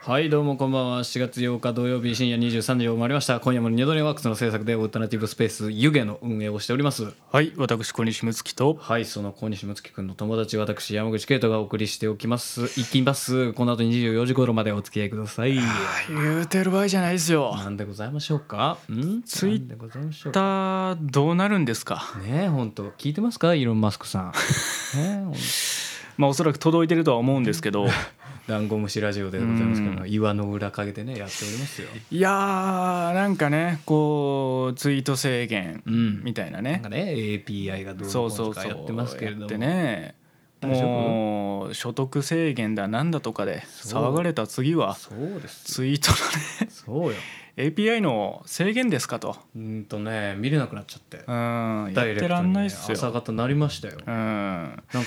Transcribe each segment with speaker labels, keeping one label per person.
Speaker 1: はいどうもこんばんは4月8日土曜日深夜23時を回りました今夜もニャドレワークスの制作でオルタナティブスペース湯気の運営をしております
Speaker 2: はい、私、小西睦月と、
Speaker 1: はいその小西睦月くんの友達私山口圭人がお送りしておきますいきますこの後24時頃までお付き合いください
Speaker 2: 言うてる場合じゃないですよ。
Speaker 1: なんでございましょうかん
Speaker 2: ツイッ
Speaker 1: なんでございましょうか
Speaker 2: たどうなるんですか。
Speaker 1: ねえ本当聞いてますかイーロン・マスクさんねえほんと
Speaker 2: まあ、おそらく届いてるとは思うんですけど、
Speaker 1: ダンゴムシラジオでございますけど岩の裏陰でねやっておりますよ
Speaker 2: いやー、なんかね、こう、ツイート制限
Speaker 1: うん
Speaker 2: みたい
Speaker 1: な
Speaker 2: な
Speaker 1: ん
Speaker 2: ね
Speaker 1: か。ね API がどう
Speaker 2: そ
Speaker 1: こ
Speaker 2: う
Speaker 1: う
Speaker 2: そ
Speaker 1: と
Speaker 2: うそ
Speaker 1: か
Speaker 2: う、
Speaker 1: やってますけれど
Speaker 2: や
Speaker 1: も
Speaker 2: ってね。
Speaker 1: 大丈夫
Speaker 2: もう所得制限だなんだとかで
Speaker 1: そう
Speaker 2: 騒がれた次は
Speaker 1: そうです
Speaker 2: ツイートのね
Speaker 1: そうよ
Speaker 2: API の制限ですかと
Speaker 1: うんとね見れなくなっちゃって
Speaker 2: うんやっ
Speaker 1: ダイレクト
Speaker 2: て
Speaker 1: に
Speaker 2: らんないっす
Speaker 1: ね朝
Speaker 2: よ
Speaker 1: 方なりましたよ
Speaker 2: う
Speaker 1: なん
Speaker 2: ん
Speaker 1: か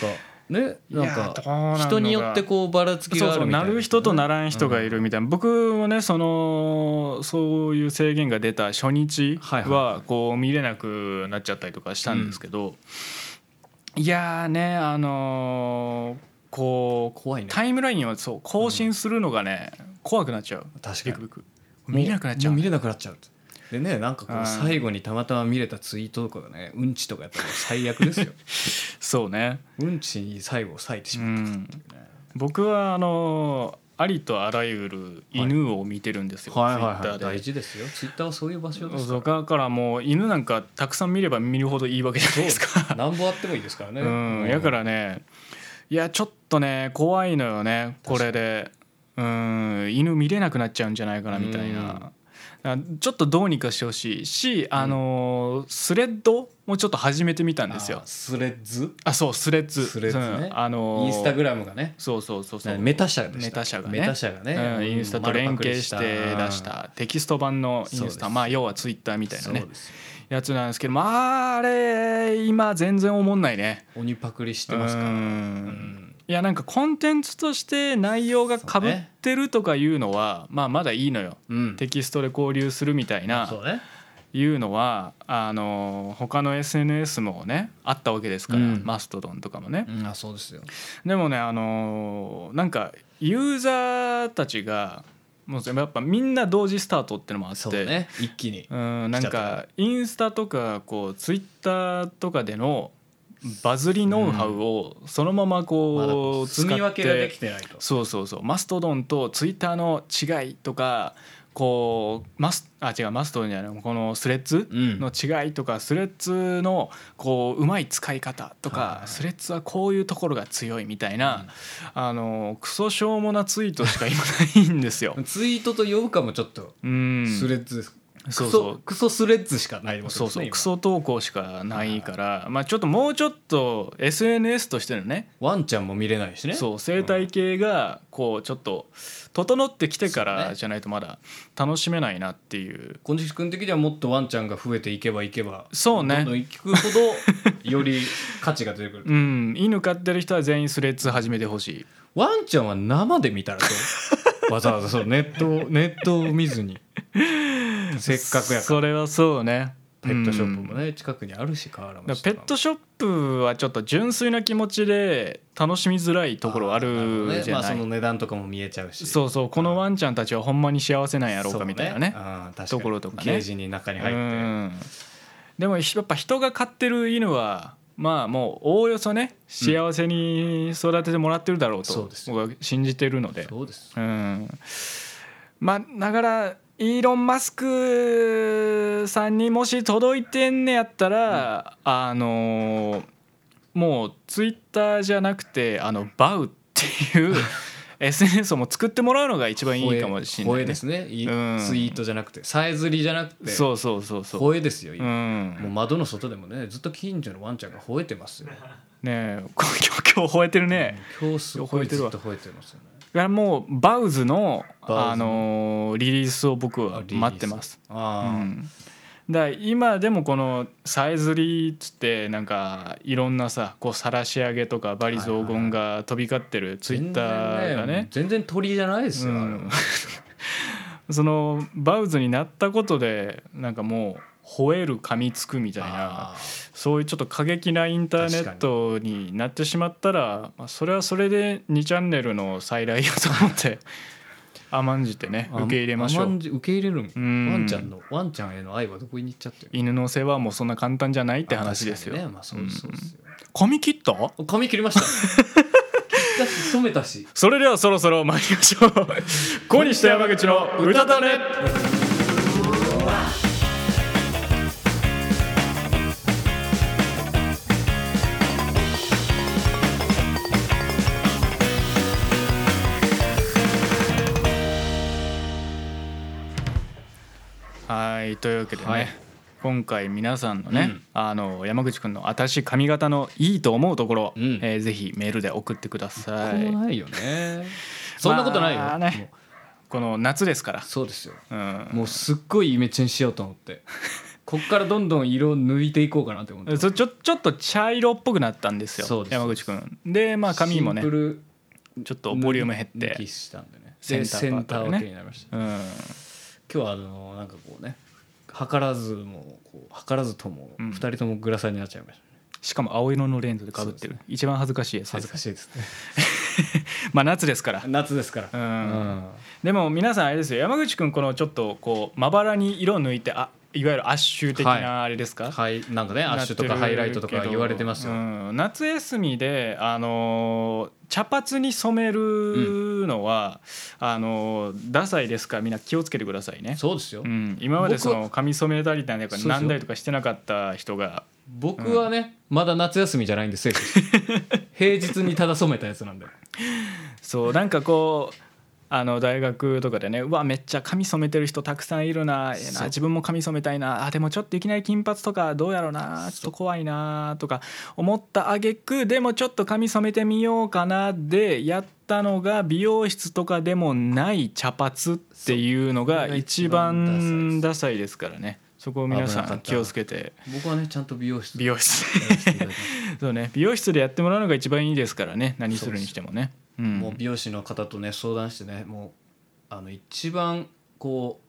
Speaker 1: ねなん
Speaker 2: いやどうな
Speaker 1: か
Speaker 2: んのか
Speaker 1: 人によってこうばらつき
Speaker 2: そう
Speaker 1: があ
Speaker 2: そ
Speaker 1: る
Speaker 2: う
Speaker 1: みたい
Speaker 2: なる人とならん人がい
Speaker 1: る
Speaker 2: るみたいな、僕もねそのそういう制限が出た初日
Speaker 1: はいはい
Speaker 2: はこう見れなくなっちゃったりとかしたんですけど、いやーねあのーこう
Speaker 1: 怖いね
Speaker 2: タイムラインをそう更新するのがね、怖くなっちゃう
Speaker 1: 確か
Speaker 2: ビ
Speaker 1: に
Speaker 2: クビク
Speaker 1: も
Speaker 2: 見れなくなっちゃう
Speaker 1: も見れなくなっちゃうでねなんかこ
Speaker 2: うん
Speaker 1: う最後にたまたま見れたツイートとかがねうんちとかやったら最悪 ですよ
Speaker 2: そうね、
Speaker 1: うんちに最後割いてし
Speaker 2: う
Speaker 1: まう、
Speaker 2: ん、僕はあのーありとあらゆる犬を見てるんですよ、
Speaker 1: はいはいは
Speaker 2: Twitter
Speaker 1: い
Speaker 2: で
Speaker 1: 大事ですよツイッターはそういう場所です
Speaker 2: そ
Speaker 1: か
Speaker 2: うだからもう犬なんかたくさん見れば見るほどいいわけじゃないです
Speaker 1: ら
Speaker 2: か。
Speaker 1: なんぼあってもいいですから
Speaker 2: う
Speaker 1: ね
Speaker 2: ん、やからねいやちょっとね怖いのよねこれでうん犬見れなくなっちゃうんじゃないかなみたいな。だからちょっとどうにかしてほしいし、あのースレッドもちょっと始めてみたんですよ
Speaker 1: あ。スレッズ
Speaker 2: あそうスレッズ
Speaker 1: スレッズね
Speaker 2: うんあのー
Speaker 1: インスタグラムがね
Speaker 2: そうそうそうそう
Speaker 1: メタ社でした
Speaker 2: メタ社がね
Speaker 1: メタ社がね
Speaker 2: うんインスタと連携して出したテキスト版のイ
Speaker 1: そう
Speaker 2: ン
Speaker 1: で
Speaker 2: ス
Speaker 1: す
Speaker 2: タまあ要はツイッターみたいな
Speaker 1: そう
Speaker 2: ね
Speaker 1: ですよ
Speaker 2: やつなんですけどまああれ今全然思んないね
Speaker 1: 鬼パクリしてますから
Speaker 2: う
Speaker 1: うん
Speaker 2: んいやなんかコンテンツとして内容がかぶってるとかいうのはまあまだいいのよ
Speaker 1: うん
Speaker 2: テキストで交流するみたいな
Speaker 1: そうね
Speaker 2: いうのはあの他の SNS もねあったわけですから
Speaker 1: うん
Speaker 2: マストドンとかもね
Speaker 1: うんあそうですよ
Speaker 2: でもねあのなんかユーザーたちがもうやっぱみんな同時スタートってのもあっ
Speaker 1: そ
Speaker 2: て
Speaker 1: うね一気に
Speaker 2: うんな
Speaker 1: 来
Speaker 2: ん
Speaker 1: ちゃった
Speaker 2: かインスタとかこうツイッターとかでのバズりノウハウをそのまま
Speaker 1: まだこ
Speaker 2: こ
Speaker 1: う
Speaker 2: う使っ
Speaker 1: 積
Speaker 2: て、
Speaker 1: み分けができてないと
Speaker 2: そうそうそうマストドンとツイッターの違いとかこうマスあ違うマストドンじゃないこのスレッズ
Speaker 1: うん
Speaker 2: の違いとか、スレッズのこううまい使い方と
Speaker 1: はい
Speaker 2: か
Speaker 1: はい。
Speaker 2: スレッズはこういうところが強いみたいな、あのクソしょうもなツイートしか今ないんですよ
Speaker 1: ツイートと呼ぶかもちょっと
Speaker 2: うん、
Speaker 1: スレッズですク
Speaker 2: そ
Speaker 1: ソ
Speaker 2: うそう
Speaker 1: クソスレッズしかないわけです
Speaker 2: そ
Speaker 1: ね
Speaker 2: うそう
Speaker 1: 今
Speaker 2: クソ投稿しかないから、まあ、ちょっともうちょっと SNS としてのね
Speaker 1: ワンちゃんも見れないしね
Speaker 2: そう生態系がこうちょっと整ってきてか
Speaker 1: そうね
Speaker 2: らじゃないとまだ楽しめないなっていう
Speaker 1: 小西君的にはもっとワンちゃんが増えていけばいけば
Speaker 2: そうね
Speaker 1: どんどんいくほどより価値が出てく る
Speaker 2: うん犬飼ってる人は全員スレッズ始めてほしい
Speaker 1: ワンちゃんは生で見たらどうわざわざそうネットネットを見ず にせっかくやから
Speaker 2: それはそうね
Speaker 1: ペットショップも
Speaker 2: うん
Speaker 1: ね、近くにあるし河原
Speaker 2: だ
Speaker 1: 町
Speaker 2: からペットショップはちょっと純粋な気持ちで楽しみづらいところあるじゃ
Speaker 1: まあ、
Speaker 2: な
Speaker 1: そ
Speaker 2: い
Speaker 1: の値段とかも見えちゃうし
Speaker 2: そうそうこのワンちゃんたちはほんまに幸せなんやろうかみたいなね
Speaker 1: そうあー確かに
Speaker 2: ところとかね
Speaker 1: ケージに中に入
Speaker 2: う
Speaker 1: って
Speaker 2: んでもひやっぱ人が飼ってる犬はまあもうおおよそね幸せに育ててもらってるだろう
Speaker 1: そう
Speaker 2: と
Speaker 1: です
Speaker 2: 僕は信じてるので
Speaker 1: そうです
Speaker 2: うんまあだからイーロン・マスクさんにもし届いてんねやったら、あのーもうツイッターじゃなくてあのバウって いう SNS をもう作ってもらうのが一番いいかもしれない、ね、
Speaker 1: 声ですねいい
Speaker 2: うん
Speaker 1: ツイートじゃなくてさえずりじゃなくて
Speaker 2: そうそうそうそう
Speaker 1: 吠えですよ
Speaker 2: う
Speaker 1: 今、
Speaker 2: ん、
Speaker 1: もう窓の外でもねずっと近所のワンちゃんが吠えてますよ
Speaker 2: ねえこ今日今日吠えてるね
Speaker 1: 今日すごい
Speaker 2: 吠えて
Speaker 1: ず
Speaker 2: る
Speaker 1: っ
Speaker 2: わ
Speaker 1: と吠えてますよね
Speaker 2: からもうバウズの
Speaker 1: バウズの
Speaker 2: あのーリリースを僕
Speaker 1: あ
Speaker 2: は
Speaker 1: リリース
Speaker 2: 待ってますう
Speaker 1: あ
Speaker 2: んだから今でもこのさえずりっつってなんかいろんあさこうさらし上げとか罵詈雑言が飛び交ってるツイッターがね
Speaker 1: 全然鳥じゃないですよ、あれは
Speaker 2: うんそのバウズになったことでなんかもう吠える噛みつくみたいな
Speaker 1: あー
Speaker 2: そういうちょっと過激なインターネットになってしまったら、まあ、それはそれで2チャンネルの再来やと思って 甘んじてね受け入れましょ
Speaker 1: 甘ん
Speaker 2: う
Speaker 1: じ受け入れるん
Speaker 2: うん
Speaker 1: ワンちゃんのワンちゃんへの愛はどこに行っちゃってる
Speaker 2: 犬の世話もそんな簡単じゃないって話ですよ、
Speaker 1: あ確かにねまあそうそうですよ、
Speaker 2: 髪切った
Speaker 1: お髪切りました切ったし染めたし
Speaker 2: それではそろそろ参りましょう小西と山口の歌だねはいというわけでね、
Speaker 1: はい
Speaker 2: 今回皆さんのね、
Speaker 1: うん
Speaker 2: あの山口くんの私髪型のいいと思うところ、
Speaker 1: うん
Speaker 2: えーぜひメールで送ってください。
Speaker 1: こうないよ ねそんなことないよ、
Speaker 2: まあね
Speaker 1: も
Speaker 2: この夏ですから
Speaker 1: う、そうですよ
Speaker 2: うん、
Speaker 1: もうすっごいイメチェンしようと思 ってこっからどんどん色抜いていこうかなって思ってます
Speaker 2: そちょちょっと茶色っぽくなったんですよ
Speaker 1: そうです
Speaker 2: 山口くんでまあ髪もね
Speaker 1: シンプル
Speaker 2: ちょっとボリューム減って
Speaker 1: 抜きしたんでね
Speaker 2: センター
Speaker 1: でセンター
Speaker 2: パートでね
Speaker 1: 分けになりました
Speaker 2: うん
Speaker 1: 今日はあのなんかこうね計らずもこう計らずとも
Speaker 2: うん
Speaker 1: 2人ともグラサンになっちゃいましたね、
Speaker 2: しかも青色のレンズでかぶってる一番恥ずかしいやつで
Speaker 1: 恥
Speaker 2: す
Speaker 1: ずかしいですね
Speaker 2: まあ夏ですから
Speaker 1: 夏ですから
Speaker 2: うんでも皆さんあれですよ山口くんこのちょっとこうまばらに色抜いてあいわゆる圧縮的
Speaker 1: はい
Speaker 2: なあれですか、
Speaker 1: はい、なんかねアッシュとかハイライトとか言われてますよ、
Speaker 2: うん夏休みで、あのー茶髪に染めるのは、あのーダサいですからみんな気をつけてくださいね、
Speaker 1: そうですよ、
Speaker 2: うん、今までその髪染めたりなんだか
Speaker 1: そうですよ
Speaker 2: なんだりとかしてなかった人が
Speaker 1: 僕はね、まだ夏休みじゃないんでセ ーフです平日にただ染めたやつなんで
Speaker 2: そうなんかこうあの大学とかでねうわめっちゃ髪染めてる人たくさんいるなええな
Speaker 1: そう
Speaker 2: 自分も髪染めたいなあでもちょっといきなり金髪とかどうやろうなちょっと怖いなとか思った挙句でもちょっと髪染めてみようかなでやったのが美容室とかでもない茶髪っていう
Speaker 1: そ
Speaker 2: の
Speaker 1: うこれ
Speaker 2: が
Speaker 1: が
Speaker 2: 一
Speaker 1: 一番
Speaker 2: 番ダサいですからねそこを皆さ
Speaker 1: 危なか
Speaker 2: ん
Speaker 1: った
Speaker 2: 気をつけて
Speaker 1: 僕はねちゃんと美容室
Speaker 2: 美容室
Speaker 1: やらせていただきまし
Speaker 2: そうね美容室でやってもらうのが一番いいですからね何するにしてもね。う
Speaker 1: た
Speaker 2: ん
Speaker 1: もう美容師の方とね相談してねもうあの一番こ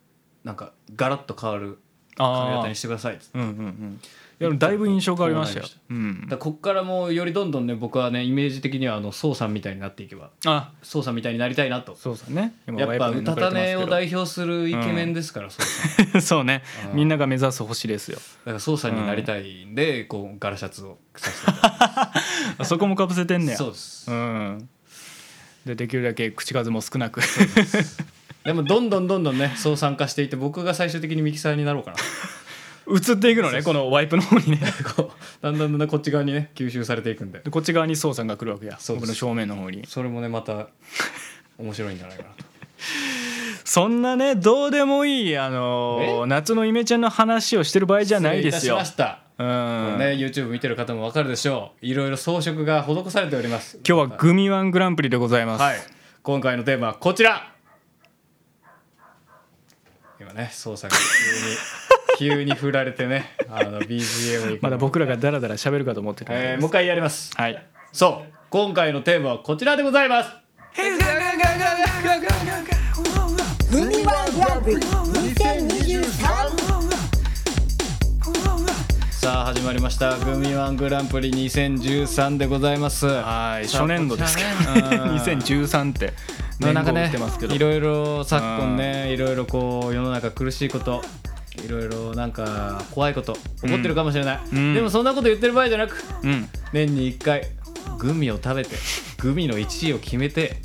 Speaker 1: うなんかガラッと変わる髪型にしてくださいっつって
Speaker 2: うんうんうんいやでもだいぶ印象がありましたよ
Speaker 1: こ
Speaker 2: うん
Speaker 1: だからこっからもうよりどんどんね僕はねイメージ的にはあの宋さんみたいになっていけば
Speaker 2: あ
Speaker 1: 宋さんみたいになりたいなと
Speaker 2: そうだね今
Speaker 1: やっぱ
Speaker 2: ワイ
Speaker 1: う
Speaker 2: パ
Speaker 1: たた
Speaker 2: ーに抜かれ
Speaker 1: 寝
Speaker 2: て
Speaker 1: を
Speaker 2: ますけ
Speaker 1: 代表するイケメンですから、そうさん
Speaker 2: ど そうね
Speaker 1: うん
Speaker 2: みんなが目指す星ですよ
Speaker 1: だから操作になりたいんで、こうガラシャツをさせていただい
Speaker 2: あそこもかぶせてん
Speaker 1: て
Speaker 2: ねや
Speaker 1: そうです、
Speaker 2: うんでできるだけ口数も少なく
Speaker 1: でもどんどんどんどんねそう参加していって僕が最終的にミキサーになろうかな
Speaker 2: 移っていくのねこのワイプの方にね
Speaker 1: こうだんだんだんだんこっち側にね吸収されていくんで
Speaker 2: でこっち側に蒼さんが来るわけや
Speaker 1: そうです
Speaker 2: 僕の正面の方に
Speaker 1: それもねまた面白いんじゃないかなと
Speaker 2: そんなねどうでもいいあのー夏のイメチェンの話をしてる場合じゃないです
Speaker 1: 失礼
Speaker 2: よ
Speaker 1: いたしました、
Speaker 2: う
Speaker 1: もうんね YouTube 見てる方もわかるでしょういろいろ装飾が施されております
Speaker 2: 今日はグミワングランプリでございます
Speaker 1: はい、今回のテーマはこちら今ね捜査が急 に急に振られてねあの BGM に
Speaker 2: まだ僕らがダラダラ喋るかと思ってたん
Speaker 1: え
Speaker 2: で
Speaker 1: ーもう一回やります
Speaker 2: はい
Speaker 1: そう今回のテーマはこちらでございます
Speaker 3: グミワングランプリ2023
Speaker 1: さあ始まりましたグミワングランプリ2013でございます
Speaker 2: はい
Speaker 1: さあ
Speaker 2: 初年度ですけ
Speaker 1: こ ちら
Speaker 2: ど
Speaker 1: ねうん
Speaker 2: 2013って年
Speaker 1: なんか
Speaker 2: 号
Speaker 1: ね
Speaker 2: 来てますけど
Speaker 1: いろいろ昨今ねいろいろこう世の中苦しいこといろいろなんか怖いこと起こってるかもしれない、
Speaker 2: うん
Speaker 1: でもそんなこと言ってる場合じゃなく
Speaker 2: うん
Speaker 1: 年に1回グミを食べてグミの1位を決めて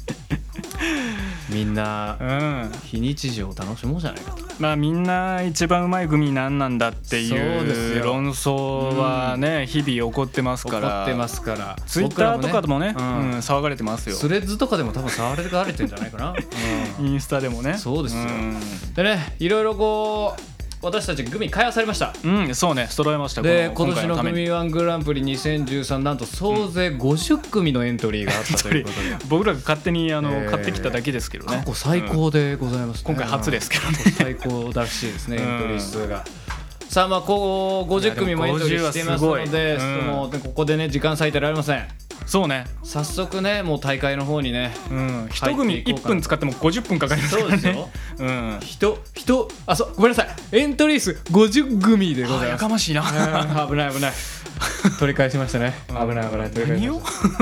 Speaker 1: みんな
Speaker 2: うん
Speaker 1: 非日常を楽しもうじゃないかと
Speaker 2: まあみんな一番うまい組なんなんだって
Speaker 1: そうです
Speaker 2: いう
Speaker 1: よ
Speaker 2: 論争はね日々起こってますか
Speaker 1: 怒
Speaker 2: ら
Speaker 1: ってますから
Speaker 2: ツイッターとかでもね
Speaker 1: 僕
Speaker 2: う
Speaker 1: らも
Speaker 2: ん
Speaker 1: ね
Speaker 2: 騒がれてます
Speaker 1: うん
Speaker 2: よ
Speaker 1: スレッズとかでも多分触れられてんじゃないかな、うん
Speaker 2: インスタでもね
Speaker 1: そうですよ
Speaker 2: ん
Speaker 1: でねいろいろこう私たちグミ開発されました
Speaker 2: うんそうね揃えました
Speaker 1: で
Speaker 2: こ
Speaker 1: 今年
Speaker 2: の回
Speaker 1: の
Speaker 2: ため
Speaker 1: グ
Speaker 2: に
Speaker 1: ミワングランプリ2013なんと総勢50組のエントリーがあったということで、
Speaker 2: 僕らが勝手にあの、
Speaker 1: えー
Speaker 2: 買ってきただけですけどね
Speaker 1: 過去最高でございますね、
Speaker 2: 今回初ですけどね
Speaker 1: 過去最高らしいです ね、
Speaker 2: うん
Speaker 1: エントリー数が。さあまあこう50組もエントリーしていますの
Speaker 2: いやで
Speaker 1: で、
Speaker 2: も50はすごいうん
Speaker 1: そのここでね時間割いてられません
Speaker 2: そうね
Speaker 1: 早速ねもう大会の方にね
Speaker 2: うん一組
Speaker 1: 入っていこう
Speaker 2: 1
Speaker 1: かな
Speaker 2: 分使っても50分かかりますから
Speaker 1: そう
Speaker 2: ね
Speaker 1: ですよ
Speaker 2: うん
Speaker 1: 人人あそうごめんなさいエントリー数50組でご
Speaker 2: あ
Speaker 1: ざい
Speaker 2: や
Speaker 1: ます
Speaker 2: かましいな
Speaker 1: うん危ない危ない 取り返しましたね危ない危ない取り返し
Speaker 2: 何
Speaker 1: ま
Speaker 2: を
Speaker 1: した
Speaker 2: い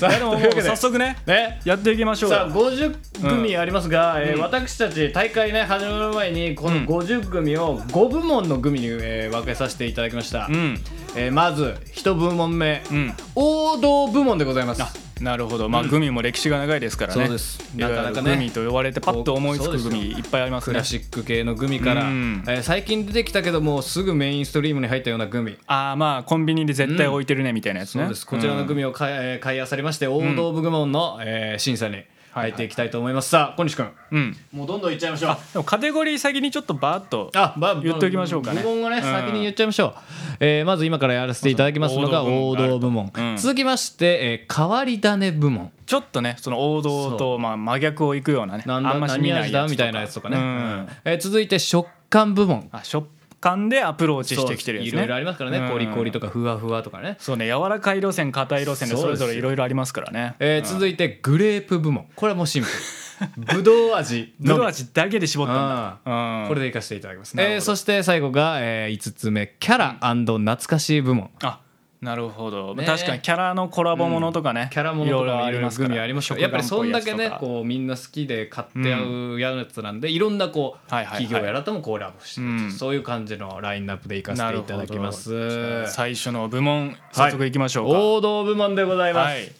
Speaker 1: さ
Speaker 2: や
Speaker 1: あ
Speaker 2: でも
Speaker 1: というわけで
Speaker 2: 早速ね
Speaker 1: ね
Speaker 2: やっていきましょう
Speaker 1: さあ
Speaker 2: よ
Speaker 1: 50組ありますが、えー
Speaker 2: うん
Speaker 1: 私たち大会ね始まる前にこ
Speaker 2: う
Speaker 1: の
Speaker 2: ん
Speaker 1: 50組を5部門の組に、えー分けさせていただきました、
Speaker 2: うん
Speaker 1: えーまず1部門目、
Speaker 2: うん
Speaker 1: 王道部門でございます
Speaker 2: あなるほどまあ、グミも歴史が長いですからね
Speaker 1: そうです
Speaker 2: いろいろ
Speaker 1: なかなかね
Speaker 2: グミと呼ばれてパッと思いつくグミいっぱいあります
Speaker 1: ク
Speaker 2: ね
Speaker 1: ラシック系のグミから、
Speaker 2: うん
Speaker 1: えー最近出てきたけどもうすぐメインストリームに入ったようなグミ
Speaker 2: ああまあコンビニで絶対置いてるねみたいなやつね、
Speaker 1: そうですこちらのグミを買い,、えー買いあさりまして王道部門の、えー審査に入っていきたいと思います、さあ小西君
Speaker 2: うん、うん
Speaker 1: もうどんどんいっちゃいましょう
Speaker 2: でもカテゴリー先にちょっとバーッと
Speaker 1: あ、まあ、
Speaker 2: 言っておきましょうかね
Speaker 1: 部門をね、
Speaker 2: うん
Speaker 1: 先に言っちゃいましょう、えーまず今からやらせていただきますのが
Speaker 2: 王
Speaker 1: 王
Speaker 2: 道
Speaker 1: 道
Speaker 2: 部
Speaker 1: 部
Speaker 2: 門
Speaker 1: 門、
Speaker 2: うん
Speaker 1: 続きまして、えー変わり種部門
Speaker 2: ちょっとねその王道
Speaker 1: そ
Speaker 2: とまあ真逆をいくようなね
Speaker 1: なん
Speaker 2: あ
Speaker 1: だ
Speaker 2: んまし見
Speaker 1: 何
Speaker 2: な
Speaker 1: 味
Speaker 2: い
Speaker 1: だ
Speaker 2: やつとか
Speaker 1: みたいなやつとかね、うん
Speaker 2: うん
Speaker 1: えー続いて食感部門
Speaker 2: あ食感でアプローチしてきてるやつね
Speaker 1: そういろいろありますからね、コリコリと
Speaker 2: か
Speaker 1: かふわふわとかね、
Speaker 2: そうね柔らかい路線硬い路線でそれぞれいろいろありますからね
Speaker 1: えー続いてグレープ部門これはもうシンプ ルぶどう味
Speaker 2: ブ
Speaker 1: のみ
Speaker 2: ドウ味だけで絞ったんだ、うん、
Speaker 1: これでいかせていただきます、
Speaker 2: なるほど
Speaker 1: えーそして最後が、え5つ目キャラ懐かしい部門
Speaker 2: あなるほど、
Speaker 1: ね
Speaker 2: 確かにキャラのコラボものとかね、
Speaker 1: キャラものとかもいろいろグミありますからやっぱりそんだけね
Speaker 2: う
Speaker 1: こうみんな好きで買って合うやつなんで、いろんなこう、
Speaker 2: はいはいはい
Speaker 1: 企業やらともコラボしてると、
Speaker 2: うん
Speaker 1: そういう感じのラインナップでいかせていただきます
Speaker 2: 最初の部門早速いきましょうか、
Speaker 1: 王道部門でございます、
Speaker 2: はい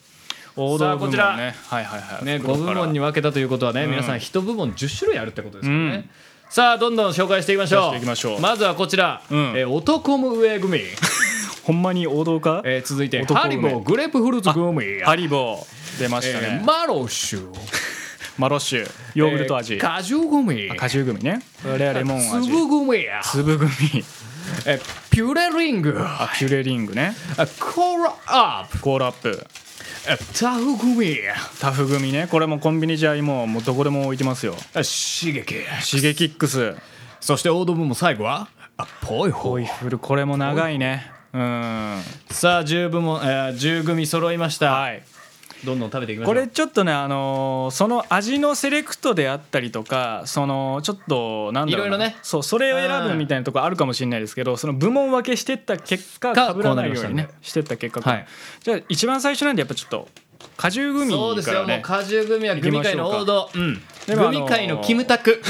Speaker 2: 王道部門ね
Speaker 1: さあ
Speaker 2: はいはいはい
Speaker 1: ね、5
Speaker 2: 袋か
Speaker 1: 部
Speaker 2: ら
Speaker 1: 門に分けたということはね、
Speaker 2: ん
Speaker 1: 皆さん1部門10種類あるってことですからね、
Speaker 2: うん
Speaker 1: さあどんどん紹介していきましょう
Speaker 2: していきましょう
Speaker 1: ずはこちら、
Speaker 2: うん
Speaker 1: えー男も上組、
Speaker 2: ほんまに王道か、
Speaker 1: えー続いて
Speaker 2: 男梅
Speaker 1: ハリボーグレープフルーツ組
Speaker 2: ハリボー出まし
Speaker 1: え
Speaker 2: た
Speaker 1: ー
Speaker 2: ね、
Speaker 1: マロッシュ
Speaker 2: マロッシュヨーグルト味、
Speaker 1: えー果汁組
Speaker 2: 果汁グミねこれはレモン味
Speaker 1: 粒組や
Speaker 2: 粒グミ
Speaker 1: えピュレリング
Speaker 2: あピュレリングね
Speaker 1: あコーラアップ
Speaker 2: コールアップ
Speaker 1: あタフ組
Speaker 2: タフグミねこれもコンビニじゃもうもうどこでも置いてますよ
Speaker 1: あ刺激
Speaker 2: シゲキックス
Speaker 1: そしてオードブも最後はあポイ
Speaker 2: ホ
Speaker 1: ホ
Speaker 2: イフルこれも長いねうん
Speaker 1: さあ10部門、えー、10組揃いました、
Speaker 2: はい
Speaker 1: どんどん食べていきましょ
Speaker 2: こ
Speaker 1: う
Speaker 2: れちょっとねあのーその味のセレクトであったりとかそのちょっとなんだろうない
Speaker 1: ろいろね
Speaker 2: そうそれを選ぶみたいなとこあるかもしれないですけどその部門分けしてった結果
Speaker 1: か
Speaker 2: かぶらないようにね
Speaker 1: こうなりました
Speaker 2: してった結果、
Speaker 1: はい
Speaker 2: じゃあ一番最初なんでやっぱちょっと果汁グミ
Speaker 1: そうです
Speaker 2: か
Speaker 1: よ、
Speaker 2: ら
Speaker 1: もう
Speaker 2: ね
Speaker 1: 果汁組はグミ界の王道うん
Speaker 2: でもあ
Speaker 1: グ
Speaker 2: のー
Speaker 1: ミ界のキムタク、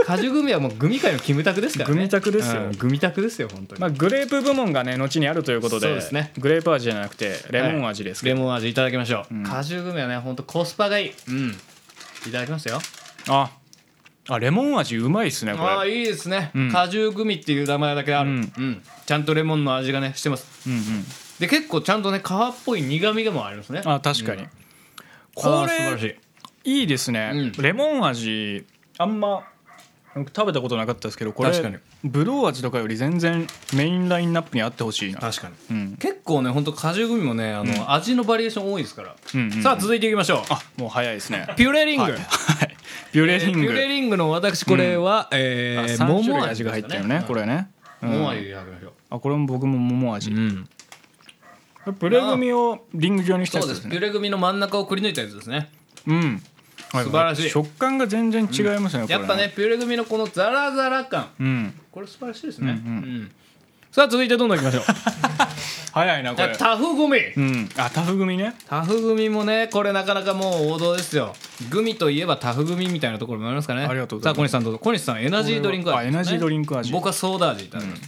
Speaker 1: うん、果汁組はもうグミ界のキムタクですからね
Speaker 2: グミタクですよ
Speaker 1: うんグミタクですよ本当に、
Speaker 2: まあ、グレープ部門がね後にあるということで
Speaker 1: そうですね
Speaker 2: グレープ味じゃなくてレモン味ですけど、
Speaker 1: レモン味いただきましょう、果汁グミはね本当コスパがいいうんいただきますよ
Speaker 2: ああレモン味うまいっすねこれ
Speaker 1: ああいいですね、
Speaker 2: ん
Speaker 1: 果汁グミっていう名前だけある、
Speaker 2: う
Speaker 1: うんんちゃんとレモンの味がねしてます
Speaker 2: うんうん、
Speaker 1: で結構ちゃんとね皮っぽい苦みでもありますね
Speaker 2: あ確かに、
Speaker 1: うんあ
Speaker 2: こ
Speaker 1: ー素晴らし
Speaker 2: れ
Speaker 1: い
Speaker 2: いいですね、
Speaker 1: うん
Speaker 2: レモン味あんま僕食べたことなかったですけどこれ
Speaker 1: 確かに
Speaker 2: ブドウ味とかより全然メインラインナップに合ってほしいな、
Speaker 1: 確かに
Speaker 2: うん、
Speaker 1: 結構ね本当果汁グミもねあの、味のバリエーション多いですから、
Speaker 2: うんうんうん
Speaker 1: さあ続いていきましょう
Speaker 2: あもう早いですね
Speaker 1: ピュレリング、
Speaker 2: はいはいピュレリン
Speaker 1: えー
Speaker 2: グ
Speaker 1: ピュレリングの私これは、え
Speaker 2: あ
Speaker 1: ー
Speaker 2: 3種類
Speaker 1: 桃
Speaker 2: 味が入ってるねこ
Speaker 1: れ
Speaker 2: れね、うん
Speaker 1: 桃味いただきましょ
Speaker 2: あこれも僕も桃味、
Speaker 1: う、うん、
Speaker 2: プレグミをリング状にした
Speaker 1: そ
Speaker 2: や
Speaker 1: う
Speaker 2: つ
Speaker 1: で
Speaker 2: ですす
Speaker 1: ピュ
Speaker 2: ね
Speaker 1: レグミの真ん中をくり抜いたやつですね
Speaker 2: うん
Speaker 1: 素晴らしい
Speaker 2: 食感が全然違いますね、これ
Speaker 1: やっぱねピュレグミのこのザラザラ感
Speaker 2: うん
Speaker 1: これ素晴らしいですね、うんさあ続いてどんどんいきましょう
Speaker 2: 早いなこ
Speaker 1: じゃ
Speaker 2: れ
Speaker 1: あタフグミ
Speaker 2: うんあタフ組ね
Speaker 1: タフグミもねこれなかなかもう王道ですよグミといえばタフグミみたいなところもありますかね
Speaker 2: ありがとうご
Speaker 1: さ
Speaker 2: ざいます
Speaker 1: あ小西さんどうぞ小西さんエナジードリンク
Speaker 2: あエナジードリンク味
Speaker 1: 僕はソーダ味いただきます、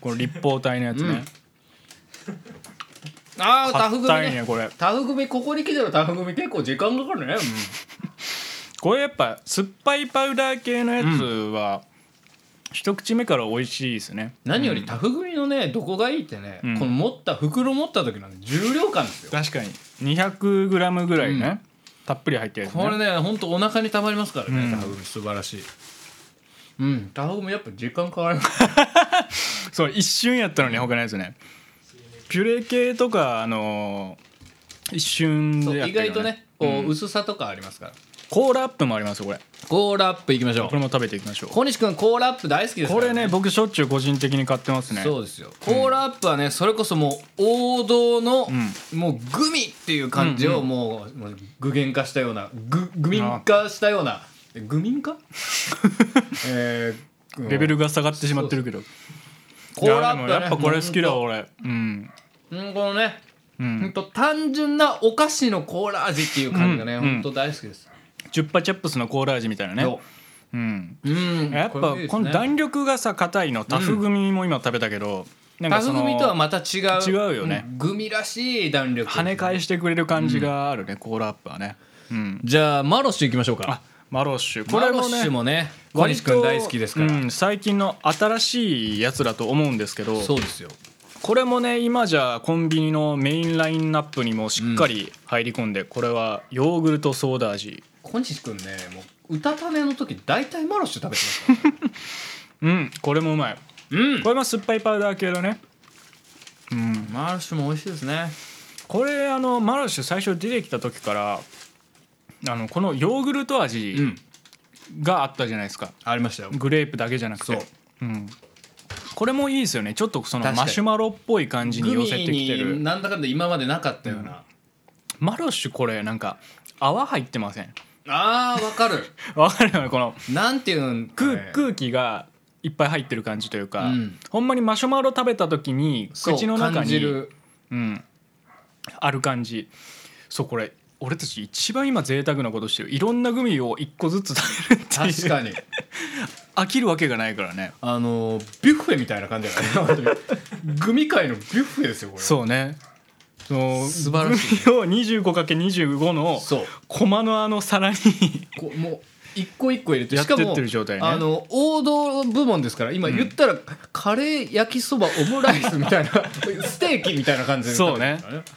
Speaker 2: この立方体のやつね、
Speaker 1: うんああタフグミ
Speaker 2: 硬い
Speaker 1: ね
Speaker 2: ねこれ
Speaker 1: タフ組ここに来てるタフ組結構時間かかるね、
Speaker 2: これやっぱ酸っぱいパウダー系のやつは、一口目から美味しいですね
Speaker 1: 何よりタフ組のねどこがいいってね、
Speaker 2: ん
Speaker 1: この持った袋持った時のね重量感ですよ
Speaker 2: 確かに 200g ぐらいね、
Speaker 1: うん
Speaker 2: たっぷり入ってるやつね
Speaker 1: これねほんとお腹にたまりますからね、
Speaker 2: うん
Speaker 1: タフ組素晴らしいうんタフもやっぱ時間変わる
Speaker 2: そう一瞬やったのに他ないですねピュレ系とかあのー一瞬
Speaker 1: そ
Speaker 2: でや
Speaker 1: う
Speaker 2: っ
Speaker 1: 意
Speaker 2: たけ
Speaker 1: 外
Speaker 2: ど
Speaker 1: とねこ
Speaker 2: う
Speaker 1: うん薄さとかありますから、
Speaker 2: コーラアップもありますよこれ
Speaker 1: コーラアップいきましょ
Speaker 2: これ
Speaker 1: う
Speaker 2: も食べていきましょう
Speaker 1: 小西君コーラアップ大好きですか
Speaker 2: こ
Speaker 1: ら
Speaker 2: れね僕しょっちゅう個人的に買ってますね
Speaker 1: そうですよコーラアップはねそれこそもう王道の、
Speaker 2: う
Speaker 1: もうグミっていう感じ
Speaker 2: うん
Speaker 1: を
Speaker 2: うん
Speaker 1: もうもう具現化したようなググミン化したようなえグミン 化えー
Speaker 2: レベルが下がってしまってるけど
Speaker 1: コーラアッ
Speaker 2: い
Speaker 1: プ
Speaker 2: や
Speaker 1: はね
Speaker 2: でもやっぱこれ好きだ俺うん
Speaker 1: うんこのね
Speaker 2: うん
Speaker 1: ほんと単純なお菓子のコーラ味っていう感じがね、
Speaker 2: うん
Speaker 1: ほんと大好きです、
Speaker 2: チュッパチャップスのコーラ味みたいなね
Speaker 1: そ
Speaker 2: うん
Speaker 1: ううん
Speaker 2: やっぱ
Speaker 1: れいいですね
Speaker 2: この弾力がさ硬いのタフ組も今食べたけどなん
Speaker 1: タ
Speaker 2: かそ
Speaker 1: フ
Speaker 2: の
Speaker 1: 組とはまた違う
Speaker 2: 違うよね
Speaker 1: んグミらしい弾力
Speaker 2: 跳ね返してくれる感じがあるねコーラアップはねうん
Speaker 1: じゃあマロッシュいきましょう
Speaker 2: あ
Speaker 1: か
Speaker 2: マロッシュこ
Speaker 1: マ
Speaker 2: れ
Speaker 1: ロッ
Speaker 2: も
Speaker 1: シュ
Speaker 2: ね
Speaker 1: もね小
Speaker 2: 割
Speaker 1: 西
Speaker 2: と
Speaker 1: 君大好きですから、
Speaker 2: うん最近の新しいやつだと思うんですけど
Speaker 1: そうですよ
Speaker 2: これもね今じゃコンビニのメインラインナップにもしっかり入り込んで、これはヨーグルトソーダ味
Speaker 1: 小西君ねもう歌ための時大体マロッシュ食べてますからね
Speaker 2: うんこれもうまい
Speaker 1: うん
Speaker 2: これも酸っぱいパウダー系だねうん
Speaker 1: マロッシュも美味しいですね
Speaker 2: これあのマルシュ最初出てきた時からあのこのヨーグルト
Speaker 1: う
Speaker 2: 味
Speaker 1: ん
Speaker 2: があったじゃないですか、
Speaker 1: ありましたよ
Speaker 2: グレープだけじゃなくて
Speaker 1: そう
Speaker 2: うん、これもいいですよねちょっとその
Speaker 1: 確かに
Speaker 2: マシュマロっぽい感じに
Speaker 1: グ
Speaker 2: 寄せて
Speaker 1: ミ
Speaker 2: きて
Speaker 1: に
Speaker 2: る
Speaker 1: なんだかんだ今までなかったような、
Speaker 2: マロッシュこれなんか泡入ってません
Speaker 1: あーわかる
Speaker 2: わかるよねこの
Speaker 1: なんていうん
Speaker 2: 空,、
Speaker 1: えー
Speaker 2: 空気がいっぱい入ってる感じというか、
Speaker 1: うん
Speaker 2: ほんまにマシュマロ食べた時に
Speaker 1: そう
Speaker 2: 口の中
Speaker 1: 感じ
Speaker 2: に、
Speaker 1: る
Speaker 2: うん、ある感じそうこれ俺たち一番今贅沢なことしてるいろんなグミを一個ずつ食べるっていう
Speaker 1: 確かに
Speaker 2: 飽きるわけがないからね
Speaker 1: あのビュッフェみたいな感じだね本当 にグミ界のビュッフェですよこれ
Speaker 2: そうねその
Speaker 1: 素晴らしい
Speaker 2: グミを 25×25 の
Speaker 1: そう
Speaker 2: コマのあの皿に
Speaker 1: こうもう一個一個入れて
Speaker 2: や
Speaker 1: し
Speaker 2: って
Speaker 1: か
Speaker 2: ってる
Speaker 1: も
Speaker 2: 状態ね
Speaker 1: あの王道部門ですから今言ったら、カレー焼きそばオムライスみたい なステーキみたいな感じで
Speaker 2: そうね
Speaker 1: 食べてるから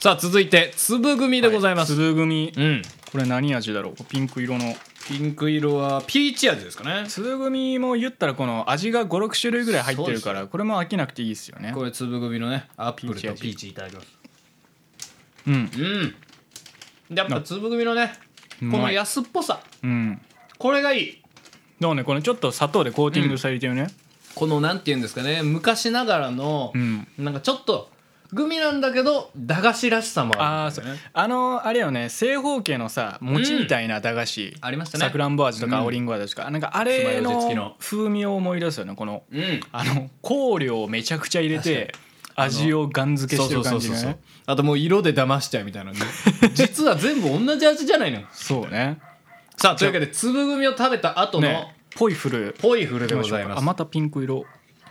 Speaker 1: さあ続いて粒組でございます、
Speaker 2: 粒組
Speaker 1: うん
Speaker 2: これ何味だろうピンク色の
Speaker 1: ピンク色はピーチ味ですかね
Speaker 2: 粒組も言ったらこの味が56種類ぐらい入ってるか
Speaker 1: そうです
Speaker 2: らこれも飽きなくていいですよね
Speaker 1: これ粒組のねアップルと
Speaker 2: ピーチ味
Speaker 1: ピーチいただきます
Speaker 2: うん
Speaker 1: うんやっぱ粒組のねこ
Speaker 2: うまい
Speaker 1: の安っぽさ
Speaker 2: うん
Speaker 1: これがいい
Speaker 2: でもねこのちょっと砂糖でコーティングされてるね
Speaker 1: このなんて言うんですかね昔ながらの、
Speaker 2: うん
Speaker 1: なんかちょっとグミなんだけど駄菓子らしさもあ
Speaker 2: あ
Speaker 1: るん
Speaker 2: あ
Speaker 1: だ
Speaker 2: そう
Speaker 1: よね
Speaker 2: あのあれよね正方形のさ餅みたいな駄菓子
Speaker 1: ありましたね
Speaker 2: さくらんぼ味と
Speaker 1: うん
Speaker 2: か青りんご味とかなんか
Speaker 1: つま
Speaker 2: あれ
Speaker 1: ようじ付き
Speaker 2: の
Speaker 1: の
Speaker 2: 風味を思い出すよねこの
Speaker 1: うん
Speaker 2: あの香料をめちゃくちゃ入れて味をガン付けしてる感じね
Speaker 1: あともう色で騙しちゃうみたい なね実は全部同じ味じゃないの
Speaker 2: そうね
Speaker 1: さあというわけで粒組を食べた後の
Speaker 2: ねポイフル
Speaker 1: ポイフルでございま
Speaker 2: あ
Speaker 1: す、
Speaker 2: またピンク色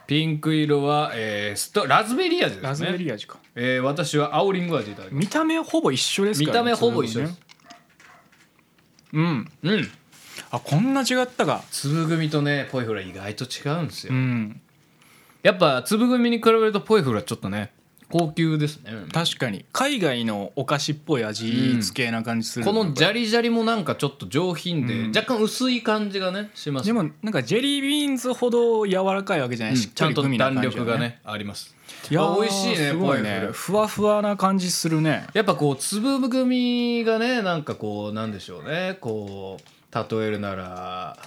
Speaker 1: ピンク色は、えーストラズベリー味ですね
Speaker 2: ラズベリー味か
Speaker 1: えー私は青りんご味いただきます
Speaker 2: 見た目ほぼ一緒です
Speaker 1: 見
Speaker 2: から
Speaker 1: た
Speaker 2: ね
Speaker 1: 目ほぼ一緒です、
Speaker 2: うん
Speaker 1: うん
Speaker 2: あこんな違ったか
Speaker 1: 粒組とねポイフルは意外と違うんですよ、
Speaker 2: うん
Speaker 1: やっぱ粒組に比べるとポイフルはちょっとね高級ですね
Speaker 2: 確かに海外のお菓子っぽい味付けな感じする、
Speaker 1: このジャリジャリもなんかちょっと上品で、
Speaker 2: うん
Speaker 1: 若干薄い感じがねします
Speaker 2: でもなんかジェリービーンズほど柔らかいわけじゃない、
Speaker 1: うん
Speaker 2: しっ
Speaker 1: ち
Speaker 2: か
Speaker 1: ゃん
Speaker 2: り
Speaker 1: と
Speaker 2: グミな感
Speaker 1: 弾
Speaker 2: じ、
Speaker 1: 力がねあります
Speaker 2: いや
Speaker 1: あ
Speaker 2: ー
Speaker 1: 美味しいね
Speaker 2: すご
Speaker 1: ポ
Speaker 2: い
Speaker 1: イフ
Speaker 2: ね
Speaker 1: ル
Speaker 2: ふわふわな感じするね
Speaker 1: やっぱこう粒組がねなんかこうなんでしょうねこう例えるなら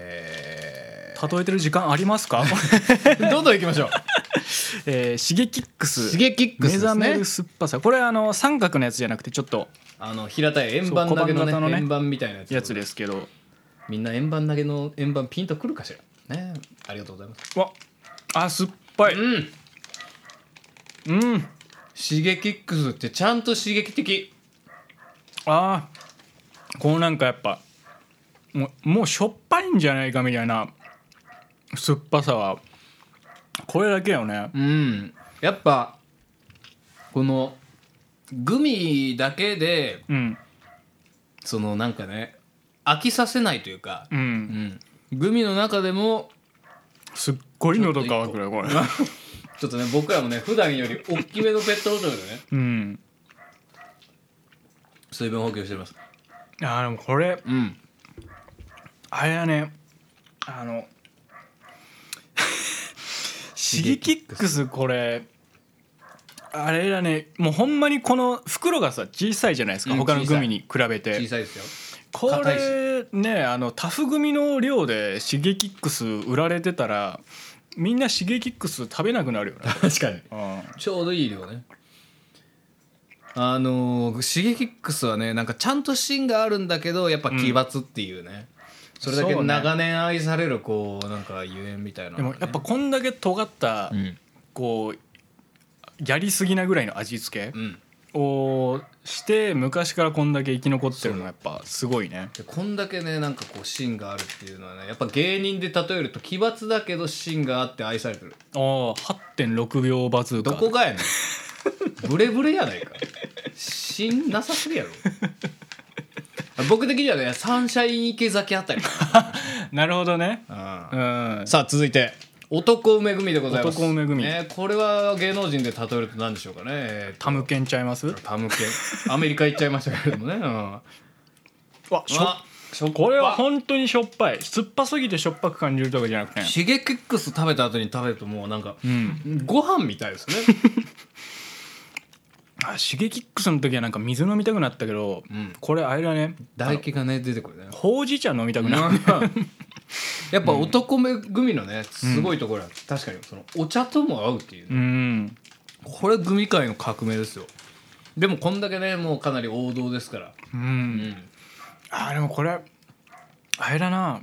Speaker 1: え
Speaker 2: 例えてる時間あります か、
Speaker 1: ー、 どんどんいきましょう
Speaker 2: えー、シゲキックス
Speaker 1: シゲキックス
Speaker 2: 目
Speaker 1: で
Speaker 2: 覚
Speaker 1: す
Speaker 2: め
Speaker 1: ね
Speaker 2: る酸っぱさこれあの三角のやつじゃなくてちょっと
Speaker 1: あの平たい円盤投げの
Speaker 2: そう小判型の
Speaker 1: ね
Speaker 2: ね
Speaker 1: 円盤みたいなやつ
Speaker 2: やつですけど
Speaker 1: みんな円盤投げの円盤ピンとくるかしらねありがとうございます
Speaker 2: わあ酸っぱい
Speaker 1: うん
Speaker 2: うん
Speaker 1: 刺激ックスってちゃんと刺激的
Speaker 2: あーこのなんかやっぱもうもうしょっぱいんじゃないかみたいな酸っぱさはこれだけよね
Speaker 1: うんやっぱこのグミだけで
Speaker 2: うん
Speaker 1: そのなんかね飽きさせないというか、
Speaker 2: う
Speaker 1: うんんグミの中でも
Speaker 2: すっごい喉乾くねこれ
Speaker 1: ちょっとね僕らもね普段より大きめのペットボトルでね
Speaker 2: うん
Speaker 1: 水分補給してます
Speaker 2: あーでもこれ
Speaker 1: うん
Speaker 2: あれだねあのシゲキックスこれあれだねもうほんまにこの袋がさ小さいじゃないですか、
Speaker 1: うん
Speaker 2: 他の
Speaker 1: 小さい
Speaker 2: グミに比べて
Speaker 1: 小さいですよ
Speaker 2: こ
Speaker 1: 硬い
Speaker 2: れねあのタフ組の量でシゲキックス売られてたらみんなシゲキックス食べなくなる よ
Speaker 1: 確かに
Speaker 2: な、
Speaker 1: ちょうどいい量ねあのー、シゲキックスはねなんかちゃんと芯があるんだけどやっぱ奇抜っていうね、それだけ
Speaker 2: そうね
Speaker 1: 長年愛されるこうなんかゆえんみたいな
Speaker 2: で
Speaker 1: の
Speaker 2: も
Speaker 1: がね、
Speaker 2: やっぱこんだけ尖った、
Speaker 1: うん
Speaker 2: こうやりすぎなぐらいの味付
Speaker 1: う
Speaker 2: け
Speaker 1: ん
Speaker 2: をして昔からこんだけ生き残ってるのはやっぱすごいね
Speaker 1: でこんだけねなんかこう芯があるっていうのはねやっぱ芸人で例えると奇抜だけど芯があって愛されてる
Speaker 2: ああ8.6秒バズーカ
Speaker 1: どこがやねんブレブレやないか芯なさすぎやろ僕的にはねサンシャイン池崎あたりか
Speaker 2: なるほどね
Speaker 1: な、うん
Speaker 2: うん
Speaker 1: さあ続いて男梅組でございます
Speaker 2: 男梅組
Speaker 1: ねこれは芸能人で例えると何でしょうかねえーと
Speaker 2: タムケンちゃいます
Speaker 1: タム系アメリカ行っちゃいましたけれどもね、うん、
Speaker 2: わ しょ
Speaker 1: あ
Speaker 2: しょこれは本当にしょっぱい酸っぱすぎてしょっぱく感じるとかじゃなくて
Speaker 1: シゲキックス食べた後に食べるともうなんか、
Speaker 2: うん
Speaker 1: ご飯みたいですね
Speaker 2: あシゲキックスの時はなんか水飲みたくなったけど、
Speaker 1: ん
Speaker 2: これあれだね
Speaker 1: 唾液がね出てく るね
Speaker 2: ほうじ茶飲みたくなる、
Speaker 1: やっぱ男目組のねすごいところは確かにそのお茶とも合うっていうね、
Speaker 2: うん、
Speaker 1: これ組界の革命ですよでもこんだけねもうかなり王道ですから
Speaker 2: うん
Speaker 1: うん
Speaker 2: あでもこれあれだな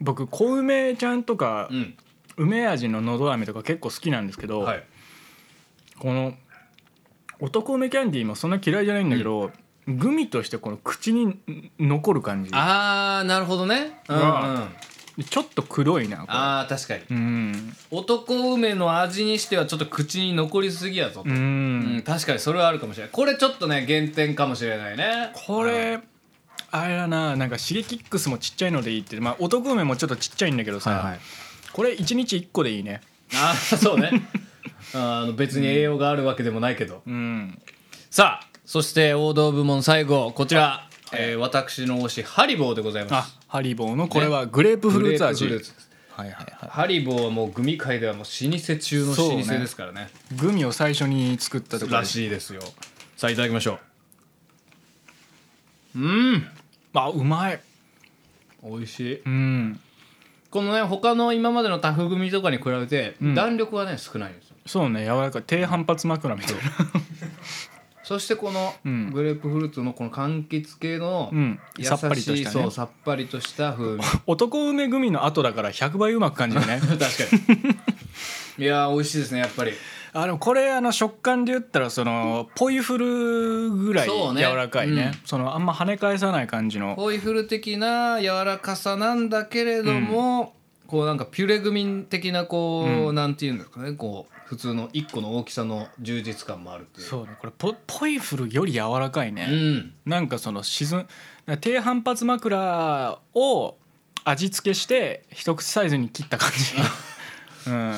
Speaker 2: 僕小梅ちゃんとか、
Speaker 1: うん
Speaker 2: 梅味ののど飴とか結構好きなんですけど、
Speaker 1: はい
Speaker 2: この男梅キャンディーもそんな嫌いじゃないんだけど、グミとしてこの口にん残る感じ
Speaker 1: あーなるほどねうん、うん、
Speaker 2: わ
Speaker 1: あ
Speaker 2: ちょっと黒いなこれ
Speaker 1: ー確かに
Speaker 2: うん
Speaker 1: 男梅の味にしてはちょっと口に残りすぎやぞと、
Speaker 2: うん、
Speaker 1: うん確かにそれはあるかもしれないこれちょっとね減点かもしれないね
Speaker 2: こ
Speaker 1: うん
Speaker 2: れあれだななんかシゲキックスもちっちゃいのでいいってまあ男梅もちょっとちっちゃいんだけどさ、これ1日1個でいいね
Speaker 1: あー そうねあの別に栄養があるわけでもないけど、
Speaker 2: うん
Speaker 1: さあそして王道部門最後こちら、えー私の推しハリボーでございま
Speaker 2: あ
Speaker 1: す
Speaker 2: ハリボーのこれはグレープフルーツ味、
Speaker 1: グレープフルーツ
Speaker 2: はいはいは
Speaker 1: ハリボーはもうグミ界ではもう老舗中の老舗ですからね
Speaker 2: いグミを最初に作ったところ
Speaker 1: らしいですよさあいただきましょううん
Speaker 2: まあうまい
Speaker 1: 美味しい
Speaker 2: うん
Speaker 1: このね他の今までのタフ組とかに比べて弾力はね少ないんですよ、
Speaker 2: そうね柔らかい低反発枕みたいな
Speaker 1: そしてこの
Speaker 2: うん
Speaker 1: グレープフルーツのこの柑橘系の
Speaker 2: うん
Speaker 1: 優しい、
Speaker 2: さっぱりとしたね
Speaker 1: そうさっぱりとした風味
Speaker 2: 男梅グミの後だから100倍うまく感じるね
Speaker 1: 確か にいやー美味しいですねやっぱり
Speaker 2: あのこれあの食感で言ったらそのポイフルぐらい
Speaker 1: そう
Speaker 2: 柔
Speaker 1: ね
Speaker 2: らかいねそ
Speaker 1: うん
Speaker 2: のあんま跳ね返さない感じの
Speaker 1: ホイフル的な柔らかさなんだけれども、こうなんかピュレグミ的なこう、
Speaker 2: うん
Speaker 1: なんていうんですかねこう普通の1個の大きさの充実感もあるっていう
Speaker 2: そうねこれポポイフルより柔らかいね、
Speaker 1: ん、
Speaker 2: なんかその沈ん低反発枕を味付けして一口サイズに切った感じ、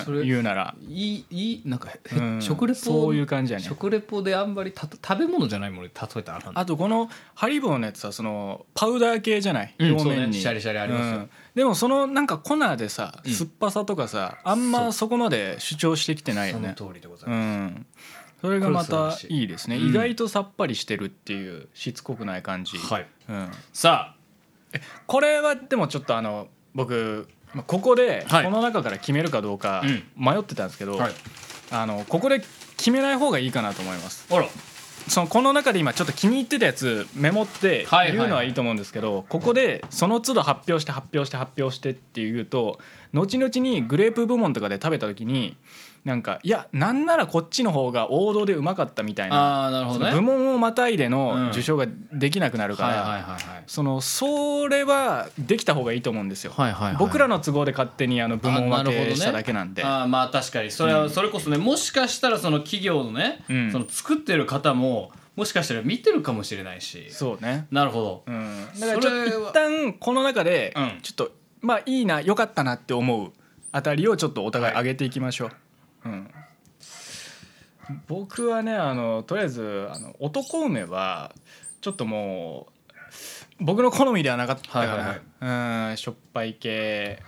Speaker 1: そうれ
Speaker 2: ん、言うなら、
Speaker 1: いいいいなんか、へ
Speaker 2: うん
Speaker 1: 食レポ
Speaker 2: そういう感じやね
Speaker 1: 食レポであんまりた食べ物じゃないものに例えたらあかん
Speaker 2: あとこのハリボーのやつはそのパウダー系じゃない、
Speaker 1: うん
Speaker 2: 表
Speaker 1: そう
Speaker 2: 面
Speaker 1: ね
Speaker 2: に
Speaker 1: シャリシャリありますよ
Speaker 2: うんでもそのなんか粉でさ
Speaker 1: うん
Speaker 2: 酸っぱさとかさ、あんまそこまで主張してきてないよ
Speaker 1: その
Speaker 2: ね
Speaker 1: 通りでございうます、
Speaker 2: んそれがま
Speaker 1: これ
Speaker 2: た
Speaker 1: 素晴らしい
Speaker 2: いいですね、
Speaker 1: うん
Speaker 2: 意外とさっぱりしてるっていうしつこくない感じ、
Speaker 1: はい
Speaker 2: うん、
Speaker 1: さ
Speaker 2: これはでもちょっとあの僕まあここで
Speaker 1: はい
Speaker 2: この中から決めるかどうか
Speaker 1: うん
Speaker 2: 迷ってたんですけ
Speaker 1: あ、
Speaker 2: ど、
Speaker 1: はい、
Speaker 2: あのここで決めない方がいいかなと思います
Speaker 1: あら
Speaker 2: そのこの中で今ちょっと気に入ってたやつメモって
Speaker 1: はいはいはい
Speaker 2: 言うのはいいと思うんですけど、ここでその都度発表して発表して発表してっていうと後々にグレープ部門とかで食べた時になんかいやなんならこっちの方が王道でうまかったみたいな
Speaker 1: あーなるほ
Speaker 2: そ
Speaker 1: ど
Speaker 2: の
Speaker 1: ね
Speaker 2: 部門をまたいで
Speaker 1: うん
Speaker 2: の受賞ができなくなるか
Speaker 1: はい
Speaker 2: ら、
Speaker 1: はいはいはい
Speaker 2: そのそれはできた方がいいと思うんですよ、
Speaker 1: はいはいはい
Speaker 2: 僕らの都合で勝手にあの部門分けしただけなんで
Speaker 1: あーまあ確かにそれはそれこそねもしかしたらその企業のね、
Speaker 2: うん
Speaker 1: その作ってる方ももしかしたら見てるかもしれないし
Speaker 2: そうね、
Speaker 1: なるほど、
Speaker 2: うん、だからちょっ
Speaker 1: それ
Speaker 2: と
Speaker 1: は
Speaker 2: 一旦この中で
Speaker 1: うん
Speaker 2: ちょっと、まあいいな良かったなって思うあたりをちょっとお互い上げていきましょう、うん、僕はねあのとりあえずあの男梅はちょっともう僕の好みではなかったから、
Speaker 1: はいはい
Speaker 2: うんしょっぱい系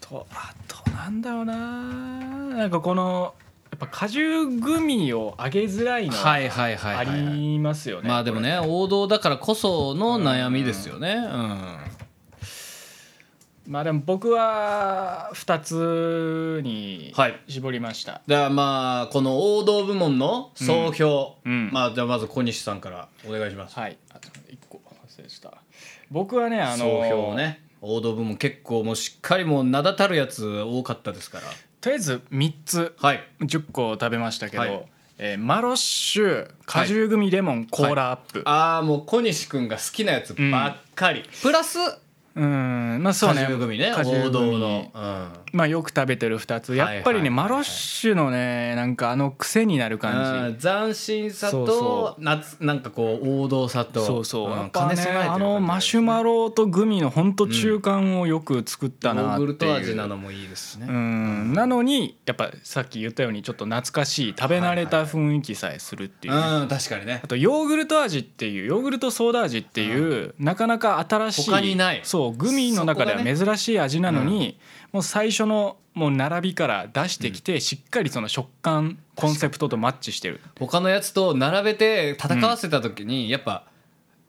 Speaker 2: とあとなんだろうななんかこのやっぱ果汁グミを上げづらいの
Speaker 1: はいはいはい
Speaker 2: あ
Speaker 1: はいはい、
Speaker 2: りますよね、
Speaker 1: まあでもね王道だからこその悩みですよねうん
Speaker 2: まあでも僕は2つに
Speaker 1: はい
Speaker 2: 絞りました、
Speaker 1: ではまあこの王道部門の総評、
Speaker 2: うんうん
Speaker 1: まあじゃあまず小西さんからお願いします、
Speaker 2: はいあと1個忘れした僕はねあの
Speaker 1: 総評ね王道部門結構もうしっかりもう名だたるやつ多かったですから
Speaker 2: とりあえず3つ
Speaker 1: はい
Speaker 2: 10個食べましたけど、
Speaker 1: はい
Speaker 2: えーマロッシュ果汁グミレモン、コーラアップ、
Speaker 1: ああもう小西君が好きなやつばっかり、プラス
Speaker 2: うーんまあそう
Speaker 1: 果
Speaker 2: ね
Speaker 1: 汁組ね
Speaker 2: 果汁
Speaker 1: 王
Speaker 2: グミ
Speaker 1: 道の、うん、
Speaker 2: まあよく食べてる2つやっぱりね、
Speaker 1: はいはいはいはい
Speaker 2: マロッシュのねなんかあの癖になる
Speaker 1: あ
Speaker 2: 感
Speaker 1: ー斬新さと
Speaker 2: そうそ
Speaker 1: 夏なんかこう王道さ
Speaker 2: じ
Speaker 1: と
Speaker 2: そうそう、
Speaker 1: ん
Speaker 2: やっぱ
Speaker 1: 兼
Speaker 2: ね
Speaker 1: ね備えてる
Speaker 2: あ
Speaker 1: 感じ
Speaker 2: のマシュマロとグミのほんと中間をよく作った
Speaker 1: ヨ
Speaker 2: な
Speaker 1: ー
Speaker 2: って
Speaker 1: グ
Speaker 2: いう、
Speaker 1: ルト味なのもいいですしね、
Speaker 2: うんなのにやっぱさっき言ったようにちょっと懐かしい食べ慣れた雰囲気さえするっていうね、
Speaker 1: うん確かにね
Speaker 2: あとヨーグルト味っていうヨーグルトソーダ味っていう、なかなか新しい
Speaker 1: 他にない
Speaker 2: そうグミの中で
Speaker 1: そ
Speaker 2: は
Speaker 1: こがね
Speaker 2: 珍しい味なのに、もう最初のもう並びから出してきて、しっかりその食感コンセプトとマッチしてる
Speaker 1: 他のやつと並べて戦わせた時にやっぱ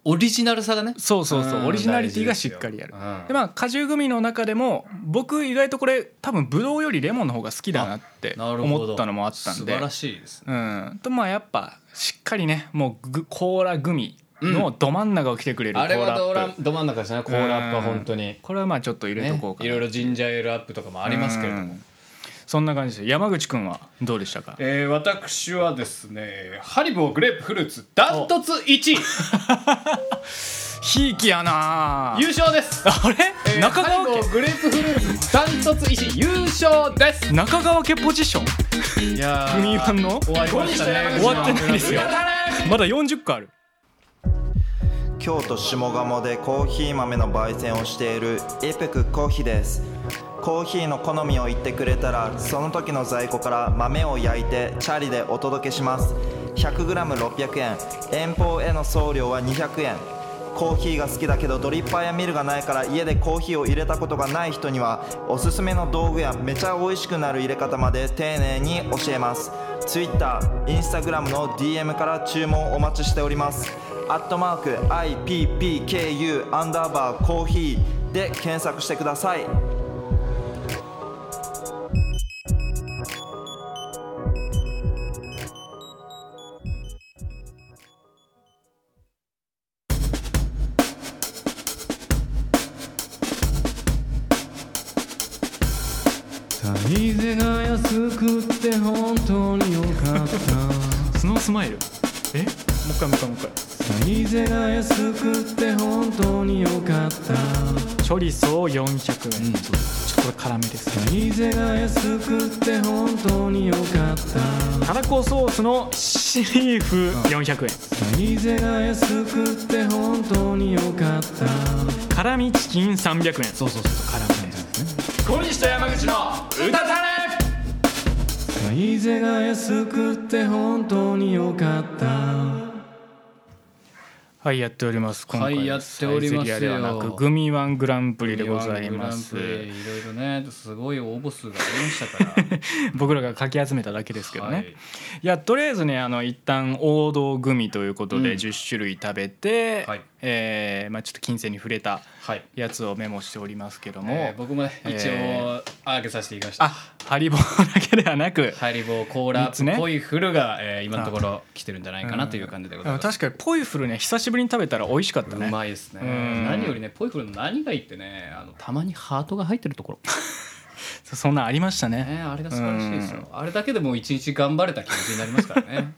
Speaker 1: オリジナルさがね
Speaker 2: そうそうそう、
Speaker 1: うん
Speaker 2: オリジナリティがしっかりあ
Speaker 1: 大事です
Speaker 2: る
Speaker 1: ようん
Speaker 2: でまあ果汁グミの中でも僕意外とこれ多分ブドウよりレモンの方が好きだなって
Speaker 1: なるほど
Speaker 2: 思ったのもあったん
Speaker 1: 素
Speaker 2: で
Speaker 1: 晴らしいですね
Speaker 2: うん、とまあやっぱしっかりねもうグコーラグミのど真ん中を来てくれるコ
Speaker 1: あれ
Speaker 2: ー
Speaker 1: は
Speaker 2: ラ
Speaker 1: ど
Speaker 2: アッ
Speaker 1: ら
Speaker 2: プ
Speaker 1: ど真ん中ですねコーラアップは本当に、
Speaker 2: これはまあちょっと入れと
Speaker 1: ね
Speaker 2: こうかな、
Speaker 1: いろいろジンジャーエールアップとかもありますけれども、
Speaker 2: うんそんな感じです山口くんはどうでしたか
Speaker 1: えー私はですねハリボーグレープフルーツダントツ1位
Speaker 2: ひいきやなあ
Speaker 1: 優勝です、
Speaker 2: あれ、
Speaker 1: えー
Speaker 2: 中
Speaker 1: ハリ
Speaker 2: 川
Speaker 1: ボ
Speaker 2: 家
Speaker 1: ーグレープフルーツダントツ1位優勝です
Speaker 2: 中川家ポジション
Speaker 1: いや
Speaker 2: グミワンの
Speaker 1: 終わりましたね
Speaker 2: 終わってないですよまだ40個ある
Speaker 4: 京都下鴨でコーヒー豆の焙煎をしているエペクコーヒーですコーヒーの好みを言ってくれたらその時の在庫から豆を焼いてチャリでお届けします 100g600 円遠方への送料は200円コーヒーが好きだけどドリッパーやミルがないから家でコーヒーを入れたことがない人にはおすすめの道具やめちゃ美味しくなる入れ方まで丁寧に教えます TwitterInstagram の DM から注文お待ちしておりますアットマーク IPPKU アンダーバーコーヒーで検索してください
Speaker 1: サイゼが安くって本当に良かった
Speaker 2: スノースマイルえもう一回もう一回もう一
Speaker 1: サイゼが安くって本当に良かった
Speaker 2: 回チョリソー400円、ちょっとこれ辛めです
Speaker 1: サイゼが安くって本当に良かった
Speaker 2: たらこソースのシリーフ400円
Speaker 1: サイゼが安くって本当に良かった
Speaker 2: 辛味チキン300円そうそうそう辛味ね小西と山口の歌たれ
Speaker 1: サイゼが安くって本当に良かった
Speaker 2: はいやっております今回
Speaker 1: はいやっておりますよ
Speaker 2: サイゼリヤではなくグミワングランプリでございます
Speaker 1: グランプリいろいろねすごい応募数がありましたから
Speaker 2: 僕らがかき集めただけですけどね、
Speaker 1: はい
Speaker 2: い、やとりあえずねあの一旦王道グミということで
Speaker 1: うん
Speaker 2: 10種類食べて、
Speaker 1: はい
Speaker 2: えーまあ、ちょっと金銭に触れた
Speaker 1: はい
Speaker 2: やつをメモしておりますけども、
Speaker 1: えー僕もね一応
Speaker 2: え
Speaker 1: あげさせていただきました
Speaker 2: あハリボーだけではなく、
Speaker 1: ハリボーコーラ
Speaker 2: 三つね
Speaker 1: っぽいフルが、えー今のところ来てるんじゃないかなという感じでございます。
Speaker 2: 確かにポイフルね久しぶりに食べたら美味しかったね
Speaker 1: うまいですね
Speaker 2: うん
Speaker 1: 何よりねポイフルの何がいいってねあのたまにハートが入ってるとこ
Speaker 2: そそんなんありましたね
Speaker 1: ろ、ね、あれが素晴らしいですよあれだけでもう一日頑張れた気持ちになりますから ね、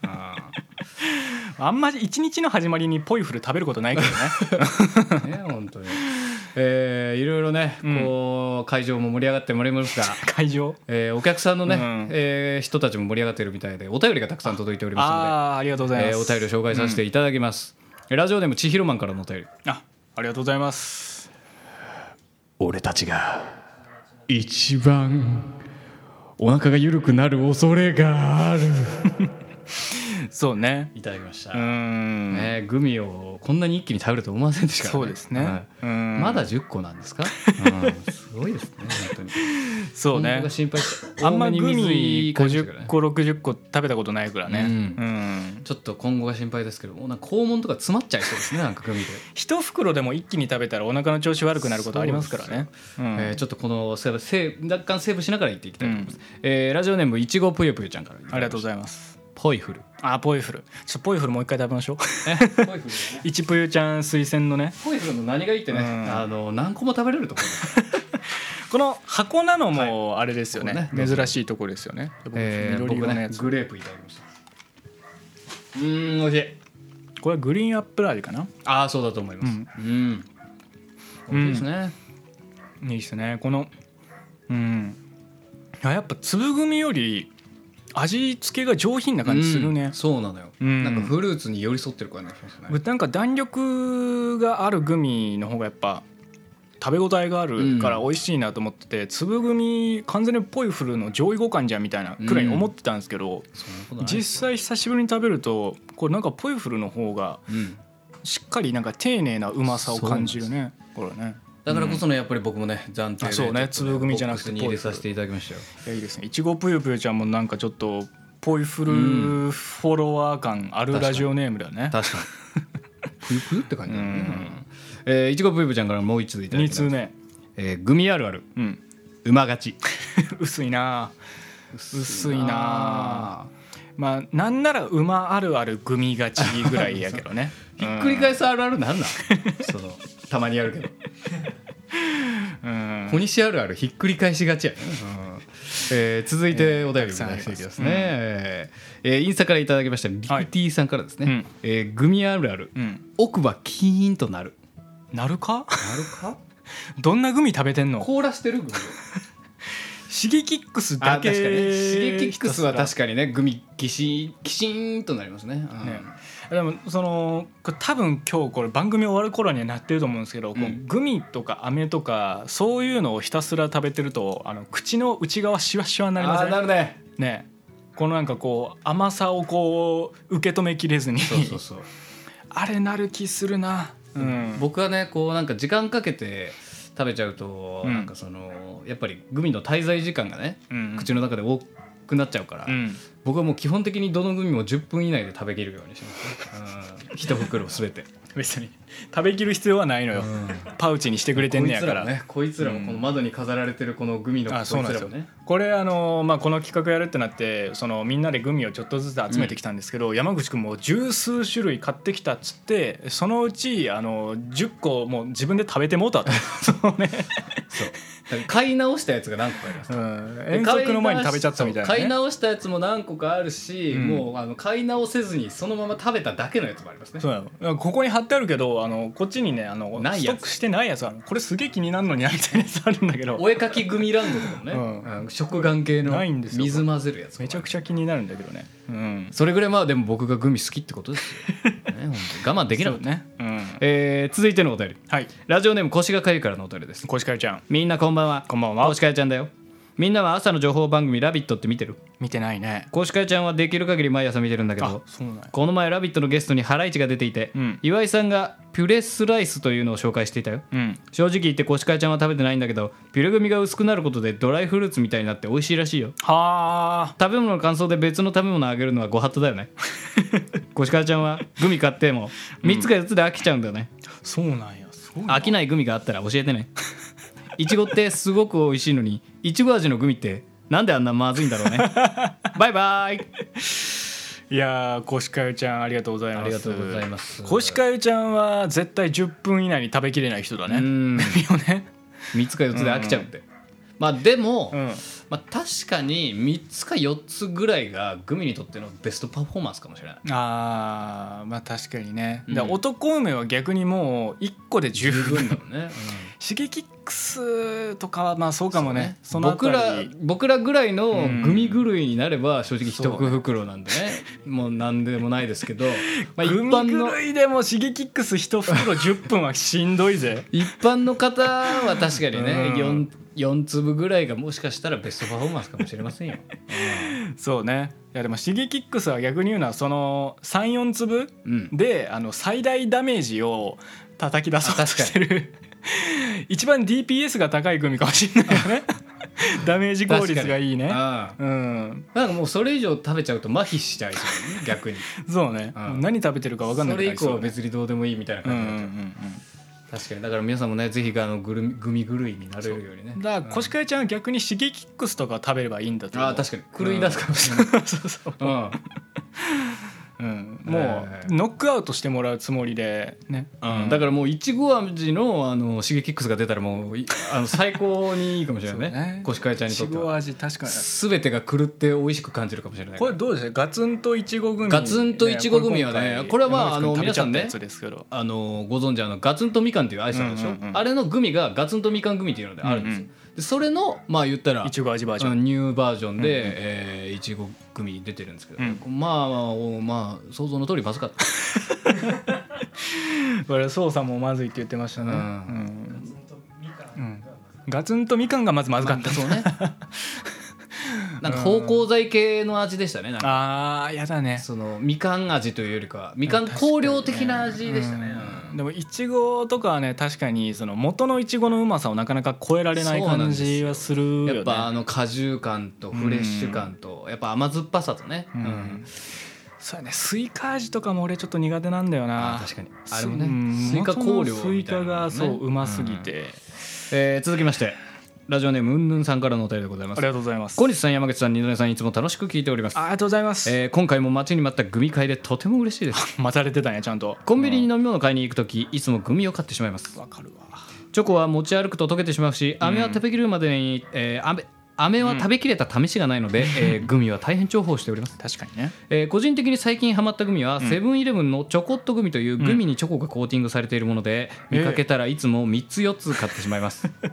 Speaker 2: あんまり一日の始まりにポイフル食べることないけどね
Speaker 1: うん、ね本当に、えーいろいろねこう会場も盛り上がってもらいますが、
Speaker 2: 会 場
Speaker 1: えーお客さんのね、
Speaker 2: うん
Speaker 1: えー人たちも盛り上がってるみたいでお便りがたくさん届いておりますので
Speaker 2: ああーありがとうございます、
Speaker 1: えーお便りを紹介させていただきます、ラジオネームちひろまんからのお便り
Speaker 2: あありがとうございます
Speaker 5: 俺たちが一番お腹が緩くなる恐れがある
Speaker 2: そうね
Speaker 1: いただきました、
Speaker 2: うん、
Speaker 1: ね、グミをこんなに一気に食べると思いませんでしたから、ね、
Speaker 2: そうですね、
Speaker 1: はい
Speaker 2: うん
Speaker 1: まだ10個なんですか、うん、すごいですね本当に
Speaker 2: そう
Speaker 1: 僕
Speaker 2: ね
Speaker 1: が心配して
Speaker 2: あんま
Speaker 1: 多め
Speaker 2: グ
Speaker 1: に水
Speaker 2: ミ
Speaker 1: 買いましたけど
Speaker 2: 50
Speaker 1: ね
Speaker 2: 個60個食べたことないからね、
Speaker 1: うん
Speaker 2: うん
Speaker 1: ちょっと今後が心配ですけどもうなんか肛門とか詰まっちゃいそうですねなんかグミで、
Speaker 2: 一袋でも一気に食べたらお腹の調子悪くなることありますからねうん
Speaker 1: えーちょっとこのせせ若干セーブしながらいっていきたいと思います、えーラジオネームいちごぷよぷよちゃんから
Speaker 2: ありがとうご
Speaker 1: い
Speaker 2: ざいます
Speaker 1: ますポイフル
Speaker 2: あポイフルちょっとポイフルもう一回食べましょう
Speaker 1: ポイフルね
Speaker 2: 一ぷゆちゃん推薦のね
Speaker 1: ポイフルの何がいいってね、
Speaker 2: うん
Speaker 1: あの何個も食べれると思う
Speaker 2: この箱なのもあれですよね,、
Speaker 1: ここね
Speaker 2: 珍しいところですよね、
Speaker 1: えー、
Speaker 2: 緑
Speaker 1: 僕
Speaker 2: 色の
Speaker 1: ね
Speaker 2: やつ、
Speaker 1: グレープいただきましたうーんおいしい
Speaker 2: これはグリーンアップル味かな
Speaker 1: ああそうだと思いますうん、美味しいですね、
Speaker 2: いいですねこのうんあやっぱ粒組より味付けが上品な感じする
Speaker 1: う
Speaker 2: ね
Speaker 1: ん、そうなのよ、
Speaker 2: うん
Speaker 1: なんかフルーツに寄り添ってる感じがしますね、
Speaker 2: なんか弾力があるグミの方がやっぱ食べ応えがあるから
Speaker 1: うん
Speaker 2: 美味しいなと思ってて、粒組完全にポイフルの上位互換じゃんみたいなくらいに思ってたんですけど、
Speaker 1: そんなことない
Speaker 2: 実際久しぶりに食べるとこれなんかポイフルの方が
Speaker 1: うん
Speaker 2: しっかりなんか丁寧なうまさを感じるねこれね
Speaker 1: だからこそねやっぱり僕もね暫定で
Speaker 2: あそうね
Speaker 1: ちょっと
Speaker 2: 粒組じゃなくて
Speaker 1: ボックスに入れさせていただきましたよ
Speaker 2: いやいいですねいちごぷよぷよちゃんもなんかちょっとポイフルフォロワー感あるラジオネームだね
Speaker 1: 確かにぷゆぷゆって感じだよね、
Speaker 2: うん
Speaker 1: えーいちごぷゆぷちゃんからもう一度いただき
Speaker 2: 2
Speaker 1: ます
Speaker 2: 通目
Speaker 1: えーグミあるある
Speaker 2: うん
Speaker 1: 馬勝ち
Speaker 2: 薄いな薄いな
Speaker 1: あ
Speaker 2: まあなんなら馬あるある組がちぐらいやけどね
Speaker 1: ーひっくり返すあるあるなんなんそのたまにやるけど
Speaker 2: うん
Speaker 1: 小西あるあるひっくり返しがちやね、えー続いてお便りをいただいていきますね、えーえーインスタからいただきましたビクティさんからですね、
Speaker 2: うん
Speaker 1: えーグミあるある、
Speaker 2: うん
Speaker 1: 奥歯キーンとなる
Speaker 2: なるか
Speaker 1: なるか
Speaker 2: どんなグミ食べてんの
Speaker 1: 凍らしてるグミを
Speaker 2: シゲキックス
Speaker 1: あ
Speaker 2: だ
Speaker 1: 確か
Speaker 2: け
Speaker 1: にねシゲキックスは
Speaker 2: か
Speaker 1: 確かにねグミキシキシーンとなりますねうん
Speaker 2: ね、でもそのこれ多分今日これ番組終わる頃にはなってると思うんですけど、こう
Speaker 1: うん
Speaker 2: グミとか飴とかそういうのをひたすら食べてるとあの口の内側シワシワになりま
Speaker 1: あ
Speaker 2: せ
Speaker 1: ーなんるね
Speaker 2: ねこのなんかこう甘さをこう受け止めきれず に
Speaker 1: そうそうそう
Speaker 2: あれなる気するな、うん、
Speaker 1: 僕はねこうなんか時間かけて食べちゃうと、
Speaker 2: うん
Speaker 1: なんかそのやっぱりグミの滞在時間がね、
Speaker 2: うん
Speaker 1: 口の中で多くなっちゃうから、
Speaker 2: うん
Speaker 1: 僕はもう基本的にどのグミも10分以内で食べきるようにします、うん、一袋すべて
Speaker 2: 別に食べきる必要はないのよ、パウチにしてくれてんねやから
Speaker 1: こいつらもねこいつらもこの窓に飾られてるこのグミのこい
Speaker 2: あ
Speaker 1: つ
Speaker 2: そうなんで
Speaker 1: ら
Speaker 2: す
Speaker 1: も
Speaker 2: よ、
Speaker 1: ね
Speaker 2: これあの、まあ、この企画やるってなってそのみんなでグミをちょっとずつ集めてきたんですけど、山口君も十数種類買ってきたっつってそのうちあの10個もう自分で食べてもうたと そうね、
Speaker 1: そうだから買い直したやつが何個かあります
Speaker 2: うん、 遠足の前に食べちゃったみたいな、ね、
Speaker 1: 買い直したやつも何個かあるし、
Speaker 2: うん
Speaker 1: もうあの買い直せずにそのまま食べただけのやつもありますね
Speaker 2: そうなのだからここに貼ってあるけどあのこっちにねあの
Speaker 1: ない
Speaker 2: ス
Speaker 1: や
Speaker 2: ト
Speaker 1: つ
Speaker 2: ックしてないやつあるこれすげえ気になるのになみたいなやつあるんだけど
Speaker 1: お絵かきグミランドとかもね、
Speaker 2: うん
Speaker 1: うん食玩系の
Speaker 2: ないんですよ
Speaker 1: 水混ぜるやつ
Speaker 2: めちゃく
Speaker 1: ちゃ
Speaker 2: ちゃ気になるんだけどねうん
Speaker 1: それぐらいまあでも僕がグミ好きってことです よ、ね、本当に我慢できなかった
Speaker 2: ねうん
Speaker 1: えー続いてのお便り
Speaker 2: はい
Speaker 1: ラジオネーム腰がかゆいからのお便りです
Speaker 2: 小石かよちゃん
Speaker 1: みんなこんばんは
Speaker 2: こんばんは
Speaker 1: 腰かゆちゃんだよみんなは朝の情報番組「ラビット!」って見てる
Speaker 2: 見てないね
Speaker 1: 腰かゆちゃんはできる限り毎朝見てるんだけ
Speaker 2: あ
Speaker 1: ど
Speaker 2: そうなんや
Speaker 1: この前「ラビット!」のゲストにハライチが出ていて、
Speaker 2: うん
Speaker 1: 岩井さんがピュレスライスというのを紹介していたよ
Speaker 2: うん
Speaker 1: 正直言って腰かゆちゃんは食べてないんだけどピュレ組が薄くなることでドライフルーツみたいになって美味しいらしいよ
Speaker 2: はあ
Speaker 1: 食べ物の感想で別の食べ物あげるのはご法度だよ ね腰かゆちゃんはグミ買っても3つか4つで飽きちゃうんだよね、
Speaker 2: そうなんやすごいな
Speaker 1: 飽きないグミがあったら教えてねいちごってすごく美味しいのにいちご味のグミってなんであんなまずいんだろ うねバイバイ
Speaker 2: いやーコシカヨちゃんありがとうございます
Speaker 1: ありがとうございます
Speaker 2: コシカヨちゃんは絶対10分以内に食べきれない人だね
Speaker 1: うん
Speaker 2: よね
Speaker 1: 3つか4つで飽きちゃうって、まあでも、
Speaker 2: うん
Speaker 1: まあ、確かに3つか4つぐらいがグミにとってのベストパフォーマンスかもしれない
Speaker 2: あーまあ確かにね、だから
Speaker 1: うん
Speaker 2: 男梅は逆にもう1個で十
Speaker 1: 十
Speaker 2: 分
Speaker 1: 分だもんね、
Speaker 2: シゲキックスとかはまあそう
Speaker 1: う
Speaker 2: か
Speaker 1: ん
Speaker 2: もね
Speaker 1: そ
Speaker 2: そうの
Speaker 1: ね
Speaker 2: あ
Speaker 1: 僕ら
Speaker 2: たり
Speaker 1: 僕らぐらいの
Speaker 2: ん
Speaker 1: グミ狂いになれば正直
Speaker 2: そ
Speaker 1: 一
Speaker 2: うね
Speaker 1: 袋なんでね もう何でもないです けど、まあ、一
Speaker 2: グミ
Speaker 1: 般の
Speaker 2: 狂いでもシゲキックス1袋10分はしんどいぜ
Speaker 1: 一般の方は確かにね
Speaker 2: う
Speaker 1: 4,
Speaker 2: ん
Speaker 1: 四粒ぐらいがもしかしたらベストパフォーマンスかもしれませんよ。
Speaker 2: そうねいやでも Shigekix は逆に言うのはその34粒
Speaker 1: うん
Speaker 2: であの最大ダメージを叩き出そうとしてる 一番 DPS が高い組かもしれないよ ねダメージ 効率がいいね
Speaker 1: ああ
Speaker 2: うん
Speaker 1: なんかもうそれ以上食べちゃうと麻痺しちゃいそうね逆に
Speaker 2: そうね、
Speaker 1: うん
Speaker 2: 何食べてるか分かんな
Speaker 1: そ
Speaker 2: くな
Speaker 1: れ以
Speaker 2: り
Speaker 1: 降
Speaker 2: そ
Speaker 1: は
Speaker 2: うね
Speaker 1: 別にどうでもいいみたいな
Speaker 2: うん
Speaker 1: 感
Speaker 2: う
Speaker 1: じ
Speaker 2: ん
Speaker 1: に
Speaker 2: う
Speaker 1: なっちゃうん確かにだから皆さんもねぜひあのグルミグミ狂いになれるようにね
Speaker 2: うんだから腰かえちゃんは逆にシゲキックスとか食べればいいんだと思う
Speaker 1: ああ確かに狂い出すかもしれない、
Speaker 2: うんそうそう
Speaker 1: うん
Speaker 2: うん、もう
Speaker 1: えー
Speaker 2: ノックアウトしてもらうつもりでね、
Speaker 1: うん、だからもういちご味のあのシゲキックスが出たらもういあの最高にいいかもしれない
Speaker 2: そうね
Speaker 1: ねコシカエちゃん
Speaker 2: い
Speaker 1: にと
Speaker 2: ち
Speaker 1: って
Speaker 2: ご
Speaker 1: は
Speaker 2: 味確かに
Speaker 1: 全てが狂って美味しく感じるかもしれない
Speaker 2: これどうですかガツンといちご組
Speaker 1: ガツンといちご組はね
Speaker 2: 今回
Speaker 1: これはまああの
Speaker 2: 山口君食べちゃっ
Speaker 1: 皆さ
Speaker 2: た
Speaker 1: んね
Speaker 2: やつですけど
Speaker 1: あのご存知あのガツンとみかんっていうアイスあるでしょ、
Speaker 2: うんうんうん
Speaker 1: あれのグミがガツンとみかんグミっていうのであるんですよ、でそれのまあ言ったら
Speaker 2: いちご味バージョン
Speaker 1: うんニューバージョンで、えーいちご組出てるんですけど、まあまあおまあ想像の通りまずかった
Speaker 2: これ操作もまずいって言ってましたね、
Speaker 1: う
Speaker 2: うんんうんガツンとみかんがまずまずかった、
Speaker 1: そうねなんか芳香剤系の味でしたねなんか
Speaker 2: あーやだね
Speaker 1: そのみかん味というよりかはみかん香料的な味でしたね
Speaker 2: うんでもいちごとかはね確かにその元のいちごのうまさをなかなか超えられない
Speaker 1: そうなん
Speaker 2: 感
Speaker 1: ですよ
Speaker 2: じはする
Speaker 1: う
Speaker 2: よ
Speaker 1: ん
Speaker 2: ね
Speaker 1: やっぱあの果汁感とフレッシュ感とやっぱ甘酸っぱさとね、うん
Speaker 2: そうやねスイカ味とかも俺ちょっと苦手なんだよな
Speaker 1: あ確かに
Speaker 2: す
Speaker 1: あれも
Speaker 2: うん
Speaker 1: ねスイカ香料
Speaker 2: 元のスイ
Speaker 1: みたいな
Speaker 2: カ
Speaker 1: の
Speaker 2: が
Speaker 1: ね
Speaker 2: そううますぎて、
Speaker 1: えー続きましてラジオネームうんぬんさんからのお便りでございま
Speaker 2: あ
Speaker 1: す
Speaker 2: りがとうございます
Speaker 1: 小西さん山口さん二宮さんいつも楽しく聞いております
Speaker 2: あ、りがとうございます、
Speaker 1: えー今回も待ちに待ったグミ会でとても嬉しいです
Speaker 2: 待たれてたんやちゃんと
Speaker 1: コンビニに飲み物買いに行く時いつもグミを買ってしまいます
Speaker 2: わかるわ
Speaker 1: チョコは持ち歩くと溶けてしまうし飴は食べきるまでに、えー飴飴は食べきれた試しがないので、えーグミは大変重宝しております、
Speaker 2: 確かにね
Speaker 1: えー個人的に最近ハマったグミは、セブンイレブンのチョコっとグミというグミにチョコがコーティングされているもので、
Speaker 2: ええ
Speaker 1: 見かけたらいつも3つ4つ買ってしまいます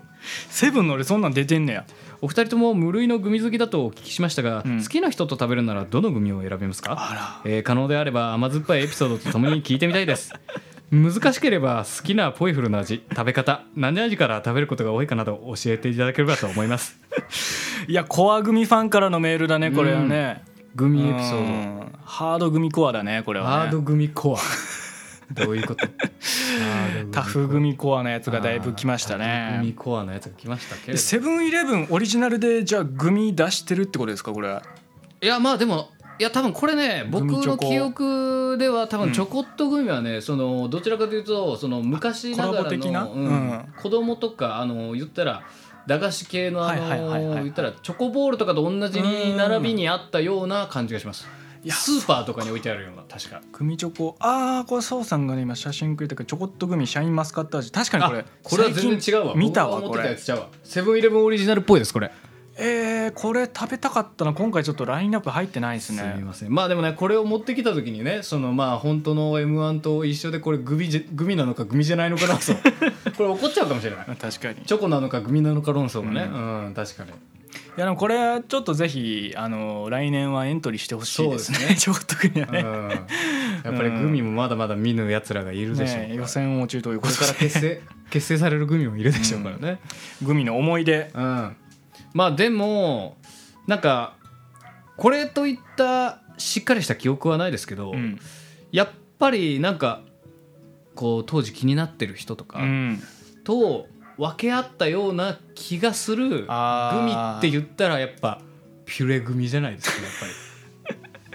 Speaker 2: セブンの俺そんなん出てんねや
Speaker 1: お二人とも無類のグミ好きだとお聞きしましたが、好きな人と食べるならどのグミを選びますか、えー可能であれば甘酸っぱいエピソードとともに聞いてみたいです 難しければ好きなポイフルの味食べ方何味から食べることが多いかなど教えていただければと思います
Speaker 2: いやコア組ファンからのメールだねこれはね、
Speaker 1: グ
Speaker 2: う
Speaker 1: ミ
Speaker 2: ん、
Speaker 1: エピソー
Speaker 2: ハード組コアだねこれ
Speaker 1: ド。
Speaker 2: はね
Speaker 1: ハードグミコア。 どういう こと？
Speaker 2: タフ組コアのやつがだいぶ来ました
Speaker 1: ハードグミ
Speaker 2: ね
Speaker 1: コアのやつが来ましたけ
Speaker 2: で
Speaker 1: れど。
Speaker 2: セブンイレブンオリジナルでじゃあグミ出してるってことですかこれ
Speaker 1: いやまあでも。いや多分これね僕
Speaker 2: グミチョ
Speaker 1: の
Speaker 2: コ
Speaker 1: 記憶では多分ちょこっとグミはね、そのどちらかというとその昔ながら
Speaker 2: コラボ的な
Speaker 1: の、うん
Speaker 2: うん
Speaker 1: 子供とかあの言ったら駄菓子系のあの、
Speaker 2: はいはいはいはい
Speaker 1: 言ったらチョコボールとかと同じに並びにあったような感じがします
Speaker 2: いや
Speaker 1: スーパーとかに置いてあるような確か
Speaker 2: グミチョコああこれそうさんがね今写真くれたからちょこっとグミシャインマスカット味確かにこれ
Speaker 1: あこれは全然違うわ
Speaker 2: 最近見たわ
Speaker 1: 僕
Speaker 2: こ
Speaker 1: が思ってたや
Speaker 2: れ
Speaker 1: つちゃうわセブンイレブンオリジナルっぽいですこれ
Speaker 2: えー、これ食べたかったな今回ちょっとラインナップ入ってないです
Speaker 1: すみ
Speaker 2: ね
Speaker 1: ませんまあでもねこれを持ってきた時にねそのまあ本当の m 1と一緒でこれグミじゃグミなのかグミじゃないのか論争 これ怒っちゃうかもしれない
Speaker 2: 確かに
Speaker 1: チョコなのかグミなのか論争がねうん、確かに
Speaker 2: いやでもこれはちょっとぜひあの来年はエントリーしてほしいですね
Speaker 1: そうですね
Speaker 2: ちょっと国は
Speaker 1: うん
Speaker 2: ね,、
Speaker 1: やっぱりグミもまだまだ見ぬやつらがいるでしょうから、
Speaker 2: ね予選落ちるという
Speaker 1: こ
Speaker 2: こ
Speaker 1: れ
Speaker 2: と
Speaker 1: から
Speaker 2: で
Speaker 1: 結成結成されるグミもいるでしょうからね、
Speaker 2: グミの思い出
Speaker 1: うんまあでもなんかこれといったしっかりした記憶はないですけど、
Speaker 2: うん、
Speaker 1: やっぱりなんかこう当時気になってる人とか、
Speaker 2: うん、
Speaker 1: と分け合ったような気がするグミ
Speaker 2: あ
Speaker 1: っ
Speaker 2: ー
Speaker 1: て言ったらやっぱピュレグミじゃないですかやっ ぱり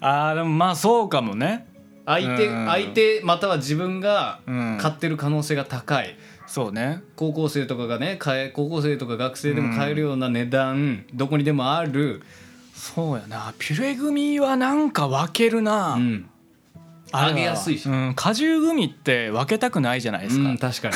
Speaker 2: あーでもまあそうかもね
Speaker 1: 相手
Speaker 2: うん
Speaker 1: 相手または自分が
Speaker 2: うん
Speaker 1: 買ってる可能性が高い
Speaker 2: そうね
Speaker 1: 高校生とかがね買え高校生とか学生でも買えるような値段どこにでもある、
Speaker 2: そうやなピュレグミはなんか分けるな、
Speaker 1: うん
Speaker 2: あれは
Speaker 1: 揚げやすいし
Speaker 2: うん、果汁グミって分けたくないじゃないですか、
Speaker 1: うん確かに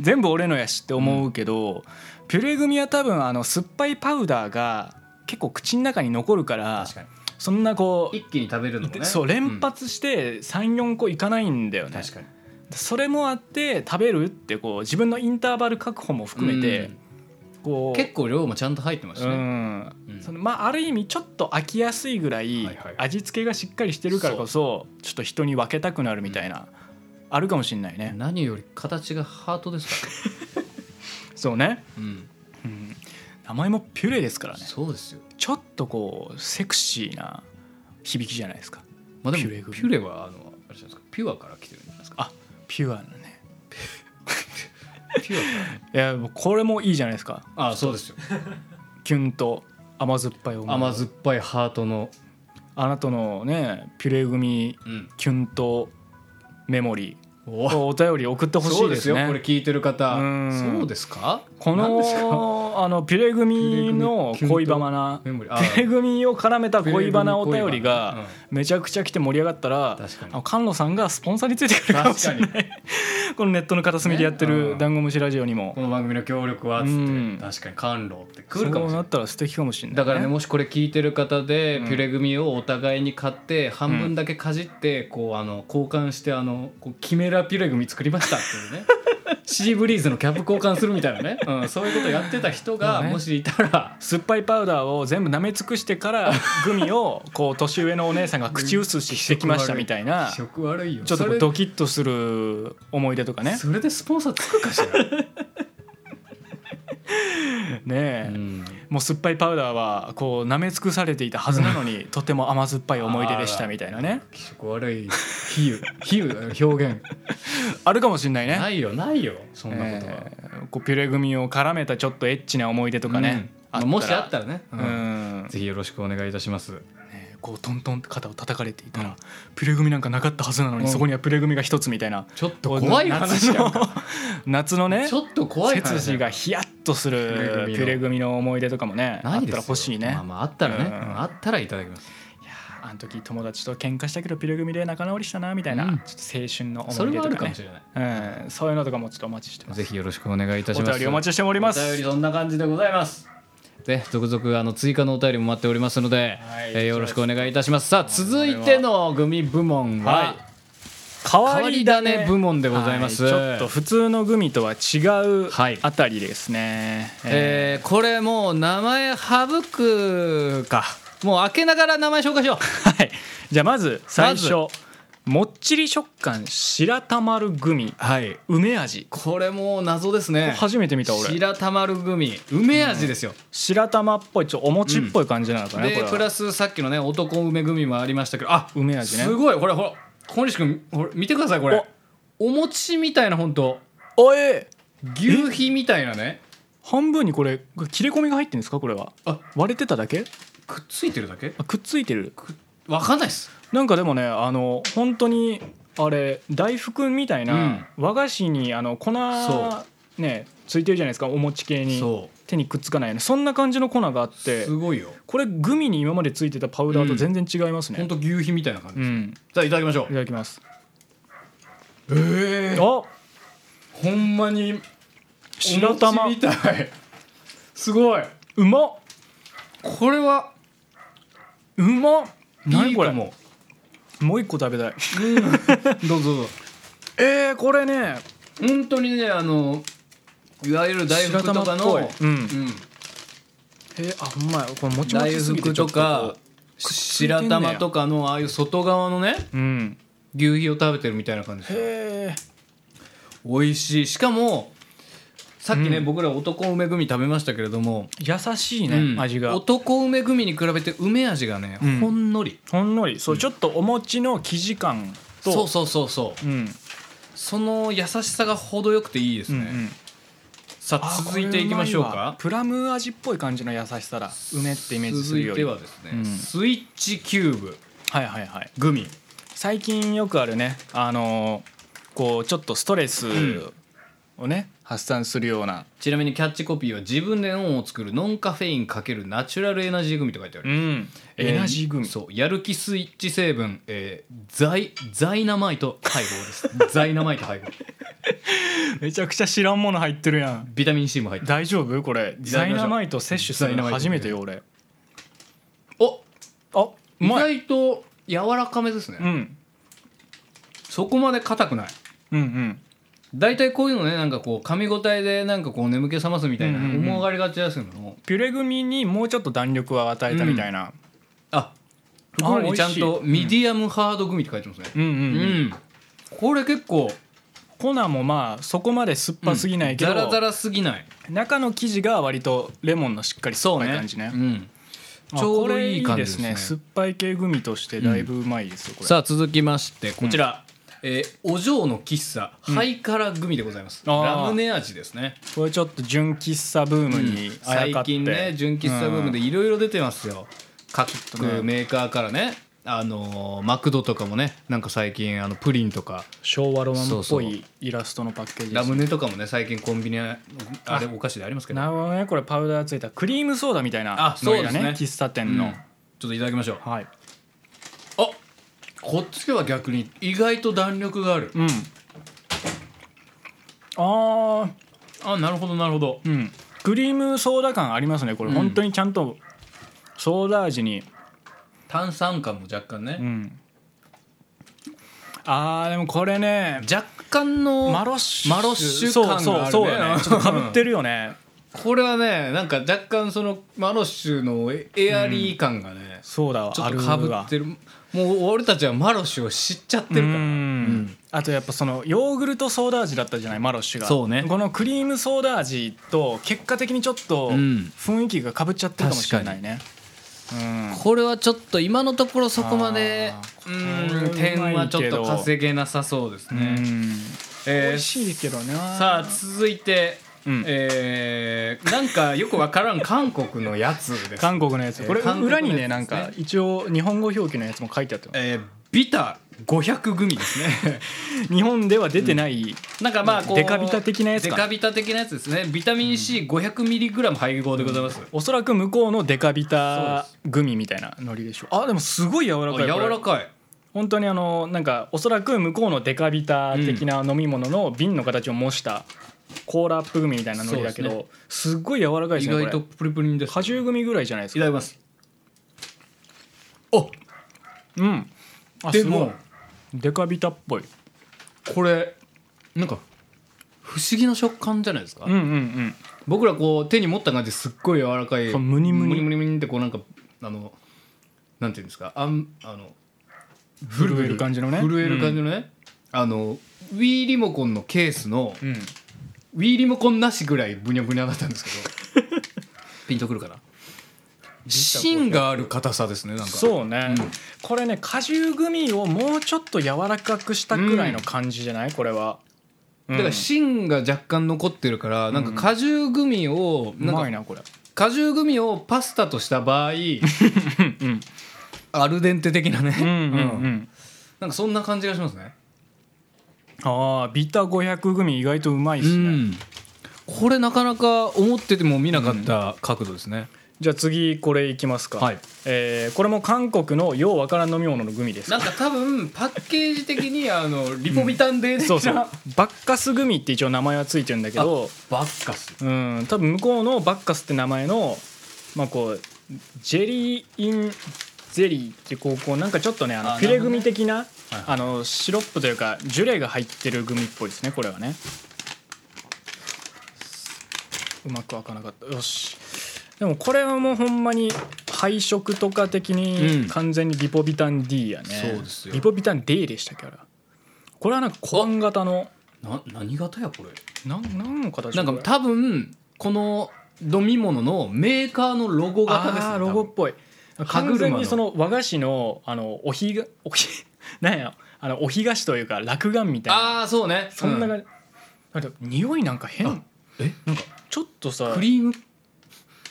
Speaker 2: 全部俺のやしって思うけど、ピュレグミは多分あの酸っぱいパウダーが結構口の中に残るから
Speaker 1: 確かに
Speaker 2: そんなこう
Speaker 1: 一気に食べるのもね
Speaker 2: そう連発して34個いかないんだよ
Speaker 1: うん
Speaker 2: ね、
Speaker 1: 確かに
Speaker 2: それもあって食べるってこう自分のインターバル確保も含めて、こ
Speaker 1: うん
Speaker 2: う
Speaker 1: 結構量もちゃんと入ってまし
Speaker 2: う
Speaker 1: たね、
Speaker 2: ん
Speaker 1: うん
Speaker 2: そのまあある意味ちょっと飽きやすいぐらい
Speaker 1: はいはい
Speaker 2: 味付けがしっかりしてるからこそちょっと人に分けたくなるみたいな、あるかもしれないね、
Speaker 1: 何より形がハートですか
Speaker 2: そうね
Speaker 1: ら、うん、
Speaker 2: 甘いもピュレですからね
Speaker 1: そうですよ、
Speaker 2: ちょっとこうセクシーな響きじゃないですか
Speaker 1: まあ、でも
Speaker 2: ピ
Speaker 1: ピ
Speaker 2: ュレグミ
Speaker 1: ュレはあのあれじゃないですかピュアから来てるんじゃないですか
Speaker 2: あピュアな ね
Speaker 1: ピュアか
Speaker 2: いやもうこれもいいじゃないですから
Speaker 1: あそうですよ
Speaker 2: キュンと甘酸っぱい思い
Speaker 1: 甘酸っぱいハートの、
Speaker 2: あなたのねピュレ組
Speaker 1: うん、
Speaker 2: キュンとメモリ
Speaker 1: お
Speaker 2: ーお便り送ってほし
Speaker 1: そ
Speaker 2: いうで
Speaker 1: です
Speaker 2: す
Speaker 1: よ
Speaker 2: ね
Speaker 1: これ聞いてる方
Speaker 2: うん
Speaker 1: そうですか
Speaker 2: こ
Speaker 1: 何ですか
Speaker 2: のあのピュレ組の恋バナ
Speaker 1: メモリー
Speaker 2: ピュレ組を絡めた恋バナお便り
Speaker 1: うん
Speaker 2: がめちゃくちゃ来て盛り上がったら
Speaker 1: 確かに
Speaker 2: あの菅野さんがスポンサーについてくれるかもしれない このネットの片隅でやって
Speaker 1: ねう
Speaker 2: る
Speaker 1: ん
Speaker 2: ダンゴムシラジオにも
Speaker 1: この番組の協力はっつっ
Speaker 2: うん
Speaker 1: て確かに甘露って来るかもしれ
Speaker 2: そうな
Speaker 1: ない
Speaker 2: ったら素敵かもしれない
Speaker 1: だからねもしこれ聞いてる方でピュレ組をお互いに買って半分だけかじってこうあの交換してあのこうキメラピュレ組作りましたっていう ねシーブリーズのキャップ交換するみたいなね、うん、そういうことやってた人
Speaker 2: そ
Speaker 1: が
Speaker 2: うね
Speaker 1: もしいたら
Speaker 2: 酸っぱいパウダーを全部舐め尽くし てからグミをこう年上のお姉さんが口移ししてきましたみたいな
Speaker 1: 気
Speaker 2: ちょ
Speaker 1: 色悪いよ
Speaker 2: っとこうドキッとする思い出とかね
Speaker 1: それでスポンサーつくかしら、
Speaker 2: ねえもう酸っぱいパウダーはこう舐め尽くされていたはずなのにとても甘酸っぱい思い出でしたみたいなね
Speaker 1: 気色悪い比喩比喩表現
Speaker 2: あるかもしれな い
Speaker 1: な
Speaker 2: ね
Speaker 1: いよないよそんなことは、
Speaker 2: えーこうピュレグミを絡めたちょっとエッチな思い出とかね
Speaker 1: うんまあもしあったらね、うん
Speaker 2: うん
Speaker 1: ぜひよろしくお願いいたします
Speaker 2: ねこうトントンって肩を叩かれていたらピュレグミなんかなかったはずなのにそこにはピュレグミが一つみたいな
Speaker 1: ちょっと怖い話やんか
Speaker 2: 夏のね
Speaker 1: ちょっと怖い
Speaker 2: 背
Speaker 1: 話
Speaker 2: 筋
Speaker 1: やん
Speaker 2: がヒヤッとする
Speaker 1: ピ
Speaker 2: ピ
Speaker 1: ュ
Speaker 2: ュ
Speaker 1: レ
Speaker 2: レ組の思い出とかもねあ
Speaker 1: な
Speaker 2: っ
Speaker 1: いで
Speaker 2: た
Speaker 1: す
Speaker 2: ら
Speaker 1: よ
Speaker 2: 欲しいね
Speaker 1: まあ、まああったらね、
Speaker 2: うん
Speaker 1: うんあったらいただきます
Speaker 2: あの時友達と喧嘩したけどピュレ組で仲直りしたなみたいな、
Speaker 1: うん
Speaker 2: ちょっと青春の
Speaker 1: そ
Speaker 2: 思い
Speaker 1: れ
Speaker 2: 出
Speaker 1: はあ
Speaker 2: と
Speaker 1: る
Speaker 2: か
Speaker 1: かも
Speaker 2: ね
Speaker 1: しれない
Speaker 2: うん、そういうのとかもちょっとお待ちしてます
Speaker 1: ぜひよろしくお願いいたし
Speaker 2: お
Speaker 1: ます
Speaker 2: 便りお待ちしております
Speaker 1: お便りそんな感じでございますで続々あの追加のお便りも待っておりますので、
Speaker 2: はい
Speaker 1: えーよろしくお願いいたしますさあ続いてのグミ部門は、
Speaker 2: はい変
Speaker 1: 変わり種部門でございます
Speaker 2: ちょっと普通のグミとは違う
Speaker 1: はい
Speaker 2: あたりですね、え
Speaker 1: えーこれもう名前省くかもう開けながら名前紹介しよう
Speaker 2: ーはいじゃあまず最初
Speaker 1: ま
Speaker 2: もっちり食感白玉るグミ
Speaker 1: はい
Speaker 2: 梅味
Speaker 1: これもう謎ですね
Speaker 2: 初めて見た俺
Speaker 1: 白玉るグミ梅味ですよ、
Speaker 2: 白玉っぽいちょっとお餅っぽい感じなのかな、こ
Speaker 1: で
Speaker 2: れ
Speaker 1: プ
Speaker 2: は
Speaker 1: ラスさっきのね男梅グミもありましたけどあ
Speaker 2: 梅味ね
Speaker 1: すごいこれほら小西君ほら見てくださいこれお餅みたいな本当
Speaker 2: おえ
Speaker 1: 牛皮みたいなね
Speaker 2: 半分にこれこれ切れ込みが入ってるんですかこれは
Speaker 1: あ
Speaker 2: 割れてただけ
Speaker 1: くっついてるだけ
Speaker 2: あくっついてる
Speaker 1: わかんないっす
Speaker 2: なんかでもねあの本当にあれ大福みたいな、和菓子にあの粉
Speaker 1: そ
Speaker 2: ねついてるじゃないですかお餅系に
Speaker 1: そ
Speaker 2: 手にくっつかないようなそんな感じの粉があっ
Speaker 1: う
Speaker 2: て
Speaker 1: すごいよ
Speaker 2: これグミに今までついてたパウダーと全然違います
Speaker 1: 本
Speaker 2: ね、
Speaker 1: 当牛皮みたいな感じ、
Speaker 2: うん
Speaker 1: じゃあいただきましょ
Speaker 2: いただきます
Speaker 1: うええ
Speaker 2: あ
Speaker 1: ほんまに
Speaker 2: 白玉
Speaker 1: お餅みたいすごいう
Speaker 2: まっ
Speaker 1: これは
Speaker 2: うまっ
Speaker 1: い
Speaker 2: 何
Speaker 1: い
Speaker 2: こ
Speaker 1: か
Speaker 2: れ
Speaker 1: も
Speaker 2: もう一個食べたい
Speaker 1: どうぞどうぞ
Speaker 2: えー、これね
Speaker 1: 本当にねあのいわゆる大福とか
Speaker 2: 白玉っ
Speaker 1: の
Speaker 2: ぽいうん
Speaker 1: うん
Speaker 2: えー、あほんまやこれもちも
Speaker 1: 大
Speaker 2: ちすぎて
Speaker 1: 福
Speaker 2: ちょ
Speaker 1: と
Speaker 2: っとこ
Speaker 1: か白玉とかのああいう外側のね
Speaker 2: ううん
Speaker 1: 牛皮を食べてるみたいな感じですよ
Speaker 2: へえ
Speaker 1: 美味しいしかもさっきね、
Speaker 2: うん
Speaker 1: 僕ら男梅グミ食べましたけれども、
Speaker 2: 優しいね、
Speaker 1: うん
Speaker 2: 味が
Speaker 1: 男梅グミに比べて梅味がね、
Speaker 2: うん
Speaker 1: ほんのり
Speaker 2: ほんのりそう、ちょっとお餅の生地感と
Speaker 1: そうそうそうそう
Speaker 2: うん
Speaker 1: その優しさが程よくていいです
Speaker 2: うん
Speaker 1: ね、
Speaker 2: うん
Speaker 1: さ
Speaker 2: あ
Speaker 1: あ
Speaker 2: ー
Speaker 1: 続いていきましょう
Speaker 2: これまいわ
Speaker 1: か
Speaker 2: プラム味っぽい感じの優しさだ梅ってイメージす
Speaker 1: 続
Speaker 2: るよ
Speaker 1: い
Speaker 2: り
Speaker 1: て
Speaker 2: は
Speaker 1: はですね、
Speaker 2: うん
Speaker 1: スイッチキューブ
Speaker 2: いはいはい
Speaker 1: グミ
Speaker 2: 最近よくあるねあのーこうちょっとストレス
Speaker 1: ん
Speaker 2: をね、発散するような
Speaker 1: ちなみにキャッチコピーは自分で脳を作るノンカフェイン×ナチュラルエナジーグミと書いてある
Speaker 2: ん
Speaker 1: え
Speaker 2: エナジーグミ、
Speaker 1: そうやる気スイッチ成分、えー、ザイザイナマイト配合です ザイナマイト配合
Speaker 2: めちゃくちゃ知らんもの入ってるやん
Speaker 1: ビタミン C も入ってる
Speaker 2: 大丈夫これ
Speaker 1: いただ
Speaker 2: ダ
Speaker 1: きましょう
Speaker 2: イナマイト摂取するの初めてよ俺
Speaker 1: お
Speaker 2: あう
Speaker 1: 意
Speaker 2: まい
Speaker 1: 外と柔らかめですね、
Speaker 2: うん
Speaker 1: そこまで硬くない
Speaker 2: うんうん
Speaker 1: 大体こういうのねなんかこう噛み応えでなんかこう眠気覚ますみたいな
Speaker 2: うんうんうん
Speaker 1: 思われがちですけども、
Speaker 2: ピュレグミにもうちょっと弾力を与えたみたいな、
Speaker 1: あ袋にちゃん
Speaker 2: 美味し
Speaker 1: と
Speaker 2: い
Speaker 1: ミディアムハードグミって書いてますね
Speaker 2: うん、うん
Speaker 1: うん、これ結構
Speaker 2: 粉もまあそこまで酸っぱすぎないけど、
Speaker 1: ザラザラすぎない
Speaker 2: 中の生地が割とレモンのしっかり酸っぱい感じね
Speaker 1: うん、
Speaker 2: あ
Speaker 1: ちょうどいい
Speaker 2: こ
Speaker 1: 感
Speaker 2: れ
Speaker 1: じですね
Speaker 2: 酸っぱい系グミとしてだいぶうまいですよこれ、
Speaker 1: さあ続きましてこちら、えーお嬢の喫茶ハイカラグミでございます、
Speaker 2: あー
Speaker 1: ラムネ味ですね
Speaker 2: これちょっと純喫茶ブームにあ
Speaker 1: 最
Speaker 2: やかって、
Speaker 1: 近ね純喫茶ブームでいろいろ出てますよ、各
Speaker 2: ね
Speaker 1: メーカーからねあのーマクドとかもねなんか最近あのプリンとか
Speaker 2: 昭和ロマン
Speaker 1: そう
Speaker 2: っ
Speaker 1: そ
Speaker 2: ぽ
Speaker 1: う
Speaker 2: いイラストのパッケージで
Speaker 1: ラ
Speaker 2: す
Speaker 1: ム
Speaker 2: ね
Speaker 1: ネとかもね最近コンビニあれお菓子でありますけど
Speaker 2: なるほどねこれパウダーついたクリームソーダみたいな
Speaker 1: あ
Speaker 2: のり
Speaker 1: そうで
Speaker 2: が
Speaker 1: すね
Speaker 2: ね喫茶
Speaker 1: う
Speaker 2: 店
Speaker 1: ん
Speaker 2: の、
Speaker 1: ちょっといただきましょう
Speaker 2: はい
Speaker 1: あこっちは逆に意外と弾力がある
Speaker 2: うんあー
Speaker 1: あなるほどなるほど
Speaker 2: うんクリームソーダ感ありますねこれ、
Speaker 1: うん
Speaker 2: 本当にちゃんとソーダ味に
Speaker 1: 炭酸感も若干ね、
Speaker 2: うんあーでもこれね
Speaker 1: 若干の
Speaker 2: マロッシュ
Speaker 1: マロッシュ感があるね
Speaker 2: そうそうそうだねちょっとかぶってるよね
Speaker 1: これはねなんか若干そのマロッシュのエエアリー感がね、
Speaker 2: そうだわ
Speaker 1: ちょっとかぶって
Speaker 2: る
Speaker 1: るもう俺たちはマロッシュを知っちゃってる
Speaker 2: う
Speaker 1: から、
Speaker 2: んあとやっぱそのヨーグルトソーダ味だったじゃないマロッシュが
Speaker 1: そうね
Speaker 2: このクリームソーダ味と結果的にちょっと
Speaker 1: うん
Speaker 2: 雰囲気がかぶっちゃってるかもしれないねうん
Speaker 1: これはちょっと今のところそこまで
Speaker 2: あ
Speaker 1: う
Speaker 2: これ
Speaker 1: ー
Speaker 2: はうんま
Speaker 1: 点は
Speaker 2: いけど
Speaker 1: ちょっと稼げなさそうですね、
Speaker 2: うん美
Speaker 1: えー
Speaker 2: 味しいけどね
Speaker 1: さあ続いて、
Speaker 2: うん
Speaker 1: えーなんかよくわからん韓国のやつです
Speaker 2: 韓国のやつこれ
Speaker 1: えー韓国の
Speaker 2: 裏
Speaker 1: やつ
Speaker 2: に
Speaker 1: ですね
Speaker 2: ねなんか一応日本語表記のやつも書いてあったよ
Speaker 1: えービタ500組ですね
Speaker 2: 日本では出てない
Speaker 1: なんかまあこう
Speaker 2: デカビタ的なやつか
Speaker 1: デカビタ的なやつですねビタミン C500mg 配合でございます、
Speaker 2: おそらく向こうのデカビタ
Speaker 1: そ
Speaker 2: グミみたいなのりでしょうあでもすごい柔
Speaker 1: あ
Speaker 2: らかいこれ
Speaker 1: 柔らかい
Speaker 2: 本当にあのなんかおそらく向こうのデカビタ的な飲み物の瓶の形を模したコーラアップグミみたいなのりだけ
Speaker 1: そう
Speaker 2: どすっごい柔らかいで
Speaker 1: 意
Speaker 2: すね
Speaker 1: 外
Speaker 2: ことれ
Speaker 1: プリプリンです
Speaker 2: 果汁グミぐらいじゃないです
Speaker 1: いただ
Speaker 2: か
Speaker 1: きますお
Speaker 2: うんあ
Speaker 1: です
Speaker 2: ごい
Speaker 1: も
Speaker 2: デカビタっぽい
Speaker 1: これなんか不思議な食感じゃないですか、
Speaker 2: うんうんうん
Speaker 1: 僕らこう手に持った感じすっごい柔らかい
Speaker 2: そうムニム
Speaker 1: ム
Speaker 2: ニ
Speaker 1: ニムニムニってこうなんかあのなんていうんですかあんあのブルブ
Speaker 2: 震える感じのね
Speaker 1: 震える感じのね、あの Wii リモコンのケースの、
Speaker 2: うん
Speaker 1: Wii リモコンなしぐらいブニャブニャだったん ですけどピンとくるかな芯がある硬さですねなんか
Speaker 2: そうね、
Speaker 1: うん
Speaker 2: これね果汁グミをもうちょっと柔らかくしたくらいの感じじゃないこれは、うん
Speaker 1: だから芯が若干残ってるからなんか果汁グミを
Speaker 2: う
Speaker 1: なん
Speaker 2: まい
Speaker 1: か
Speaker 2: なこれ
Speaker 1: 果汁グミをパスタとした場合アルデンテ的なね
Speaker 2: うんうん
Speaker 1: う
Speaker 2: う
Speaker 1: ん
Speaker 2: ん
Speaker 1: なんかそんな感じがしますね
Speaker 2: ああビタ500グミ意外とうまいっすね、
Speaker 1: これなかなか思ってても見なかった角度ですね
Speaker 2: じゃあ次これいきますか、
Speaker 1: はい
Speaker 2: えーこれも韓国のようわからん飲み物のグミです
Speaker 1: なんか多分パッケージ的にあのリポビタンデー的な
Speaker 2: そうそうバッカスグミって一応名前はついてるんだけど
Speaker 1: バッカス
Speaker 2: うん多分向こうのバッカスって名前のまあこうジェリー・イン・ゼリーってこうこうなんかちょっとねあの
Speaker 1: あ
Speaker 2: ピュレグミ的な
Speaker 1: はい
Speaker 2: あのシロップというかジュレが入ってるグミっぽいですねこれはねうまく開かなかったよしでもこれはもうほんまに配色とか的
Speaker 1: う
Speaker 2: に
Speaker 1: ん
Speaker 2: 完全にリポビタン D やね、
Speaker 1: そうですよ
Speaker 2: リポビタン D でしたっけあれはこれはなんかコーン型の
Speaker 1: な何型やこれ
Speaker 2: なん何の形
Speaker 1: なんか
Speaker 2: これ
Speaker 1: 多分この飲み物のメーカーのロゴ型です
Speaker 2: あ
Speaker 1: ね
Speaker 2: ーロゴっぽい
Speaker 1: 歯車の
Speaker 2: 完全にその和菓子のあのおひが おひなんやあのおひ菓子というか落眼みたいな
Speaker 1: ああーそうね
Speaker 2: そんな
Speaker 1: う
Speaker 2: 感じ、なんか匂いなんか変
Speaker 1: えなんか
Speaker 2: ちょっとさ
Speaker 1: クリーム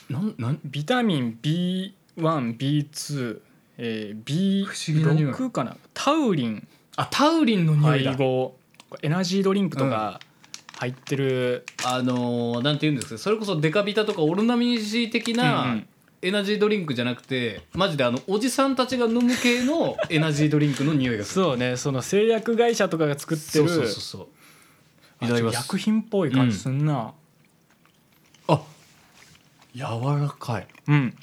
Speaker 1: なんなん
Speaker 2: ビタミン B1B2B6、えー
Speaker 1: 不思議な匂い
Speaker 2: B6 かなタウリン
Speaker 1: あタウリンの匂いだ
Speaker 2: 配合これエナジードリンクとか入ってる、
Speaker 1: あのーなんて言うんですかそれこそデカビタとかオルナミン C 的
Speaker 2: うんう
Speaker 1: なんエナジードリンクじゃなくてマジであのおじさんたちが飲む系 のエナジードリンクの匂いがする
Speaker 2: そうねその製薬会社とかが作って
Speaker 1: そう
Speaker 2: る
Speaker 1: そうそうそう
Speaker 2: あ
Speaker 1: いただきます
Speaker 2: 薬品っぽい感じすんな、
Speaker 1: あ柔らかい
Speaker 2: うん、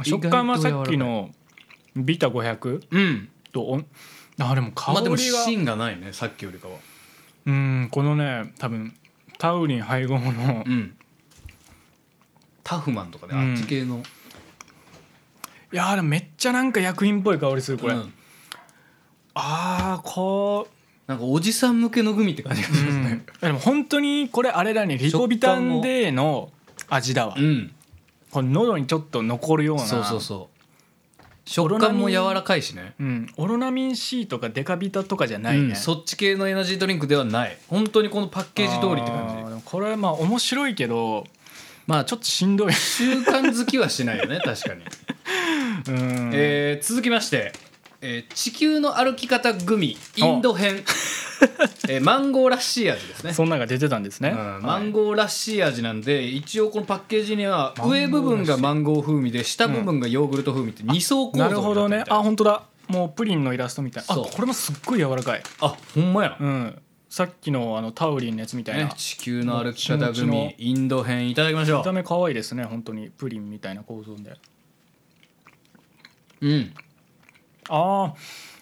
Speaker 1: 意外と
Speaker 2: 食感はさっきのビタ500
Speaker 1: うん
Speaker 2: とおんあでも香
Speaker 1: まあでも
Speaker 2: りが、
Speaker 1: 芯がないねさっきよりかは
Speaker 2: うんこのね多分タウリン配合の
Speaker 1: うんタフマンとかね、
Speaker 2: うん
Speaker 1: あっち系の
Speaker 2: いやーでもめっちゃなんか薬品っぽい香りするこれ、
Speaker 1: う
Speaker 2: あ
Speaker 1: ん
Speaker 2: あーこ
Speaker 6: なんかおじさん向けのグミって感じがしますね
Speaker 2: でも本当にこれあれだねリコビタン D の味だわ
Speaker 6: うん、
Speaker 2: この喉にちょっと残るような
Speaker 6: そうそうそう食感も柔らかいしね
Speaker 2: うん、オロナミン C とかデカビタとかじゃないね、
Speaker 6: うん、そっち系のエナジードリンクではない本当にこのパッケージ通りって
Speaker 2: あー
Speaker 6: 感じ
Speaker 2: でもこれはまあ面白いけど
Speaker 6: まあ
Speaker 2: ち
Speaker 6: ち
Speaker 2: ょ
Speaker 6: ょ
Speaker 2: っ
Speaker 6: っ
Speaker 2: としん どい、
Speaker 6: と習慣好きはしな いよね確か
Speaker 2: う
Speaker 6: に、
Speaker 2: ん
Speaker 6: えー続きまして、えー地球の歩き方グミインド 編」えーマンゴーらしい味ですね
Speaker 2: そんなのが出てたんですね、
Speaker 6: うんマンゴーらしい味なんで一応このパッケージには上部分がマンゴー風味で下部分がヨーグルト風味って二層構造
Speaker 2: な
Speaker 6: に
Speaker 2: る
Speaker 6: って
Speaker 2: ほ
Speaker 6: みた
Speaker 2: ど
Speaker 6: い
Speaker 2: ねあ本当だもうプリンのイラストみたいあ
Speaker 6: そう
Speaker 2: これもすっごい柔らかい、
Speaker 6: あほんまや、
Speaker 2: うん、さっきのあのタウリンのやつみたいな、
Speaker 6: ね、地球の歩き方
Speaker 2: もちもち
Speaker 6: グ
Speaker 2: の
Speaker 6: ミインド編いただきましょ
Speaker 2: 見た目可愛いですね本当にプリンみたいな構造で
Speaker 6: ううん、
Speaker 2: あ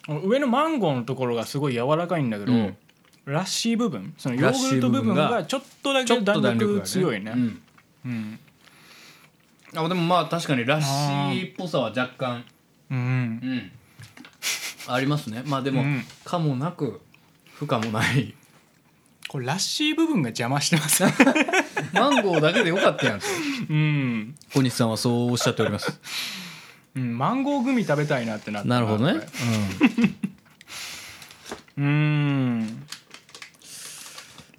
Speaker 2: ー上のマンゴーのところがすごい柔らかいんだけど、
Speaker 6: うん
Speaker 2: ラッシー部分そのヨーグルト部分
Speaker 6: ラッシー部分
Speaker 2: が
Speaker 6: が
Speaker 2: ちょっとだ
Speaker 6: ちょ
Speaker 2: け
Speaker 6: っと
Speaker 2: 弾
Speaker 6: 弾力
Speaker 2: 力
Speaker 6: が、ね、
Speaker 2: 強いね
Speaker 6: うん
Speaker 2: うん、
Speaker 6: あでもまあ確かにラッシーっぽさは若干
Speaker 2: うん
Speaker 6: うんありますねまあでも、
Speaker 2: うん
Speaker 6: かもなく不可もない
Speaker 2: これラッシー部分が邪魔して ます、
Speaker 6: マンゴーだけでよかったやんと
Speaker 2: うん、
Speaker 6: 小西さんはそうおっしゃっております
Speaker 2: うん、マンゴーグミ食べたいなってなった
Speaker 6: なるほどね、う
Speaker 2: こ
Speaker 6: ん
Speaker 2: れ、 うん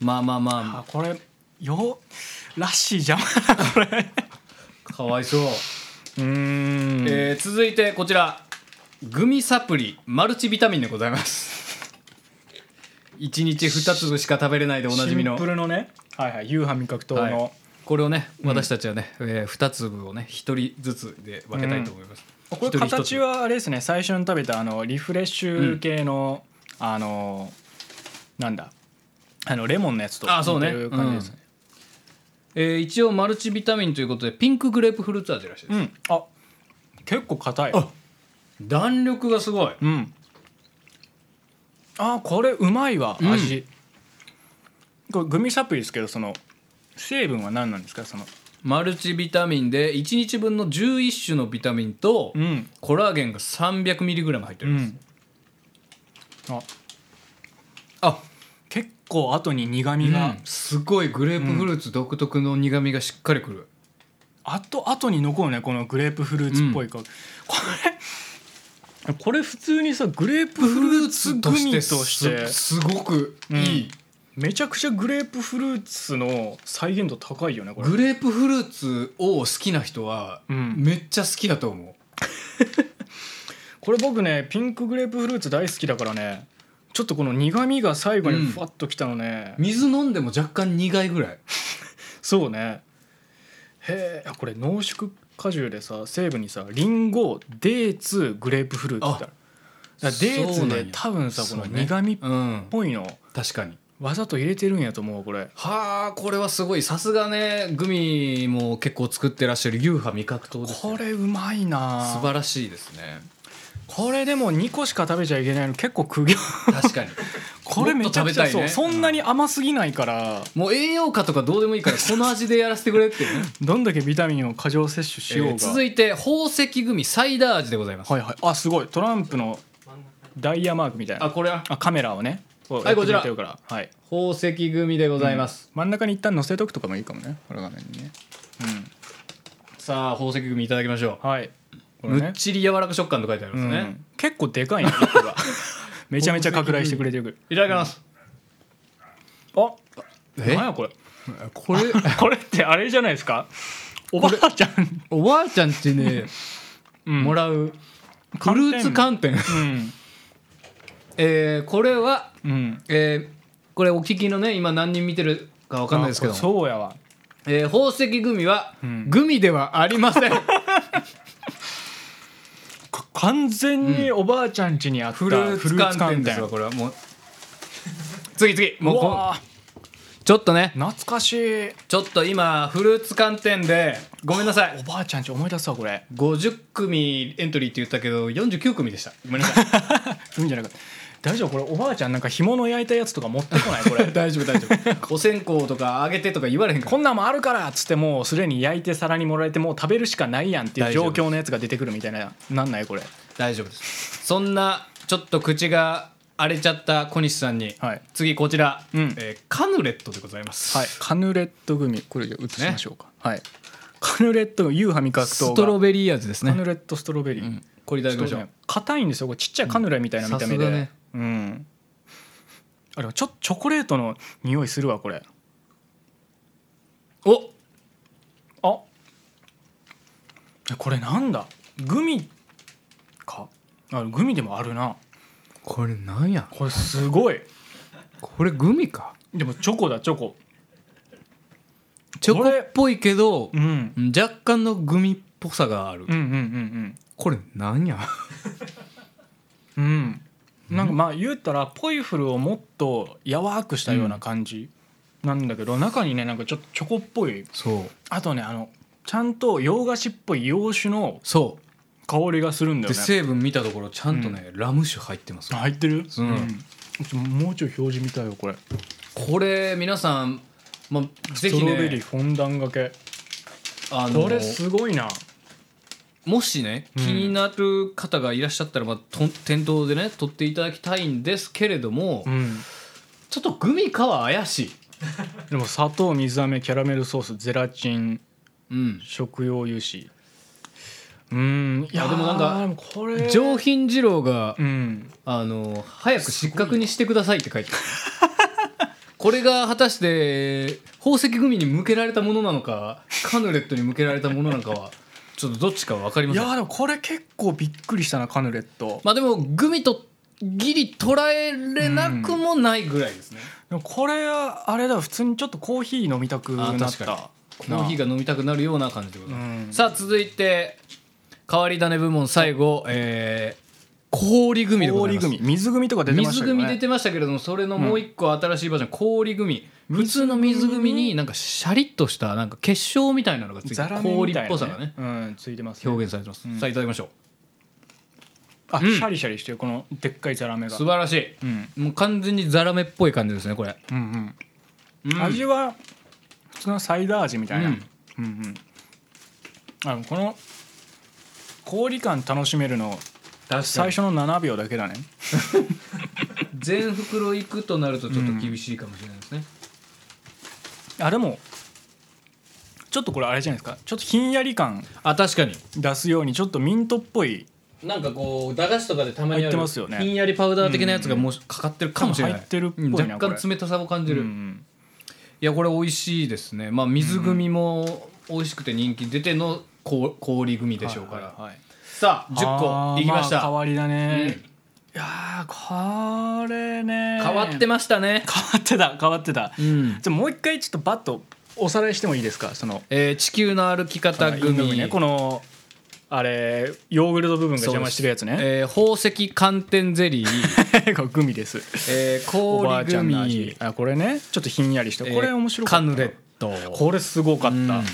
Speaker 6: まあまあま
Speaker 2: あこれよラッシー邪魔だなこれ
Speaker 6: あかわいそう
Speaker 2: うんえ
Speaker 6: えー続いてこちらグミサプリマルチビタミンでございます1日2粒しか食べれないでおなじみの
Speaker 2: シンプルのねはいはい夕飯味覚糖の、
Speaker 6: はいこれをね私たちはね、え2粒をね1人ずつで分けたいと思います、
Speaker 2: これ
Speaker 6: 一人一つ
Speaker 2: 形はあれですね最初に食べたあのリフレッシュ系の、あのなんだあのレモンのやつと
Speaker 6: あそうね
Speaker 2: 似てる感じですね
Speaker 6: えー一応マルチビタミンということでピンクグレープフルーツ味らしいで
Speaker 2: う
Speaker 6: す、
Speaker 2: ん、あ結構硬い
Speaker 6: あ弾力がすごい
Speaker 2: うんあこれうまいわ
Speaker 6: うん
Speaker 2: 味、これグミサプリですけどその成分は何なんですかその
Speaker 6: マルチビタミンで1日分の11種のビタミンと、
Speaker 2: ん
Speaker 6: コラーゲンが 300mg 入ってお
Speaker 2: う
Speaker 6: ります、
Speaker 2: んあ
Speaker 6: あ
Speaker 2: 結構後に苦味が、
Speaker 6: うんすごいグレープフルーツ独特の苦味がしっかりくる、
Speaker 2: あと後に残るねこのグレープフルーツっぽい香り、これ これ普通にさグレープフルーツグミとして
Speaker 6: すすごくいい、
Speaker 2: めちゃくちゃグレープフルーツの再現度高いよねこれ
Speaker 6: グレープフルーツを好きな人は
Speaker 2: うん
Speaker 6: めっちゃ好きだと思う、
Speaker 2: これ僕ねピンクグレープフルーツ大好きだからねちょっとこの苦味が最後にふわっときたのね、
Speaker 6: 水飲んでも若干苦いぐらい
Speaker 2: そうねへえこれ濃縮果汁でさ成分にさリンゴデーツグレープフルーツってあるだからデー
Speaker 6: そう
Speaker 2: ツ
Speaker 6: なん
Speaker 2: で
Speaker 6: や
Speaker 2: 多分さこの
Speaker 6: そうね
Speaker 2: 苦味っ
Speaker 6: うん
Speaker 2: ぽいの
Speaker 6: 確かに
Speaker 2: わざと入れてるんやと思うこれ
Speaker 6: はあこれはすごいさすがねグミも結構作ってらっしゃる優派味覚糖です、
Speaker 2: こ
Speaker 6: ね、
Speaker 2: れうまい
Speaker 6: 素
Speaker 2: な
Speaker 6: 晴らしいですね
Speaker 2: これでも2個しか食べちゃいけないの結構苦行
Speaker 6: 確かに
Speaker 2: これめちゃくちゃ
Speaker 6: もっと食べたいね
Speaker 2: そうそんなに甘すぎないから、
Speaker 6: もう栄養価とかどうでもいいからこの味でやらせてくれっていうね
Speaker 2: どんだけビタミンを過剰摂取しようが、
Speaker 6: えー続いて宝石グミサイダー味でございます
Speaker 2: はいはいあすごいトランプのダイヤマークみたいな
Speaker 6: あ
Speaker 2: あ
Speaker 6: これは
Speaker 2: カメラをねこう
Speaker 6: はいこちら
Speaker 2: やってくれてるからはい
Speaker 6: 宝石組でございます、
Speaker 2: 真ん中に一旦載せとくとかもいいかもねこれ画面にね
Speaker 6: さあ宝石組いただきましょ
Speaker 2: うんはいこれ
Speaker 6: う、むっ
Speaker 2: ね
Speaker 6: ちり柔らか食感と書いてありますね、
Speaker 2: うん結構でかいな一個 がめちゃめちゃ拡大してくれてる
Speaker 6: いただきます、
Speaker 2: あ
Speaker 6: え
Speaker 2: 何やこれ
Speaker 6: これ
Speaker 2: これってあれじゃないですかおばあちゃん、
Speaker 6: おばあちゃんちね
Speaker 2: うん
Speaker 6: もらうフルーツ寒天
Speaker 2: うん
Speaker 6: えーこれは、
Speaker 2: うん
Speaker 6: えーこれお聞きのね今何人見てるかわかんないですけど
Speaker 2: あこれそうやわ
Speaker 6: えー宝石グミは、
Speaker 2: ん
Speaker 6: グミではありません
Speaker 2: か完全におばあちゃん家にあった
Speaker 6: フルーツ寒天ですわこれはもう次次もう
Speaker 2: う
Speaker 6: こ
Speaker 2: わ
Speaker 6: ちょっとね
Speaker 2: 懐かしい
Speaker 6: ちょっと今フルーツ寒天でごめんなさい
Speaker 2: おばあちゃん家思い出すわこれ
Speaker 6: 50組エントリーって言ったけど49組でしたごめんな さい
Speaker 2: うんじゃなかった大丈夫これおばあちゃんなんか干物焼いたやつとか持ってこないこれ
Speaker 6: 大丈夫大丈 夫お線香とかあげてとか言われへんから
Speaker 2: こんなんもあるからっつってもうすでに焼いて皿に盛られてもう食べるしかないやんっていう状況のやつが出てくるみたいななんないこれ
Speaker 6: 大丈夫ですそんなちょっと口が荒れちゃった小西さんに、
Speaker 2: はい
Speaker 6: 次こちら、
Speaker 2: うん
Speaker 6: えーカヌレットでございます、
Speaker 2: はい、カヌレット組これじゃあ移しましょうか、はいカヌレットの U ハ味覚糖
Speaker 6: ス
Speaker 2: が
Speaker 6: トロベリー味です
Speaker 2: カヌ
Speaker 6: ね
Speaker 2: レットストロベリー、
Speaker 6: これいただきましょ
Speaker 2: ちょっ
Speaker 6: う
Speaker 2: とね硬いんですよこれちっちゃいカヌレみたいな見た目で、
Speaker 6: うんさすがね
Speaker 2: うんあれちょチョコレートの匂いするわこれ
Speaker 6: お
Speaker 2: あえこれなんだグミかあグミでもあるな
Speaker 6: これなんや
Speaker 2: これすごい
Speaker 6: これグミか
Speaker 2: でもチョコだチョコ
Speaker 6: チョコっぽいけど
Speaker 2: う、ん
Speaker 6: 若干のグミっぽさがある、
Speaker 2: うんうんうん
Speaker 6: これなんや
Speaker 2: うんうんなんかまあ言ったらポイフルをもっと柔くしたような感じなんだけど中にねなんかちょっとチョコっぽい
Speaker 6: そう
Speaker 2: あとねあのちゃんと洋菓子っぽい洋酒の
Speaker 6: そ
Speaker 2: 香りがするん
Speaker 6: う
Speaker 2: だ
Speaker 6: で
Speaker 2: よね
Speaker 6: 成分見たところちゃんとね、ラム酒入ってます
Speaker 2: 入ってる
Speaker 6: うん
Speaker 2: ちょもうちょい表示見たいよこれ
Speaker 6: これ皆さん、まあ、
Speaker 2: ス
Speaker 6: ぜ
Speaker 2: ト
Speaker 6: ひ
Speaker 2: ロベリー
Speaker 6: ね
Speaker 2: フォンダンがけ
Speaker 6: あの
Speaker 2: これすごいな
Speaker 6: もしね気になる方がいらっしゃったら、まあ、と店頭でね取っていただきたいんですけれども、
Speaker 2: うん
Speaker 6: ちょっとグミかは怪しい、
Speaker 2: でも砂糖水飴キャラメルソースゼラチン
Speaker 6: うん、
Speaker 2: 食用油脂うんい
Speaker 6: い
Speaker 2: や
Speaker 6: や
Speaker 2: で
Speaker 6: で
Speaker 2: も
Speaker 6: も
Speaker 2: な
Speaker 6: なんん
Speaker 2: か
Speaker 6: か
Speaker 2: これ
Speaker 6: 上品二郎が、
Speaker 2: うん
Speaker 6: あの早く失格にしてくださいって書いてあるこれが果たして宝石グミに向けられたものなのかカヌレットに向けられたものなのかはちょっとどっちかは分かりま
Speaker 2: い
Speaker 6: せん
Speaker 2: やーでもこれ結構びっくりしたなカヌレット、
Speaker 6: まあでもグミとギリ捉えれなくもないぐらいですね、
Speaker 2: でもこれはあれだ普通にちょっとコーヒー飲みたくな
Speaker 6: あ
Speaker 2: っ
Speaker 6: 確か
Speaker 2: た
Speaker 6: にコーヒーが飲みたくなるような感じでございます、
Speaker 2: うん
Speaker 6: さあ続いて変わり種部門最後、えー、氷組でござ
Speaker 2: 氷
Speaker 6: います
Speaker 2: 組水組とか出てました
Speaker 6: 水
Speaker 2: けど、ね、
Speaker 6: 組出てましたけれどもそれのもう一個新しいバージョン、氷組普通の水組になんかシャリッとしたなんか結晶みたいなのがつい
Speaker 2: ザ
Speaker 6: て
Speaker 2: ラメみ
Speaker 6: 氷
Speaker 2: たいな
Speaker 6: っぽさがね
Speaker 2: うん、ついてますね、
Speaker 6: 表現されてます、さあいただきましょ
Speaker 2: あ、
Speaker 6: ん
Speaker 2: シャリシャリしてるこのでっかいザラメ
Speaker 6: う
Speaker 2: が
Speaker 6: 素晴らしい、
Speaker 2: うん
Speaker 6: もう完全にザラメっぽい感じですねこれ、
Speaker 2: うん
Speaker 6: う
Speaker 2: うんん、味は普通のサイダー味みたいな、
Speaker 6: う
Speaker 2: うんん、うんあのこの氷感楽しめるの最初の7秒だけだね
Speaker 6: 全袋いくとなるとちょっと厳しいかもしれないですね、
Speaker 2: あでもちょっとこれあれじゃないですかちょっとひんやり感
Speaker 6: あ確かに
Speaker 2: 出すようにちょっとミントっぽい
Speaker 6: なんかこう駄菓子とかでたまにあ
Speaker 2: 入っ
Speaker 6: る
Speaker 2: てますよね
Speaker 6: ひんやりパウダー的なやつがもしかかってるかもしれない
Speaker 2: 入ってるっぽいな
Speaker 6: うん若
Speaker 2: こ
Speaker 6: 干
Speaker 2: れ
Speaker 6: 冷たさを感じる、
Speaker 2: うん
Speaker 6: いやこれ美味しいですねまあ水組も美味しくて人気出てのこう氷組でしょうか
Speaker 2: は
Speaker 6: ら、
Speaker 2: いはいはい
Speaker 6: さあ10
Speaker 2: あー
Speaker 6: 個いきました、
Speaker 2: あ変わりだね、い
Speaker 6: う
Speaker 2: やーこれね
Speaker 6: 変わってましたね、
Speaker 2: 変わってた変わってた、
Speaker 6: うん
Speaker 2: じゃあもう一回ちょっとバッとおさらいしてもいいですかその
Speaker 6: えー地球の歩き方
Speaker 2: イン
Speaker 6: 組
Speaker 2: ドねこのあれヨーグルト部分が邪魔してるやつね、
Speaker 6: えー宝石寒天ゼリー、
Speaker 2: これグミです
Speaker 6: えー
Speaker 2: おばあ
Speaker 6: 氷
Speaker 2: ちゃんの味
Speaker 6: 組、
Speaker 2: あこれねちょっとひんやりして
Speaker 6: えー
Speaker 2: これ面白かった、
Speaker 6: カヌレット
Speaker 2: これすごかった、う
Speaker 6: うん
Speaker 2: ん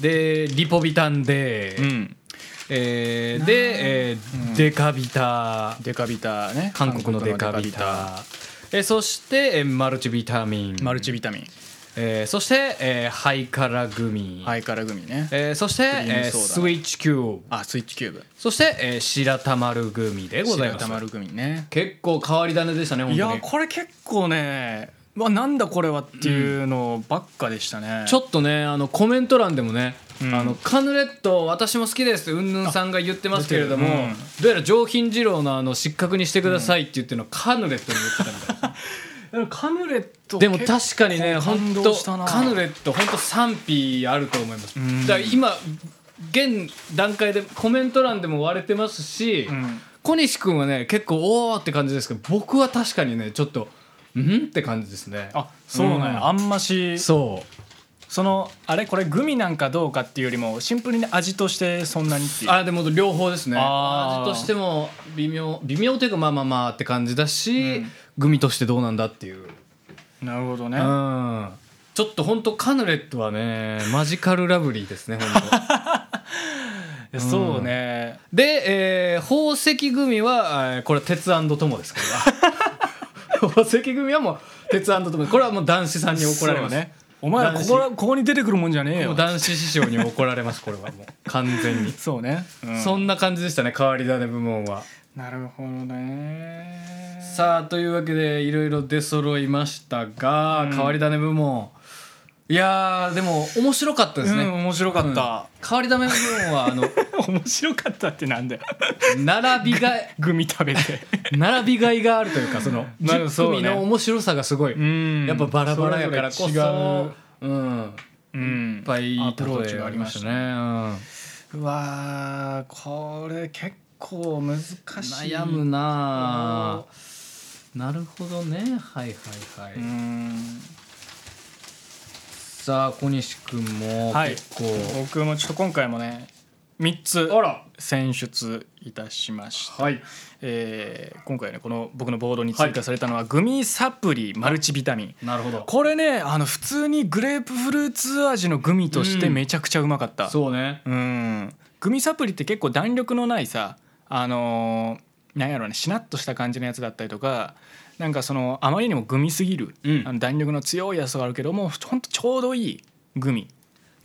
Speaker 6: でリポビタンで、えーで、えーデカビタ
Speaker 2: デカビタね
Speaker 6: 韓国のデカビタえーそして、えーマルチビタミン
Speaker 2: マルチビタミン
Speaker 6: えーそして、えーハイカラグミ、
Speaker 2: ハイカラグミね
Speaker 6: えーそして、
Speaker 2: クリーム
Speaker 6: えー
Speaker 2: ソーダ
Speaker 6: スイッチキューブ
Speaker 2: あスイッチキューブ
Speaker 6: そして、えー白玉るグミでござい
Speaker 2: 白
Speaker 6: ます
Speaker 2: 玉グミね
Speaker 6: 結構変わり種でしたね本
Speaker 2: い
Speaker 6: 当
Speaker 2: や
Speaker 6: に
Speaker 2: これ結構ねうわなんだこれはっていうのばっかでしたね、
Speaker 6: ちょっとねあのコメント欄でもね、
Speaker 2: うん
Speaker 6: あのカヌレット私も好きですってうんぬんさんが言ってますけれども、
Speaker 2: 出てるうん
Speaker 6: どうやら上品二郎のあの失格にしてくださいって言ってるのをカヌレットに言ってたみたいな
Speaker 2: カヌレット
Speaker 6: でも確かに ね
Speaker 2: 結構
Speaker 6: 本
Speaker 2: 感動
Speaker 6: 当
Speaker 2: したな
Speaker 6: カヌレット本当賛否あると思います、
Speaker 2: ん
Speaker 6: だから今現段階でコメント欄でも割れてますし、
Speaker 2: ん
Speaker 6: 小西君はね結構おおって感じですけど僕は確かにねちょっとうんって感じですね
Speaker 2: あそうなんや、
Speaker 6: ん
Speaker 2: あんましそ
Speaker 6: そう
Speaker 2: のあれこれグミなんかどうかっていうよりもシンプルに味としてそんなにっていう
Speaker 6: あでも両方ですね
Speaker 2: あー
Speaker 6: 味としても微妙微妙というかまあまあまあって感じだし、グミとしてどうなんだっていう
Speaker 2: なるほどね、
Speaker 6: うんちょっと本当カヌレットはねマジカルラブリーですね本当
Speaker 2: でそうね、
Speaker 6: で、えー宝石組はえーこれは鉄友ですこれは宝石組はもう鉄友これはもう男子さんに怒られます
Speaker 2: そうねお前らここらここに出てくるもんじゃねえ
Speaker 6: も
Speaker 2: よ
Speaker 6: う男子師匠に 怒られますこれはもう完全に
Speaker 2: そうね、うん
Speaker 6: そんな感じでしたね変わり種部門は
Speaker 2: なるほどね
Speaker 6: さあというわけでいろいろ出揃いましたが、変わり種部門いやーでも面白かったですね、
Speaker 2: うん面白かった、
Speaker 6: 変わり種部門はあの
Speaker 2: 面白かったってなんだよ
Speaker 6: 並びが
Speaker 2: グミ食べて
Speaker 6: 並びがいがあるというかその
Speaker 2: まあ
Speaker 6: 10
Speaker 2: そう ね
Speaker 6: 組の面白さがすごい、
Speaker 2: ん
Speaker 6: やっぱバラバラやからこそ
Speaker 2: れぞ
Speaker 6: う
Speaker 2: れ
Speaker 6: ん、
Speaker 2: 違う、うん
Speaker 6: いっぱいいいとこで
Speaker 2: が
Speaker 6: ありましたね、うん
Speaker 2: うわーこれ結構難しい
Speaker 6: 悩むなあなるほどねはいはいはい、
Speaker 2: うん
Speaker 6: さあ小西君も
Speaker 2: はい
Speaker 6: 結構、
Speaker 2: 僕もちょっと今回もね3つ
Speaker 6: あら
Speaker 2: 選出いたしました、
Speaker 6: はい
Speaker 2: えー今回ねこの僕のボードに追加されたのは、グミサプリマルチビタミン
Speaker 6: なるほど
Speaker 2: これねあの普通にグレープフルーツ味のグミとして
Speaker 6: うん
Speaker 2: めちゃくちゃうまかった、
Speaker 6: そうね
Speaker 2: うんグミサプリって結構弾力のないさあのーなんやろねしなっとした感じのやつだったりとかなんかそのあまりにもグミすぎる、
Speaker 6: うん
Speaker 2: あの弾力の強いやつがあるけどもほんとちょうどいいグミ、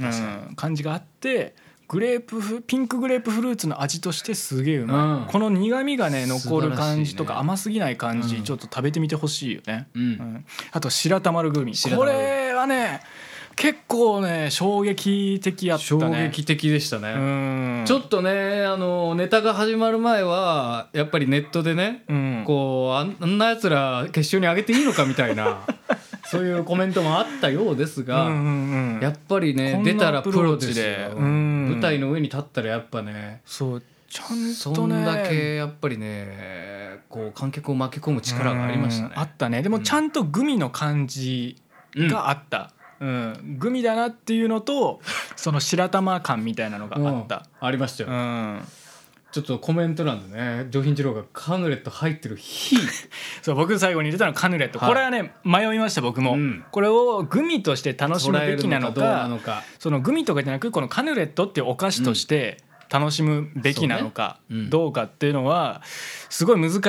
Speaker 2: うん、感じがあってグレープフピンクグレープフルーツの味としてすげえうまい、
Speaker 6: うん
Speaker 2: この苦みがね残る
Speaker 6: 素晴らしいね
Speaker 2: 感じとか甘すぎない感じ、
Speaker 6: うん
Speaker 2: ちょっと食べてみてほしいよね、
Speaker 6: うん
Speaker 2: あと白玉のグミ
Speaker 6: 白
Speaker 2: こ
Speaker 6: 玉のグミ
Speaker 2: れはね結構ね衝撃的やったね
Speaker 6: 衝撃的でしたね、
Speaker 2: うん
Speaker 6: ちょっとねあのネタが始まる前はやっぱりネットでね、
Speaker 2: うん
Speaker 6: こうあんあんなやつら決勝に上げていいのかみた いなそういうコメントもあったようです
Speaker 2: うん
Speaker 6: が、
Speaker 2: うんうん
Speaker 6: やっぱり
Speaker 2: こ
Speaker 6: ね
Speaker 2: んな
Speaker 6: 出たらプロですよ
Speaker 2: アプローチでうん
Speaker 6: 舞台の上に立ったらやっぱね
Speaker 2: そうちゃんとね
Speaker 6: そんだけやっぱりねこう観客を巻き込む力がありましたね
Speaker 2: うんあったねでもちゃんとグミの感じがあった、うんグミだなっていうのと その白玉感みたいなのがあった、
Speaker 6: うんありましたよ、
Speaker 2: うん
Speaker 6: ちょっとコメント欄でね上品次郎がカヌレット入ってる日
Speaker 2: そう僕最後に入れたのはカヌレット、
Speaker 6: はい
Speaker 2: これはね迷いました僕も、
Speaker 6: うん
Speaker 2: これをグミとして楽しむ
Speaker 6: 捉え
Speaker 2: べ
Speaker 6: る
Speaker 2: きなの
Speaker 6: のか
Speaker 2: か
Speaker 6: どうなのか
Speaker 2: そのグミとかじゃなくこのカヌレットっていうお菓子として楽しむべきなのか
Speaker 6: そうねうん
Speaker 2: どうかっていうのはすごい難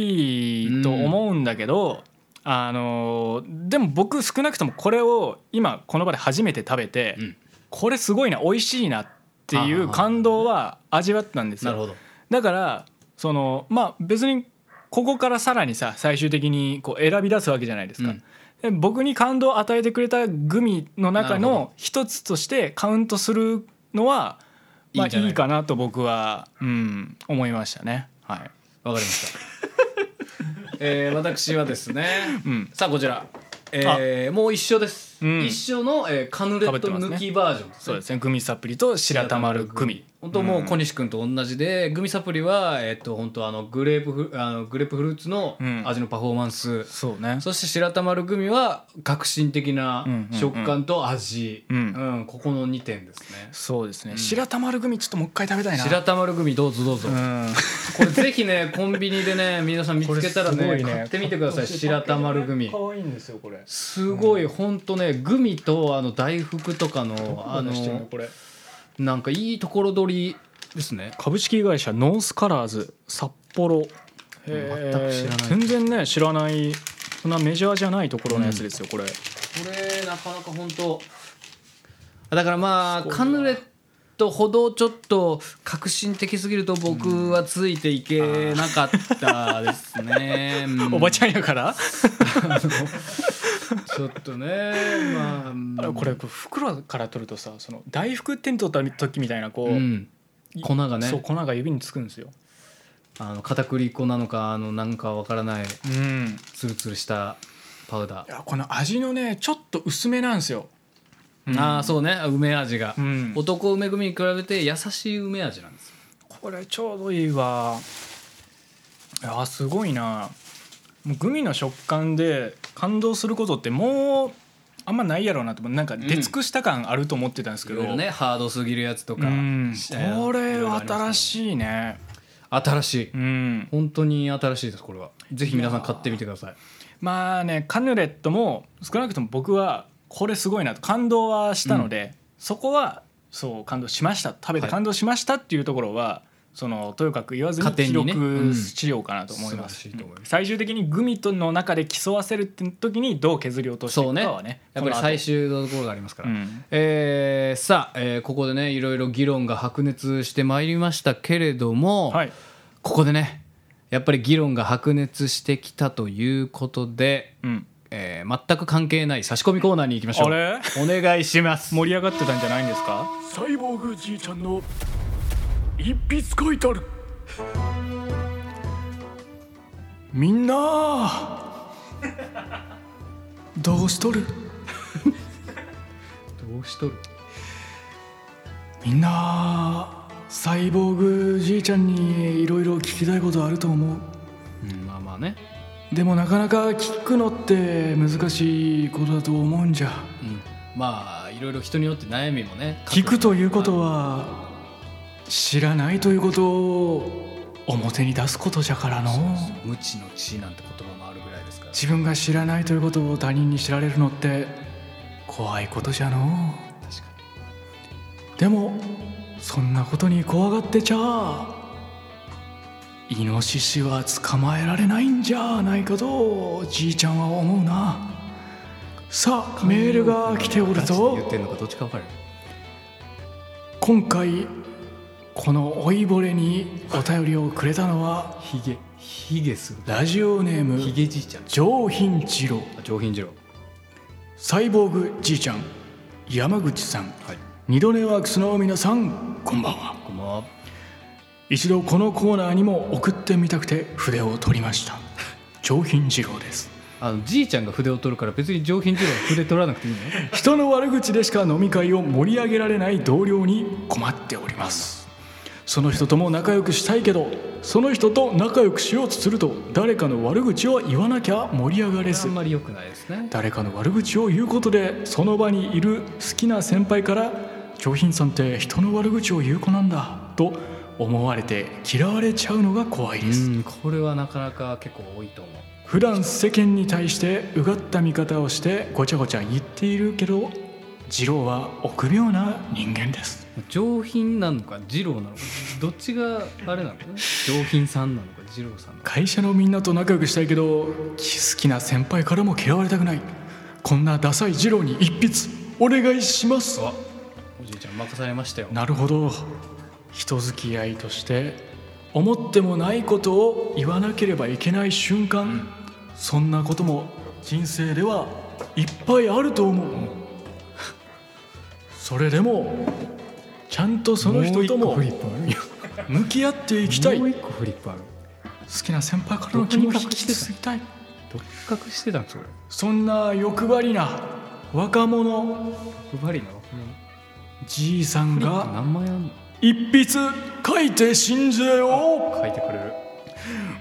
Speaker 2: しいと思うんだけど、あのでも僕少なくともこれを今この場で初めて食べて、
Speaker 6: うん
Speaker 2: これすごいな美味しいなってい
Speaker 6: あ
Speaker 2: う
Speaker 6: ー
Speaker 2: 感動は味わったんです
Speaker 6: なるほ
Speaker 2: よ。
Speaker 6: ど
Speaker 2: だからそのまあ別にここからさらにさ最終的にこう選び出すわけじゃないですか、
Speaker 6: うん
Speaker 2: で僕に感動を与えてくれたグミの中
Speaker 6: なるほ
Speaker 2: の一つとしてカウントするのは、まあ、
Speaker 6: いいんじゃない
Speaker 2: いいかなと僕は、うん、思いましたね。はい、
Speaker 6: わかりましたえー私はですね、
Speaker 2: ん
Speaker 6: さあこちら、えーもう一緒です、
Speaker 2: うん
Speaker 6: 一緒の、えーカヌレット抜きバージョンです
Speaker 2: そう
Speaker 6: ね
Speaker 2: ですねグミサプリと白玉るグミ
Speaker 6: 本当もう小西君と同じで、グミサプリはえっと本当あのグレープフあのグレープフルーツの
Speaker 2: うん
Speaker 6: 味のパフォーマンス、
Speaker 2: そうね
Speaker 6: そして白玉のグミは革新的な
Speaker 2: うんうんうん
Speaker 6: 食感と味、
Speaker 2: う
Speaker 6: うんんここの2点ですね
Speaker 2: そうですね、白玉るグミちょっともう一回食べたいな
Speaker 6: 白玉のグミどうぞどうぞ、
Speaker 2: うん
Speaker 6: これぜひねコンビニでね皆さん見つけたら
Speaker 2: これすご
Speaker 6: ね
Speaker 2: いね
Speaker 6: 買ってみてください白玉のグミ
Speaker 2: 可愛いんですよこれ
Speaker 6: すごい本当ねグミとあの大福とかのあ
Speaker 2: 出してん
Speaker 6: の
Speaker 2: これ
Speaker 6: なんかいいところ取りですね
Speaker 2: 株式会社ノースカラーズ札幌
Speaker 6: へー全く知ら
Speaker 2: 全然ね知らないそんなメジャーじゃないところのやつですよ、これ
Speaker 6: これなかなか本当だからまあカヌレとほどちょっと革新的すぎると僕はついていけなかったですね、
Speaker 2: おば
Speaker 6: ゃ
Speaker 2: ちゃんやから、
Speaker 6: んちょっとねまあうん
Speaker 2: これ袋から取るとさその大福手に取った時みたいなこう、
Speaker 6: うん粉がね
Speaker 2: そう粉が指につくんですよ、
Speaker 6: あの片栗粉なのかあのなんかわからない
Speaker 2: うん、
Speaker 6: ツルツルしたパウダ
Speaker 2: い
Speaker 6: ー、
Speaker 2: やこの味のねちょっと薄めなんですよ、
Speaker 6: ああそうね梅味が、
Speaker 2: うん
Speaker 6: 男梅組に比べて優しい梅味なんですよ
Speaker 2: これちょうどいいわいやすごいなもうグミの食感で感動することってもうあんまないやろうなと思うなんか出尽くした感あると思ってたんですけ
Speaker 6: い
Speaker 2: ど、
Speaker 6: ろいろねハードすぎるやつとか、
Speaker 2: うんこれは新
Speaker 6: い
Speaker 2: しいね
Speaker 6: 新しい
Speaker 2: うん
Speaker 6: 本当に新しいですこれはぜひ皆さん買ってみてください
Speaker 2: まあねカヌレットも少なくとも僕はこれすごいなと感動はしたので、そこはそう感動しました食べて
Speaker 6: はい
Speaker 2: 感動しましたっていうところは、そのとにかく言わずに
Speaker 6: 加点
Speaker 2: 記
Speaker 6: にねう
Speaker 2: 録
Speaker 6: ん
Speaker 2: しようかなと思います,、
Speaker 6: 素晴らしいと思います
Speaker 2: 最終的にグミとの中で競わせるって時にどう削り落としてい
Speaker 6: そう
Speaker 2: く
Speaker 6: ね
Speaker 2: かはね
Speaker 6: やっぱり最終のところがありますから、
Speaker 2: うん
Speaker 6: えーさあ、えーここでねいろいろ議論が白熱してまいりましたけれども、
Speaker 2: はい
Speaker 6: ここでねやっぱり議論が白熱してきたということで、
Speaker 2: うん
Speaker 6: えー全く関係ない差し込みコーナーに行きましょう
Speaker 2: あれ
Speaker 6: お願いします
Speaker 2: 盛り上がってたんじゃないんですか
Speaker 7: サイボーグじいちゃんの一筆書いてある
Speaker 2: みんなどうし とる
Speaker 6: どうしとる
Speaker 2: みんなサイボーグじいちゃんにいろいろ聞きたいことあると思
Speaker 6: うんまあまあね、
Speaker 2: うでもなかなか聞くのって難しいことだと思うんじゃ
Speaker 6: うん、まあいろいろ人によって悩みもね
Speaker 2: 聞くということは知らないということを表に出すことじゃからの
Speaker 6: 無知の知なんて言葉もあるぐらいですから
Speaker 2: 自分が知らないということを他人に知られるのって怖いことじゃの
Speaker 6: 確か
Speaker 2: でもそんなことに怖がってちゃイノシシは捕まえられないんじゃないかとじいちゃんは思うなさあメールが来ておる
Speaker 6: に言っ
Speaker 2: ぞ
Speaker 6: てんのかどっちか分かる
Speaker 2: 今回この老いぼれにお便りをくれたのは
Speaker 6: ヒゲヒゲする
Speaker 2: ラジオネーム
Speaker 6: ヒゲじいちゃん
Speaker 2: 上品次郎
Speaker 6: あ上品次郎
Speaker 2: サイボーグじいちゃん山口さん、
Speaker 6: はい
Speaker 2: 二度寝ワークスの皆さんこんばんは
Speaker 6: こんばんは
Speaker 2: 一度このコーナーにも送ってみたくて筆を取りました上品次郎です
Speaker 6: あのじいちゃんが筆を取るから別に上品次郎は筆取らなくていいのよ
Speaker 2: 人の悪口でしか飲み会を盛り上げられない同僚に困っておりますその人とも仲良くしたいけどその人と仲良くしようとすると誰かの悪口を言わなきゃ盛り上がれ
Speaker 6: あ
Speaker 2: ず
Speaker 6: んまり良くないですね
Speaker 2: 誰かの悪口を言うことでその場にいる好きな先輩から「上品さんって人の悪口を言う子なんだ」と思われて嫌われちゃうのが怖いです、
Speaker 6: うんこれはなかなか結構多いと思う
Speaker 2: 普段世間に対してうがった見方をしてごちゃごちゃ言っているけど次郎は臆病な人間です
Speaker 6: 上品なのか二郎なのかどっちがあれなのかね上品さんなのか二郎さんなのか
Speaker 2: 会社のみんなと仲良くしたいけど好きな先輩からも嫌われたくないこんなダサい次郎に一筆お願いします
Speaker 6: あおじいちゃん任されましたよ
Speaker 2: なるほど人付き合いとして思ってもないことを言わなければいけない瞬間、そんなことも人生ではいっぱいあると思う、それでもちゃんとその人とも向き合っていきたい好
Speaker 6: もう一個フリップある
Speaker 2: きな先輩からの気持ちを引き継ぎたい
Speaker 6: 独学してたんそれ
Speaker 2: そんな欲張りな若者
Speaker 6: 配りの
Speaker 2: じいさんが
Speaker 6: 何枚あんの
Speaker 2: 一筆書いて信じよ
Speaker 6: 書いてくれる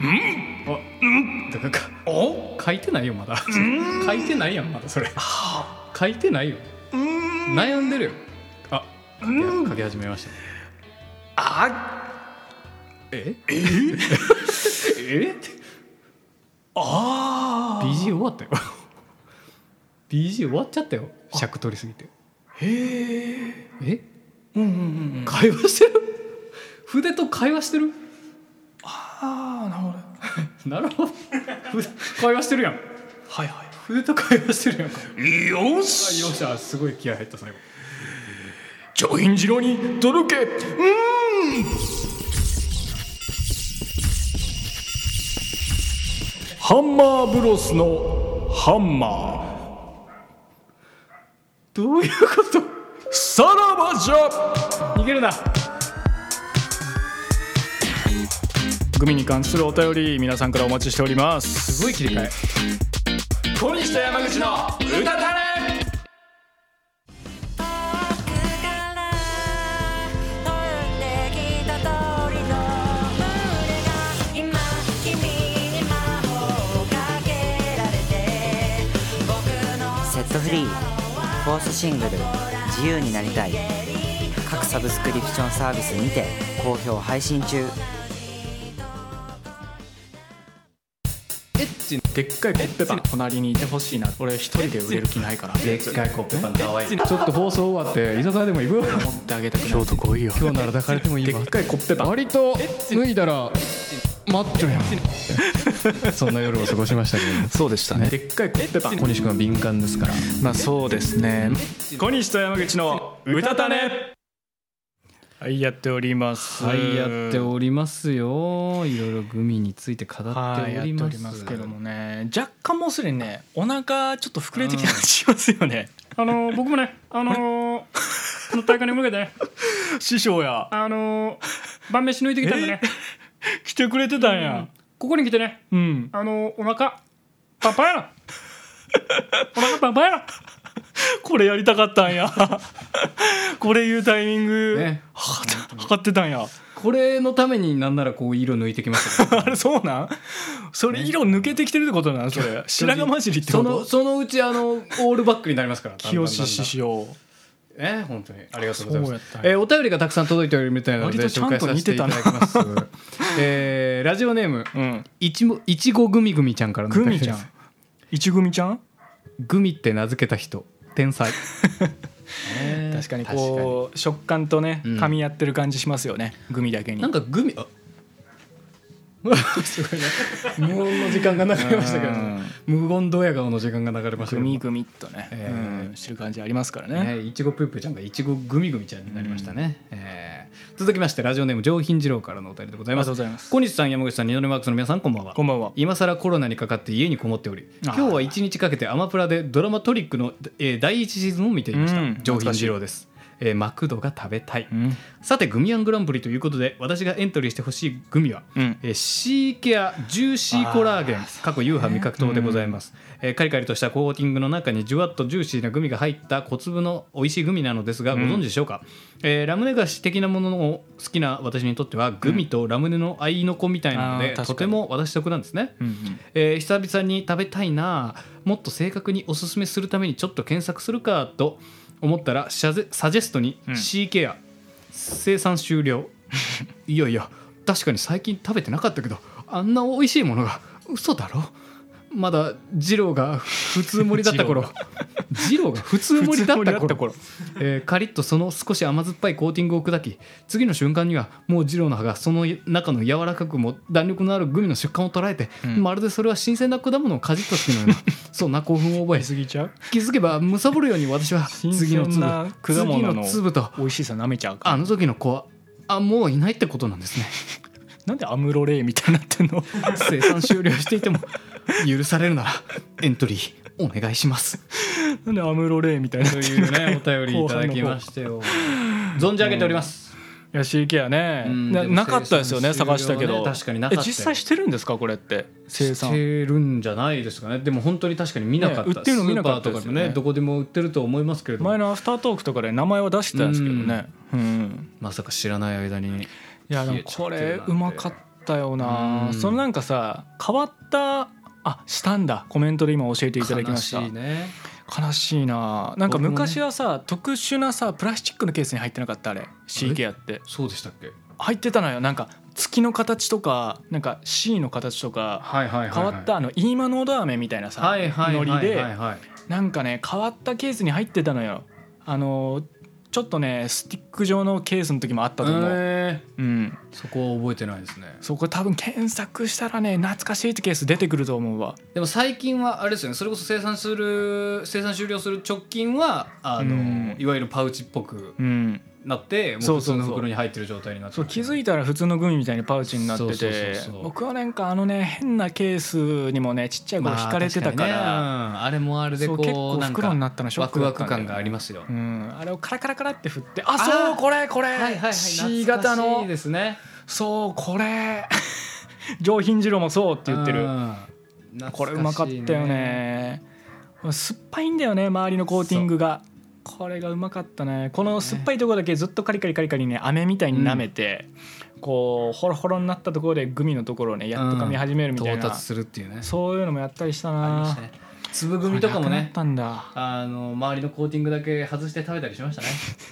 Speaker 6: うんあうんだから
Speaker 2: うお
Speaker 6: 書いてないよまだ書いてないやんまだそれ書いてないよ悩んでるよあ書き始めましたね
Speaker 2: あ
Speaker 6: ええ え
Speaker 2: あ
Speaker 6: BG 終わったよ BG 終わっちゃったよ尺取りすぎて
Speaker 2: へえ
Speaker 6: え
Speaker 2: うんうんうんうん
Speaker 6: 会話してる 筆と会話してる
Speaker 2: ああなるほど
Speaker 6: なるほど筆会話してるやん
Speaker 2: はいは
Speaker 6: 筆と会話してるやんか
Speaker 2: いよ
Speaker 6: あ
Speaker 2: し
Speaker 6: よっしゃすごい気合入った最後
Speaker 2: 上品次郎に届けうんハンマーブロスのハンマー
Speaker 6: どういうこ
Speaker 2: さらばじゃ
Speaker 6: と逃げるな
Speaker 2: グミに関するお便り皆さんからお待ちしております
Speaker 6: すごい切り替え
Speaker 2: 小西と山口の歌たれ
Speaker 8: セットフリーフォースシングル「自由になりたい」各サブスクリプションサービスにて好評配信中
Speaker 2: でっかいコッペパン隣にいてほしいな俺一人で売れる気ないから
Speaker 6: でっかいコッペパンかわいいちょっと放送終わって居酒屋で も行く
Speaker 2: 持ってあげたくない京都来いよ
Speaker 6: 今日なら抱かれてもいいわ
Speaker 2: でっかいコッペパン
Speaker 6: 割と脱いだら待ってるやんそんな夜を過ごしましたけど
Speaker 9: そうでしたね
Speaker 2: でっかいコッペパン
Speaker 6: 小西君は敏感ですから
Speaker 2: まあそうですね小西と山口の歌たねはいやっております
Speaker 1: はいやっておりますよいろいろグミについて語っております,、
Speaker 2: はいやっておりますけどもね若干もうすでにねお腹ちょっと膨れてきた感じしますよね
Speaker 1: あの僕もねあ のこの大会に向けてね
Speaker 2: 師匠や
Speaker 1: あの晩飯抜いてきたんでね
Speaker 2: 来てくれてたんや
Speaker 1: ここに来てね
Speaker 2: うん
Speaker 1: あのお腹パンパンや なお腹パンパンやな
Speaker 2: これやりたかったんやこれ言うタイミング、
Speaker 1: ね
Speaker 2: 測った測ってたんや
Speaker 1: これのためになんならこう色抜いてきま したから
Speaker 2: あれそうなんそれ色抜けてきてるってことなんそれ白髪混じりってこ
Speaker 1: その
Speaker 2: と
Speaker 1: そのうちあのオールバックになりますから
Speaker 2: 清志師
Speaker 1: 師
Speaker 2: 匠
Speaker 1: え本当にありがとうござい
Speaker 2: そう
Speaker 1: ま
Speaker 2: やっ
Speaker 1: す
Speaker 2: たんや
Speaker 1: えーお便りがたくさん届いておるみたいなので
Speaker 2: 割とちゃ
Speaker 1: 紹
Speaker 2: んと
Speaker 1: 介させていただきます、 えーラジオネーム
Speaker 2: うん
Speaker 1: いちもいちごグミグミちゃんからのお
Speaker 2: グ
Speaker 1: 便り
Speaker 2: ミ
Speaker 1: です
Speaker 2: ちゃんいちグミちゃん
Speaker 1: グミって名付けた人天 才ね
Speaker 2: 確かにこう食感とね
Speaker 1: うん
Speaker 2: 噛み合ってる感じしますよね、グミだけに
Speaker 1: なんかグミあ すごいね無音の時間が流れましたけど、
Speaker 2: うん
Speaker 1: 無言ドヤ顔の時間が流れましたけど
Speaker 2: グミグミっとね、
Speaker 1: えー
Speaker 2: うん、してる感じありますからね
Speaker 1: ね、いちごぷーぷーちゃんがいちごグミグミちゃんになりましたね、えー続きましてラジオネーム上品次郎からのお便りでございます
Speaker 2: ありがとうございます
Speaker 1: 小西さん山口さん二度目マークスの皆さんこんばんは
Speaker 2: こんばんは
Speaker 1: 今更コロナにかかって家にこもっており
Speaker 2: あ
Speaker 1: 今
Speaker 2: ー
Speaker 1: 日は一日かけてアマプラでドラマトリックの、えー第1シーズンを見ていました、
Speaker 2: うん
Speaker 1: 上品次郎です、えーマクドが食べたい、
Speaker 2: うん
Speaker 1: さてグミアングランプリということで私がエントリーしてほしいグミは、
Speaker 2: うん
Speaker 1: えーシーケアジューシーコラーゲン過去 UFA 味覚糖でございます、えーカリカリとしたコーティングの中にじゅわっとジューシーなグミが入った小粒の美味しいグミなのですがご存知でしょうか、えーラムネ菓子的なものを好きな私にとってはグミとラムネの合いの子みたいなの
Speaker 2: あ
Speaker 1: で、
Speaker 2: ー確かに
Speaker 1: とても私得なんですね、
Speaker 2: うんうん
Speaker 1: えー久々に食べたいなあもっと正確におすすめするためにちょっと検索するかと思ったらシャゼサジェストに
Speaker 2: ん
Speaker 1: C ケア、生産終了 いやいや確かに最近食べてなかったけどあんな美味しいものが嘘だろまだ二郎が普通盛りだった頃二郎が普通盛りだった
Speaker 2: 普通盛りだった
Speaker 1: 頃
Speaker 2: 頃
Speaker 1: えーカリッとその少し甘酸っぱいコーティングを砕き次の瞬間にはもう二郎の葉がその中の柔らかくも弾力のあるグミの食感を捉えて、まるでそれは新鮮な果物をかじった時 のようなそんな興奮を覚え
Speaker 2: すぎちゃう
Speaker 1: 気づけばむさぼるように私は
Speaker 2: 新
Speaker 1: 次の
Speaker 2: 鮮
Speaker 1: 粒
Speaker 2: な果
Speaker 1: 次
Speaker 2: 物の
Speaker 1: の粒と
Speaker 2: 美味しさ舐めちゃうか
Speaker 1: あの時の子はあもういないってことなん ですね
Speaker 2: なんでアムロレイみたいになってんの
Speaker 1: 生産終了していても許されるならエントリーお願いします
Speaker 2: なんでアムロレイみたいになってんの
Speaker 1: た よ存じ上げております、
Speaker 2: いや CK はね、
Speaker 1: うん
Speaker 2: な
Speaker 1: でも
Speaker 2: なかったですよね
Speaker 1: 生産
Speaker 2: 探
Speaker 1: 終了
Speaker 2: したけど
Speaker 1: ね確かになかった
Speaker 2: え実際してるんですかこれって生
Speaker 1: し
Speaker 2: 産
Speaker 1: てるんじゃないですかねでも本当に確かに見なかった、
Speaker 2: ね売ってるの見なかった
Speaker 1: スーパー
Speaker 2: で
Speaker 1: と
Speaker 2: す
Speaker 1: か
Speaker 2: よ
Speaker 1: も
Speaker 2: ね
Speaker 1: ねどこでも売ってると思いますけれども
Speaker 2: 前のアフタートークとかで名前は出してたんですけどね、うん
Speaker 1: まさか知らない間に
Speaker 2: いやでもこれうまかったよな、
Speaker 1: うん
Speaker 2: そのなんかさ変わったあしたんだコメントで今教えていただきました
Speaker 1: 悲
Speaker 2: 悲
Speaker 1: しい
Speaker 2: し,、
Speaker 1: ね
Speaker 2: いななんか
Speaker 1: 僕もね
Speaker 2: 昔はさ、特殊なさプラスチックのケースに入ってなかったあれ CK あって
Speaker 1: そうでしたっけ
Speaker 2: 入ってたのよなんか月の形とかなんか C の形とか
Speaker 1: はいはいはい、
Speaker 2: 変わったあのイーマノード飴みたいなさ
Speaker 1: はいはい
Speaker 2: ノ
Speaker 1: はい
Speaker 2: リ
Speaker 1: はい
Speaker 2: で
Speaker 1: はいはい
Speaker 2: なんかね変わったケースに入ってたのよあのちょっとねスティック状のケースの時もあったと思う、
Speaker 1: え
Speaker 2: うん
Speaker 1: ーそこは覚えてないですね
Speaker 2: そこ多分検索したらね懐かしいってケース出てくると思うわ
Speaker 1: でも最近はあれですよねそれこそ生産する生産終了する直近はあの、
Speaker 2: うん
Speaker 1: いわゆるパウチっぽく
Speaker 2: うん
Speaker 1: なっても
Speaker 2: そうう
Speaker 1: 普通
Speaker 2: そうそう
Speaker 1: の袋に入ってる状態になって
Speaker 2: そう気づ
Speaker 1: い
Speaker 2: いたら普通のグミみたいにパウチになって
Speaker 1: そうそう
Speaker 2: て
Speaker 1: そうそう
Speaker 2: 僕はなんかあのね変なケースにもねちっちゃい頃惹かれてたから、
Speaker 1: まあ確かにねうんあれもあれで
Speaker 2: そ
Speaker 1: こ
Speaker 2: う
Speaker 1: う
Speaker 2: 結構
Speaker 1: なんか
Speaker 2: 袋になったのショッ
Speaker 1: ワク
Speaker 2: クだ
Speaker 1: ワ
Speaker 2: っ
Speaker 1: ク
Speaker 2: たんだよ
Speaker 1: 感
Speaker 2: ね
Speaker 1: がありますよ
Speaker 2: う。ん、あれをカラカラカラって振ってあ
Speaker 1: ー
Speaker 2: そうこれこれ、
Speaker 1: はいはいはい。
Speaker 2: C 型
Speaker 1: 懐かし
Speaker 2: の
Speaker 1: いですね。
Speaker 2: そうこれ上品次郎もそうって言ってる
Speaker 1: うん。懐しいね
Speaker 2: これうまかったよね酸っぱいんだよね周りのコーティングがこれがうまかったねこの酸っぱいところだけずっとカリカリカリカリね飴みたいに舐めて、こうホロホロになったところでグミのところをねやっと噛み始めるみたいな、
Speaker 1: 到達するっていうね。
Speaker 2: そういうのもやったりした
Speaker 1: ありま
Speaker 2: な
Speaker 1: したね。粒組とかも
Speaker 2: これなくな
Speaker 1: ね
Speaker 2: っ。たんだ
Speaker 1: あの周りのコーティングだけ外して食べたりしましたね。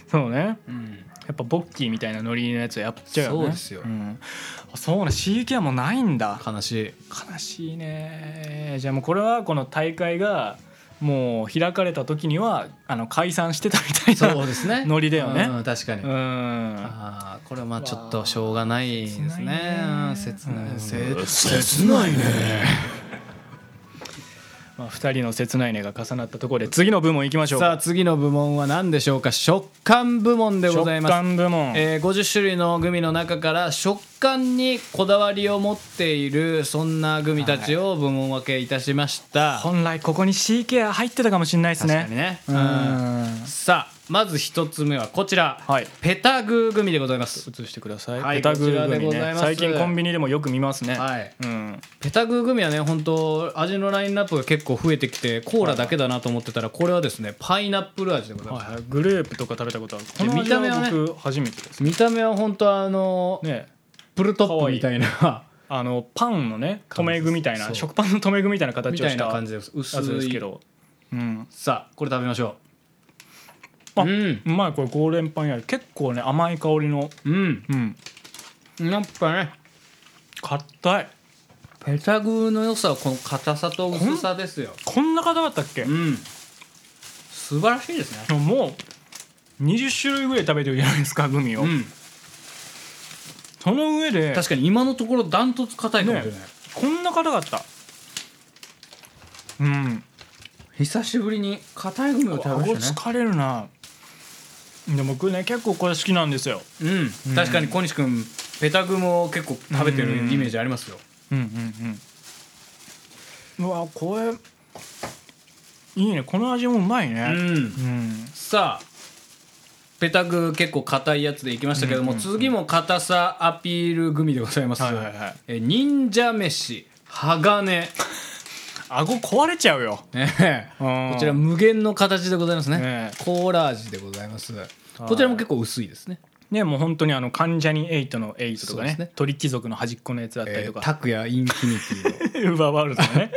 Speaker 2: そうね
Speaker 1: うん。
Speaker 2: やっぱボッキーみたいなノリのやつはやっちゃうよね
Speaker 1: そうですよ
Speaker 2: んあそうな CK はもうないんだ
Speaker 1: 悲しい。
Speaker 2: 悲しいねじゃあもうこれはこの大会がもう開かれた時にはあの解散してたみたいな
Speaker 1: そうですね。
Speaker 2: ノリだよね
Speaker 1: うん確かに。
Speaker 2: う
Speaker 1: あ
Speaker 2: ん
Speaker 1: あこれはまあちょっとしょうがないです
Speaker 2: う
Speaker 1: ね
Speaker 2: わ。
Speaker 1: うん切ない。切
Speaker 10: 切ないね
Speaker 2: まあ、2人の切ない音が重なったところで次の部門いきましょう
Speaker 6: さあ次の部門は何でしょうか食感部門でご
Speaker 2: 食
Speaker 6: ざいます
Speaker 2: 感部門、
Speaker 6: えー50種類のグミの中から食感にこだわりを持っているそんなグミたちを部門分けいたしました、
Speaker 2: 本来ここに C ケア入ってたかもしれないです
Speaker 6: 確か
Speaker 2: ね
Speaker 6: にね、
Speaker 2: う
Speaker 6: うん
Speaker 2: ん
Speaker 6: さあまず一つ目はこちら、
Speaker 2: はい
Speaker 6: ペタグーグミでございます
Speaker 2: 移してください、
Speaker 6: はい
Speaker 2: ペタグーグ
Speaker 6: こちらで
Speaker 2: ミ
Speaker 6: ござい
Speaker 2: ね
Speaker 6: ます
Speaker 2: 最近コンビニでもよく見ますね、
Speaker 6: はい
Speaker 2: うん、
Speaker 6: ペタグーグミはね本当味のラインナップが結構増えてきてコーラだけだなと思ってたらこれはですねパイナップル味でございます、
Speaker 2: はいはいグレープとか食べたことあるこの
Speaker 6: 見
Speaker 2: 味
Speaker 6: た
Speaker 2: は
Speaker 6: 目はね
Speaker 2: 僕初めてです
Speaker 6: 見た目は本当あの
Speaker 2: ね
Speaker 6: プルトップみたいな
Speaker 2: あのパンのね留め具みたい
Speaker 6: そ
Speaker 2: な
Speaker 6: う
Speaker 2: 食パンの留め具みたいな
Speaker 6: み
Speaker 2: 形を
Speaker 6: たい
Speaker 2: し
Speaker 6: な
Speaker 2: た
Speaker 6: 感じです薄
Speaker 2: やつです
Speaker 6: い
Speaker 2: けど、うん、
Speaker 6: さあこれ食べましょう
Speaker 2: あ
Speaker 6: うん
Speaker 2: うまいこれゴールデンパンより結構ね甘い香りの
Speaker 6: うん
Speaker 2: うん
Speaker 6: やっぱね
Speaker 2: 硬い
Speaker 6: ペタグーの良さはこの硬さと薄さですよ
Speaker 2: こんな硬かったっけ
Speaker 6: うん素晴らしいですね
Speaker 2: もう20種類ぐらい食べてるじゃないですかグミを、
Speaker 6: うん
Speaker 2: その上で
Speaker 6: 確かに今のところダントツ硬いかもしれない、
Speaker 2: ねこんな硬かったうん
Speaker 6: 久しぶりに硬いグミを食べ
Speaker 2: 顎
Speaker 6: ましたね
Speaker 2: 疲れるなで僕ね結構これ好きなんですよ
Speaker 6: うん確かに小西君ペタグーも結構食べてるイメージありますよ
Speaker 2: うんうんうんうわこれいいねこの味もうまいね
Speaker 6: うん
Speaker 2: うん
Speaker 6: さあペタグー結構硬いやつでいきましたけども、次も硬さアピールグミでございます、
Speaker 2: はいはいはい
Speaker 6: え忍者飯鋼
Speaker 2: 顎壊れちゃうよ
Speaker 6: ね
Speaker 2: うん
Speaker 6: こちら無限の形でございますね
Speaker 2: ねえ
Speaker 6: コーラ味でございますこちらも結構薄いですね
Speaker 2: ねもう本当にあの関ジャニエイトのエイトとか
Speaker 6: そうで
Speaker 2: ね
Speaker 6: すね
Speaker 2: 鳥貴族の端っこのやつだったりとか、
Speaker 6: 拓也インフィニテ ィの
Speaker 2: ウーバーワールドのね、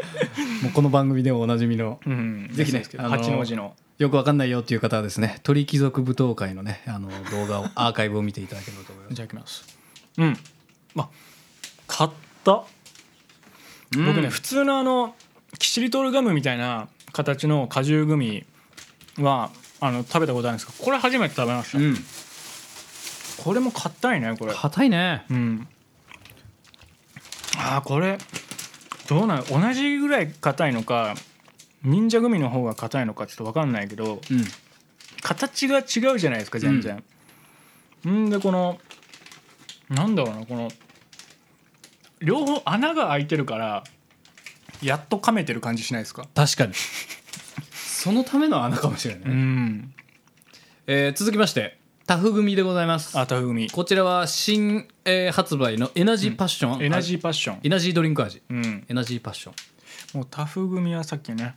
Speaker 6: もうこの 番組でもおなじみの
Speaker 2: うん、
Speaker 6: ぜひねあの
Speaker 2: 八の字の
Speaker 6: よくわかんないよっていう方はですね鳥貴族舞踏会のねあの動画を アーカイブを見ていただければと思います
Speaker 2: じゃあいきますうんあ買った、僕ね普通のあのキシリトールガムみたいな形の果汁グミはあの食べたことあるんですけどこれ初めて食べました、
Speaker 6: うん
Speaker 2: これも硬いねこれ
Speaker 6: 硬いね
Speaker 2: うんあーこれどうなの同じぐらい硬いのか忍者グミの方が硬いのかちょっと分かんないけど
Speaker 6: うん
Speaker 2: 形が違うじゃないですか全然、ん、でこのなんだろうなこの両方穴が開いてるからやっと噛めてる感じしないですか
Speaker 6: 確かに そのための穴かもしれない、
Speaker 2: うん
Speaker 6: えー続きましてタフ組でございます
Speaker 2: あたふみ
Speaker 6: こちらは新、えー発売のエナジーパッション、
Speaker 2: エナジーパッション
Speaker 6: エナジードリンク味、
Speaker 2: うん
Speaker 6: エナジーパッション
Speaker 2: もうタフ組はさっきね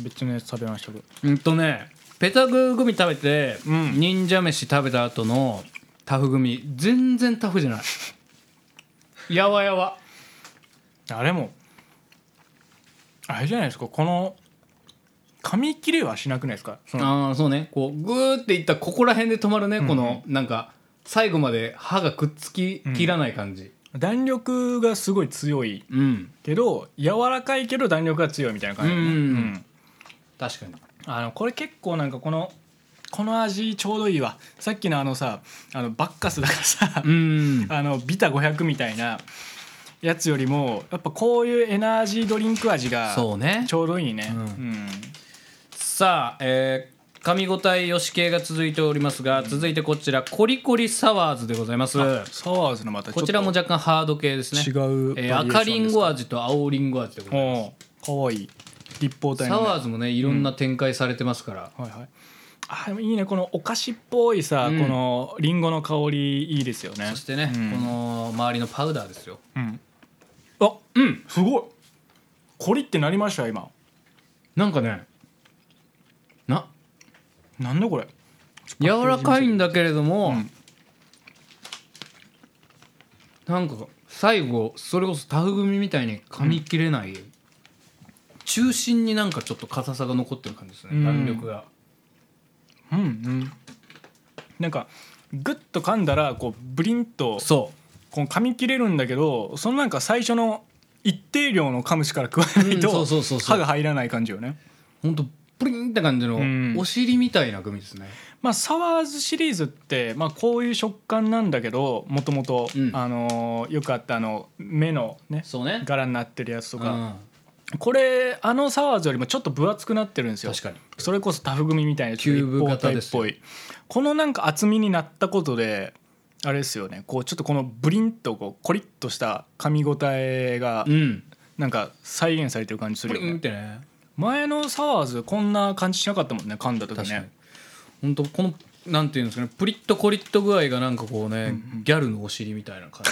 Speaker 2: 別のやつ食べましたけど
Speaker 6: うんとねペタググミ食べて、
Speaker 2: うん
Speaker 6: 忍者飯食べた後のタフグミ全然タフじゃないやわやわ
Speaker 2: あれもあれじゃないですかこの噛み切れはしなくないですかその
Speaker 6: ああそうねこうグーっていったここら辺で止まるね、
Speaker 2: ん
Speaker 6: このなんか最後まで歯がくっつききらない感じ
Speaker 2: 弾力がすごい強い
Speaker 6: うん、
Speaker 2: けど柔らかいけど弾力が強いみたいな感じ、
Speaker 6: うん
Speaker 2: うん
Speaker 6: 確かに
Speaker 2: あのこれ結構なんかこのこの味ちょうどいいわさっきのあのさあのバッカスだからさ、
Speaker 6: うん
Speaker 2: あのビタ500みたいなやつよりもやっぱこういうエナジードリンク味が
Speaker 6: そうね
Speaker 2: ちょうどいいね
Speaker 6: うん
Speaker 2: うん
Speaker 6: さあ、えー噛み応えよし系が続いておりますが、続いてこちらコリコリサワーズでございます
Speaker 2: あサワーズのまたちょ
Speaker 6: こ
Speaker 2: っと
Speaker 6: ちらも若干ハード系ですね
Speaker 2: 違うバリエーションです
Speaker 6: えー
Speaker 2: か
Speaker 6: 赤リンゴ味と青リンゴ味でござい
Speaker 2: おうかわいい立方
Speaker 6: ます
Speaker 2: 体
Speaker 6: サ
Speaker 2: のね、
Speaker 6: ワーズもねいろんな展開されてますから、
Speaker 2: はいはいあでもいいねこのお菓子っぽいさ、
Speaker 6: うん
Speaker 2: このリンゴの香りいいですよね
Speaker 6: そしてね、
Speaker 2: うん
Speaker 6: この周りのパウダーですよ
Speaker 2: うんあうんすごいコリってなりましたよ今
Speaker 6: なんかねな
Speaker 2: なんだこれ
Speaker 6: 柔らかいんだけれども、
Speaker 2: うん
Speaker 6: なんか最後それこそタフ組みたいに噛み切れない、中心になんかちょっと硬さが残ってる感じですね、
Speaker 2: ん
Speaker 6: 弾力が
Speaker 2: うんうんなんかグッと噛んだらこうブリンと
Speaker 6: そ
Speaker 2: こう噛み切れるんだけどそのなんか最初の一定量の噛む力加えないうと
Speaker 6: んそうそうそうそ
Speaker 2: 歯
Speaker 6: う
Speaker 2: が入らない感じよね
Speaker 6: うほんとプリンって感じの
Speaker 2: うん
Speaker 6: お尻みたいなグミですね、
Speaker 2: まあ、サワーズシリーズって、まあ、こういう食感なんだけどもともと
Speaker 6: うん
Speaker 2: あのーよくあったあの目のね
Speaker 6: そうね
Speaker 2: 柄になってるやつとか、
Speaker 6: うん
Speaker 2: これあのサワーズよりもちょっと分厚くなってるんですよ
Speaker 6: 確かに
Speaker 2: それこそタフ組みたいな
Speaker 6: キューブ型ですよ
Speaker 2: 一方体っぽいこのなんか厚みになったことであれですよねこうちょっとこのブリンとこうコリッとした噛み応えが
Speaker 6: うん
Speaker 2: なんか再現されてる感じす
Speaker 6: プ
Speaker 2: るよ
Speaker 6: リンっ
Speaker 2: ね
Speaker 6: てね
Speaker 2: 前のサワーズこんな感じしなかったもんね噛んだ時
Speaker 6: 確かに
Speaker 2: ね
Speaker 6: 本当このなんていうんですかねプリッとコリッと具合がなんかこうね、ギャルのお尻みたいな感じ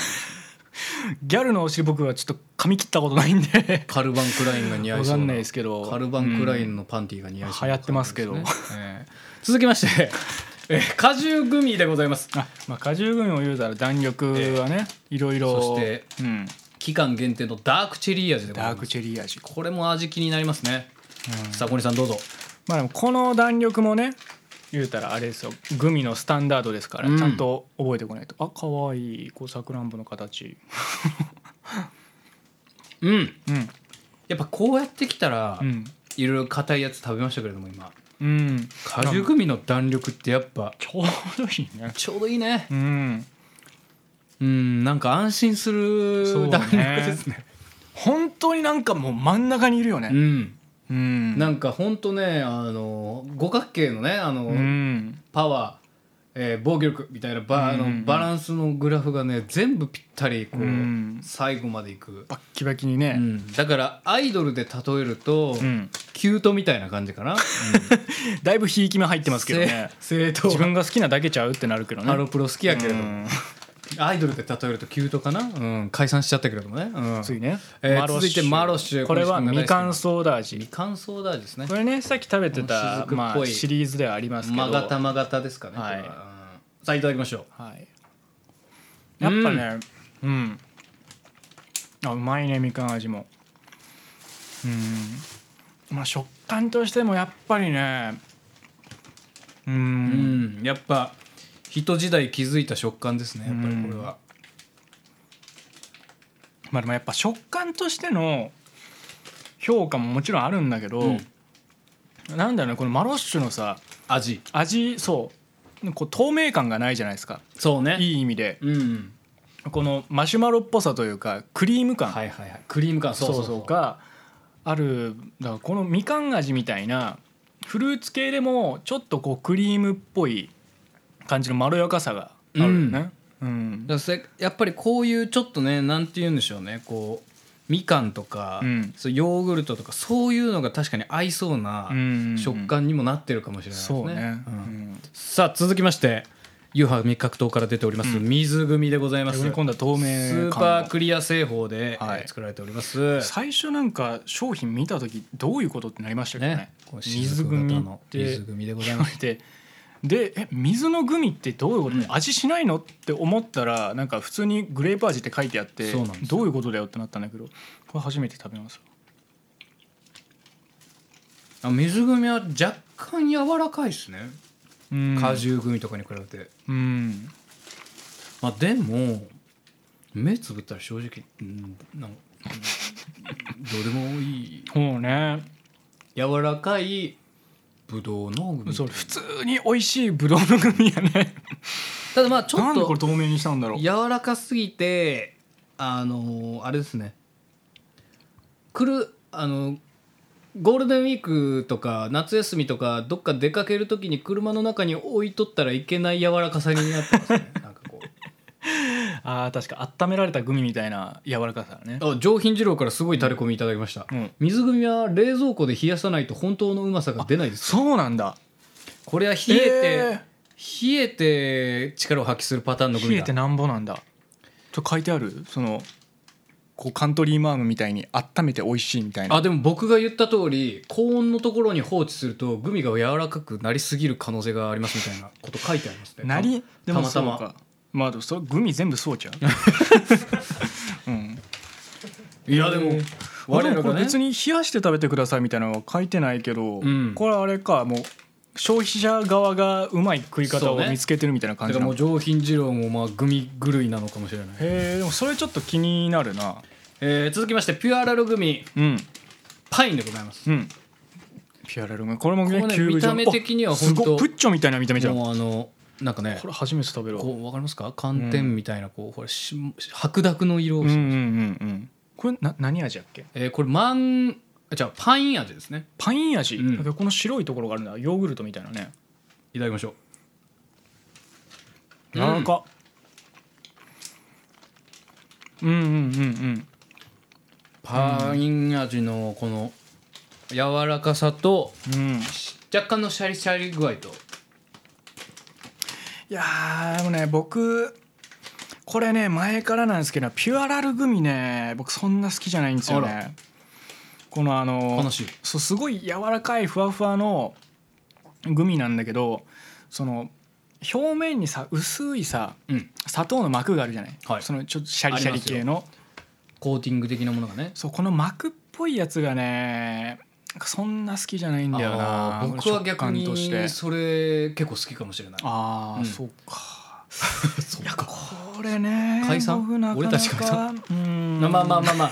Speaker 2: ギャルのお尻僕はちょっと噛み切ったことないん で
Speaker 6: カルバンクラインが似合いそう
Speaker 2: わかんないですけど
Speaker 6: カルバンクラインのパンティーが似合いそうな
Speaker 2: 流行ってますけど
Speaker 6: 感 じですねええ続きましてえー果汁グミでございます
Speaker 2: あまあ果汁グミを言うたら弾力はねいろいろ
Speaker 6: そして
Speaker 2: うん
Speaker 6: 期間限定のダークチェリー味でござい
Speaker 2: ダー
Speaker 6: ま
Speaker 2: ク
Speaker 6: す
Speaker 2: チェリー味
Speaker 6: これも味気になりますね、さあ小西さんどうぞ
Speaker 2: まあでもこの弾力もね言うたらあれですよグミのスタンダードですから、
Speaker 6: うん
Speaker 2: ちゃんと覚えてこないとあ可愛いこうさくらんぼの形
Speaker 6: うん
Speaker 2: うん
Speaker 6: やっぱこうやってきたら、
Speaker 2: うん
Speaker 6: いろいろ硬いやつ食べましたけれども今
Speaker 2: うん
Speaker 6: 果汁グミの弾力ってやっぱ
Speaker 2: ちょうどいいね
Speaker 6: ちょうどいいね
Speaker 2: うん
Speaker 6: うんなんか安心す
Speaker 2: そう
Speaker 6: る
Speaker 2: ね
Speaker 6: 弾力ですね
Speaker 2: 本当になんかもう真ん中にいるよ
Speaker 6: う
Speaker 2: ね
Speaker 6: ん
Speaker 2: うん
Speaker 6: なんかほんとねあの五角形のねあの、
Speaker 2: うん
Speaker 6: パワー、えー防御力みたいなバ,、
Speaker 2: うんうんうん
Speaker 6: あのバランスのグラフがね全部ぴったりこう、
Speaker 2: うん
Speaker 6: 最後までいく、
Speaker 2: バッキバキに
Speaker 6: う
Speaker 2: ね
Speaker 6: んだからアイドルで例えると、
Speaker 2: うん
Speaker 6: キュートみたいな感じかな、
Speaker 2: だいぶひいき目入ってますけどね
Speaker 6: 正当
Speaker 2: 自分が好きなだけちゃうってなるけどね
Speaker 6: ハロプロ好きやけれど、
Speaker 2: うん
Speaker 6: アイドルで例えるとキュートかな、うん、解散しちゃったけれどもね、うん、
Speaker 2: 次ね、
Speaker 6: えー
Speaker 2: マロッシュ
Speaker 6: 続いてマロッシュ
Speaker 2: これは
Speaker 6: 小西君が大好
Speaker 2: み
Speaker 6: きな
Speaker 2: かんソーダ
Speaker 6: 未
Speaker 2: 味
Speaker 6: 完走だですね
Speaker 2: これねさっき食べて
Speaker 6: もう
Speaker 2: た、
Speaker 6: 雫っぽい
Speaker 2: まあ、シリーズではありますけど
Speaker 6: まがたまがたですかね、
Speaker 2: はい
Speaker 6: これはうんさあいただきましょう
Speaker 2: はい、やっぱねうん、あうまいねみかん味もうんまあ食感としてもやっぱりねうん
Speaker 6: うんやっぱ人時代気づいた食感ですねやっぱりこれは、
Speaker 2: まあでもやっぱ食感としての評価ももちろんあるんだけど、
Speaker 6: うん
Speaker 2: なんだろうねこのマロッシュのさ
Speaker 6: 味
Speaker 2: 味そうこう透明感がないじゃないですか
Speaker 6: そうね
Speaker 2: いい意味で
Speaker 6: うん
Speaker 2: このマシュマロっぽさというかクリーム感、
Speaker 6: はいはいはいクリーム感
Speaker 2: そうそうがあるだからこのみかん味みたいなフルーツ系でもちょっとこうクリームっぽい感じのまろやかさがあるよね。うん
Speaker 6: だからせやっぱりこういうちょっとねなんて言うんでしょうねこうみかんとか、
Speaker 2: うん
Speaker 6: そうヨーグルトとかそういうのが確かに合いそうな
Speaker 2: うん
Speaker 6: 食感にもなってるかもしれないですね,
Speaker 2: そ
Speaker 6: うん、
Speaker 2: うね、
Speaker 6: さあ続きましてユーハ味覚糖から出ております、水組でございます
Speaker 2: 読み込んだ透
Speaker 6: スー
Speaker 2: 明
Speaker 6: パ
Speaker 2: 感
Speaker 6: ークリア製法で、
Speaker 2: はい
Speaker 6: えー作られております
Speaker 2: 最初なんか商品見た時どういうことってなりましたけどね
Speaker 6: ねこう
Speaker 2: 水
Speaker 6: 雫
Speaker 2: グ
Speaker 6: 型
Speaker 2: ミ
Speaker 6: の
Speaker 2: って
Speaker 6: 水組でございます
Speaker 2: ででえ水のグミってどういうこと、
Speaker 6: うん
Speaker 2: 味しないのって思ったらなんか普通にグレープ味って書いてあって
Speaker 6: そうなんですよ
Speaker 2: どういうことだよってなったんだけどこれ初めて食べます
Speaker 6: あ水組は若干柔らかいですね
Speaker 2: うん
Speaker 6: 果汁組とかに比べて、
Speaker 2: うん
Speaker 6: まあでも目つぶったら正直うんなんかうんどうでもいい
Speaker 2: そうね
Speaker 6: 柔らかいぶどうのグミ
Speaker 2: それ普通に美味しいブドウのグミやね
Speaker 6: ただまあちょ
Speaker 2: な
Speaker 6: っ
Speaker 2: んでこれ
Speaker 6: と
Speaker 2: 透明にしたんだろう
Speaker 6: 柔らかすぎてあのーあれですねくるあのゴールデンウィークとか夏休みとかどっか出かけるときに車の中に置いとったらいけない柔らかさになってますねなんかこう
Speaker 2: あー確か温められたグミみたいな柔らかさだね
Speaker 6: あ上品二郎からすごいタレコミいただきました、
Speaker 2: うん
Speaker 6: 水組は冷蔵庫で冷やさないと本当のうまさが出ないです
Speaker 2: そうなんだ
Speaker 6: これは冷
Speaker 2: え
Speaker 6: えて、冷えて力を発揮するパターンの組
Speaker 2: 冷え
Speaker 6: だ
Speaker 2: てなんぼなんだと書いてあるそのこうカントリーマームみたいに温めて美味しいみたいな
Speaker 6: あでも僕が言った通り高温のところに放置するとグミが柔らかくなりすぎる可能性がありますみたいなこと書いてありますね
Speaker 2: なりで
Speaker 6: たた
Speaker 2: も
Speaker 6: また
Speaker 2: そうか
Speaker 6: ま
Speaker 2: まあでもそれグミ全部そう じゃんうん
Speaker 6: いやでも我
Speaker 2: で
Speaker 6: 々
Speaker 2: もこれ
Speaker 6: がね
Speaker 2: 別に冷やして食べてくださいみたいなのは書いてないけど、
Speaker 6: うん
Speaker 2: これあれかもう消費者側がうまい食い方
Speaker 6: そう
Speaker 2: を
Speaker 6: ね
Speaker 2: 見つけてるみたいな感
Speaker 6: だ
Speaker 2: じ
Speaker 6: か
Speaker 2: な
Speaker 6: らも
Speaker 2: の、
Speaker 6: う上品二郎もまあグミ狂いなのかもしれない、
Speaker 2: へえでもそれちょっと気になるな
Speaker 6: えー続きましてピュアラルグミ
Speaker 2: うん
Speaker 6: パインでございます
Speaker 2: うんピュアラルムこれもね
Speaker 6: これね
Speaker 2: キューブ
Speaker 6: 見た目
Speaker 2: 状
Speaker 6: 的には
Speaker 2: あす
Speaker 6: 本当
Speaker 2: ごいプッチョみたいな見た目じゃんこ
Speaker 6: もうあのなんかね
Speaker 2: れ初めて食べるわ
Speaker 6: こうわかりますか寒天みたいなこうほらし白濁の色を
Speaker 2: うん
Speaker 6: し
Speaker 2: う
Speaker 6: て
Speaker 2: んうんうんこれな何味だっけ
Speaker 6: えーこれマンあじゃあパイン味ですね
Speaker 2: パイン味、
Speaker 6: うん
Speaker 2: だけどこの白いところがあるんだヨーグルトみたいなね
Speaker 6: いただきましょう
Speaker 2: なんかうんうんうんうん
Speaker 6: パイン味のこの柔らかさと
Speaker 2: うん、
Speaker 6: 若干のシャリシャリ具合と
Speaker 2: いやーでもね僕これね前からなんですけどピュアラルグミね僕そんな好きじゃないんですよ
Speaker 6: あら
Speaker 2: ねこのあの
Speaker 6: 悲しい
Speaker 2: そうすごい柔らかいふわふわのグミなんだけどその表面にさ薄いさ
Speaker 6: うん
Speaker 2: 砂糖の膜があるじゃない、
Speaker 6: はい
Speaker 2: そのちょっとシャリシャリ系の
Speaker 6: コーティング的なものがね
Speaker 2: そうこの膜っぽいやつがねなんかそんな好きじゃないんだよな
Speaker 6: あー僕は逆
Speaker 2: 食感として
Speaker 6: にそれ結構好きかもしれない
Speaker 2: ああ、
Speaker 6: うん
Speaker 2: そうか
Speaker 6: そうか
Speaker 2: これね
Speaker 6: 解散
Speaker 2: 僕なかなか
Speaker 6: 俺たち解散
Speaker 2: うん
Speaker 6: まあまあまあまあま あ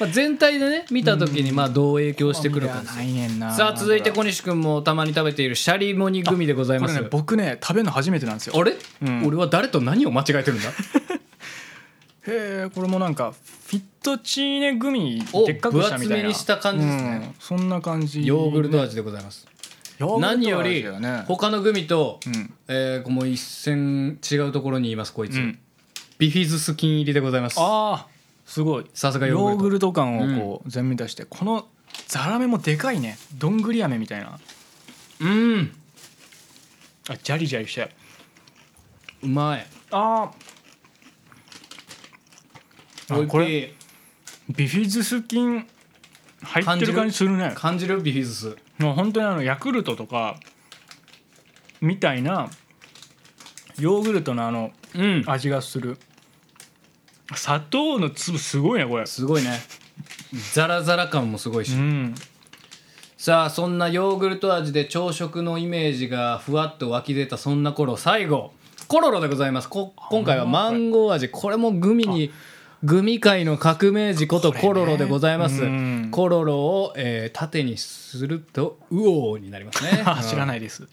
Speaker 6: まあ全体でね見た時にまあどう影響してくるかです
Speaker 2: 好みではないねんな
Speaker 6: さあ続いて小西君もたまに食べているシャリモニグミでござい
Speaker 2: こ
Speaker 6: ま
Speaker 2: れ
Speaker 6: す
Speaker 2: ね僕ね食べるの初めてなんですよ
Speaker 6: あれ、
Speaker 2: うん
Speaker 6: 俺は誰と何を間違えて るんだ
Speaker 2: へえこれもなんかフィットチーネグミ
Speaker 6: お
Speaker 2: でっかくしたみたいな
Speaker 6: 分厚めにした感じですね
Speaker 2: うんそんな感じ
Speaker 6: ヨーグルト味でございます、
Speaker 2: ヨーグルト
Speaker 6: 何よ
Speaker 2: 味
Speaker 6: り
Speaker 2: だね
Speaker 6: 他のグミと、
Speaker 2: うん
Speaker 6: えー、もう一線違うところにいますこいつ、
Speaker 2: うん
Speaker 6: ビフィズス菌入りでございます
Speaker 2: ああすごい
Speaker 6: さすがヨ
Speaker 2: ヨ
Speaker 6: ー
Speaker 2: ー
Speaker 6: グ
Speaker 2: グ
Speaker 6: ル
Speaker 2: ルト感をこう全面に出してこのザラメもでかいねどんぐり飴みたいな
Speaker 6: トうん
Speaker 2: あジャリジャリして
Speaker 6: うまい
Speaker 2: あーあこ
Speaker 6: 美味
Speaker 2: れ
Speaker 6: しい
Speaker 2: ビフィズス菌入ってる感じするね
Speaker 6: 感じるビフィズス
Speaker 2: もう本当にあのヤクルトとかみたいなヨーグルトのあの
Speaker 6: うん
Speaker 2: 味がする砂糖の粒すごいねこれ
Speaker 6: すごいねザラザラ感もすごいし、
Speaker 2: うん
Speaker 6: さあそんなヨーグルト味で朝食のイメージがふわっと湧き出たそんな頃最後コロロでございますこ今回はマンゴー味これもグミにグミ界の革命児ことコロロでございます、
Speaker 2: うん
Speaker 6: コロロを、えー縦にするとウオーになりますね
Speaker 2: あ知らないい です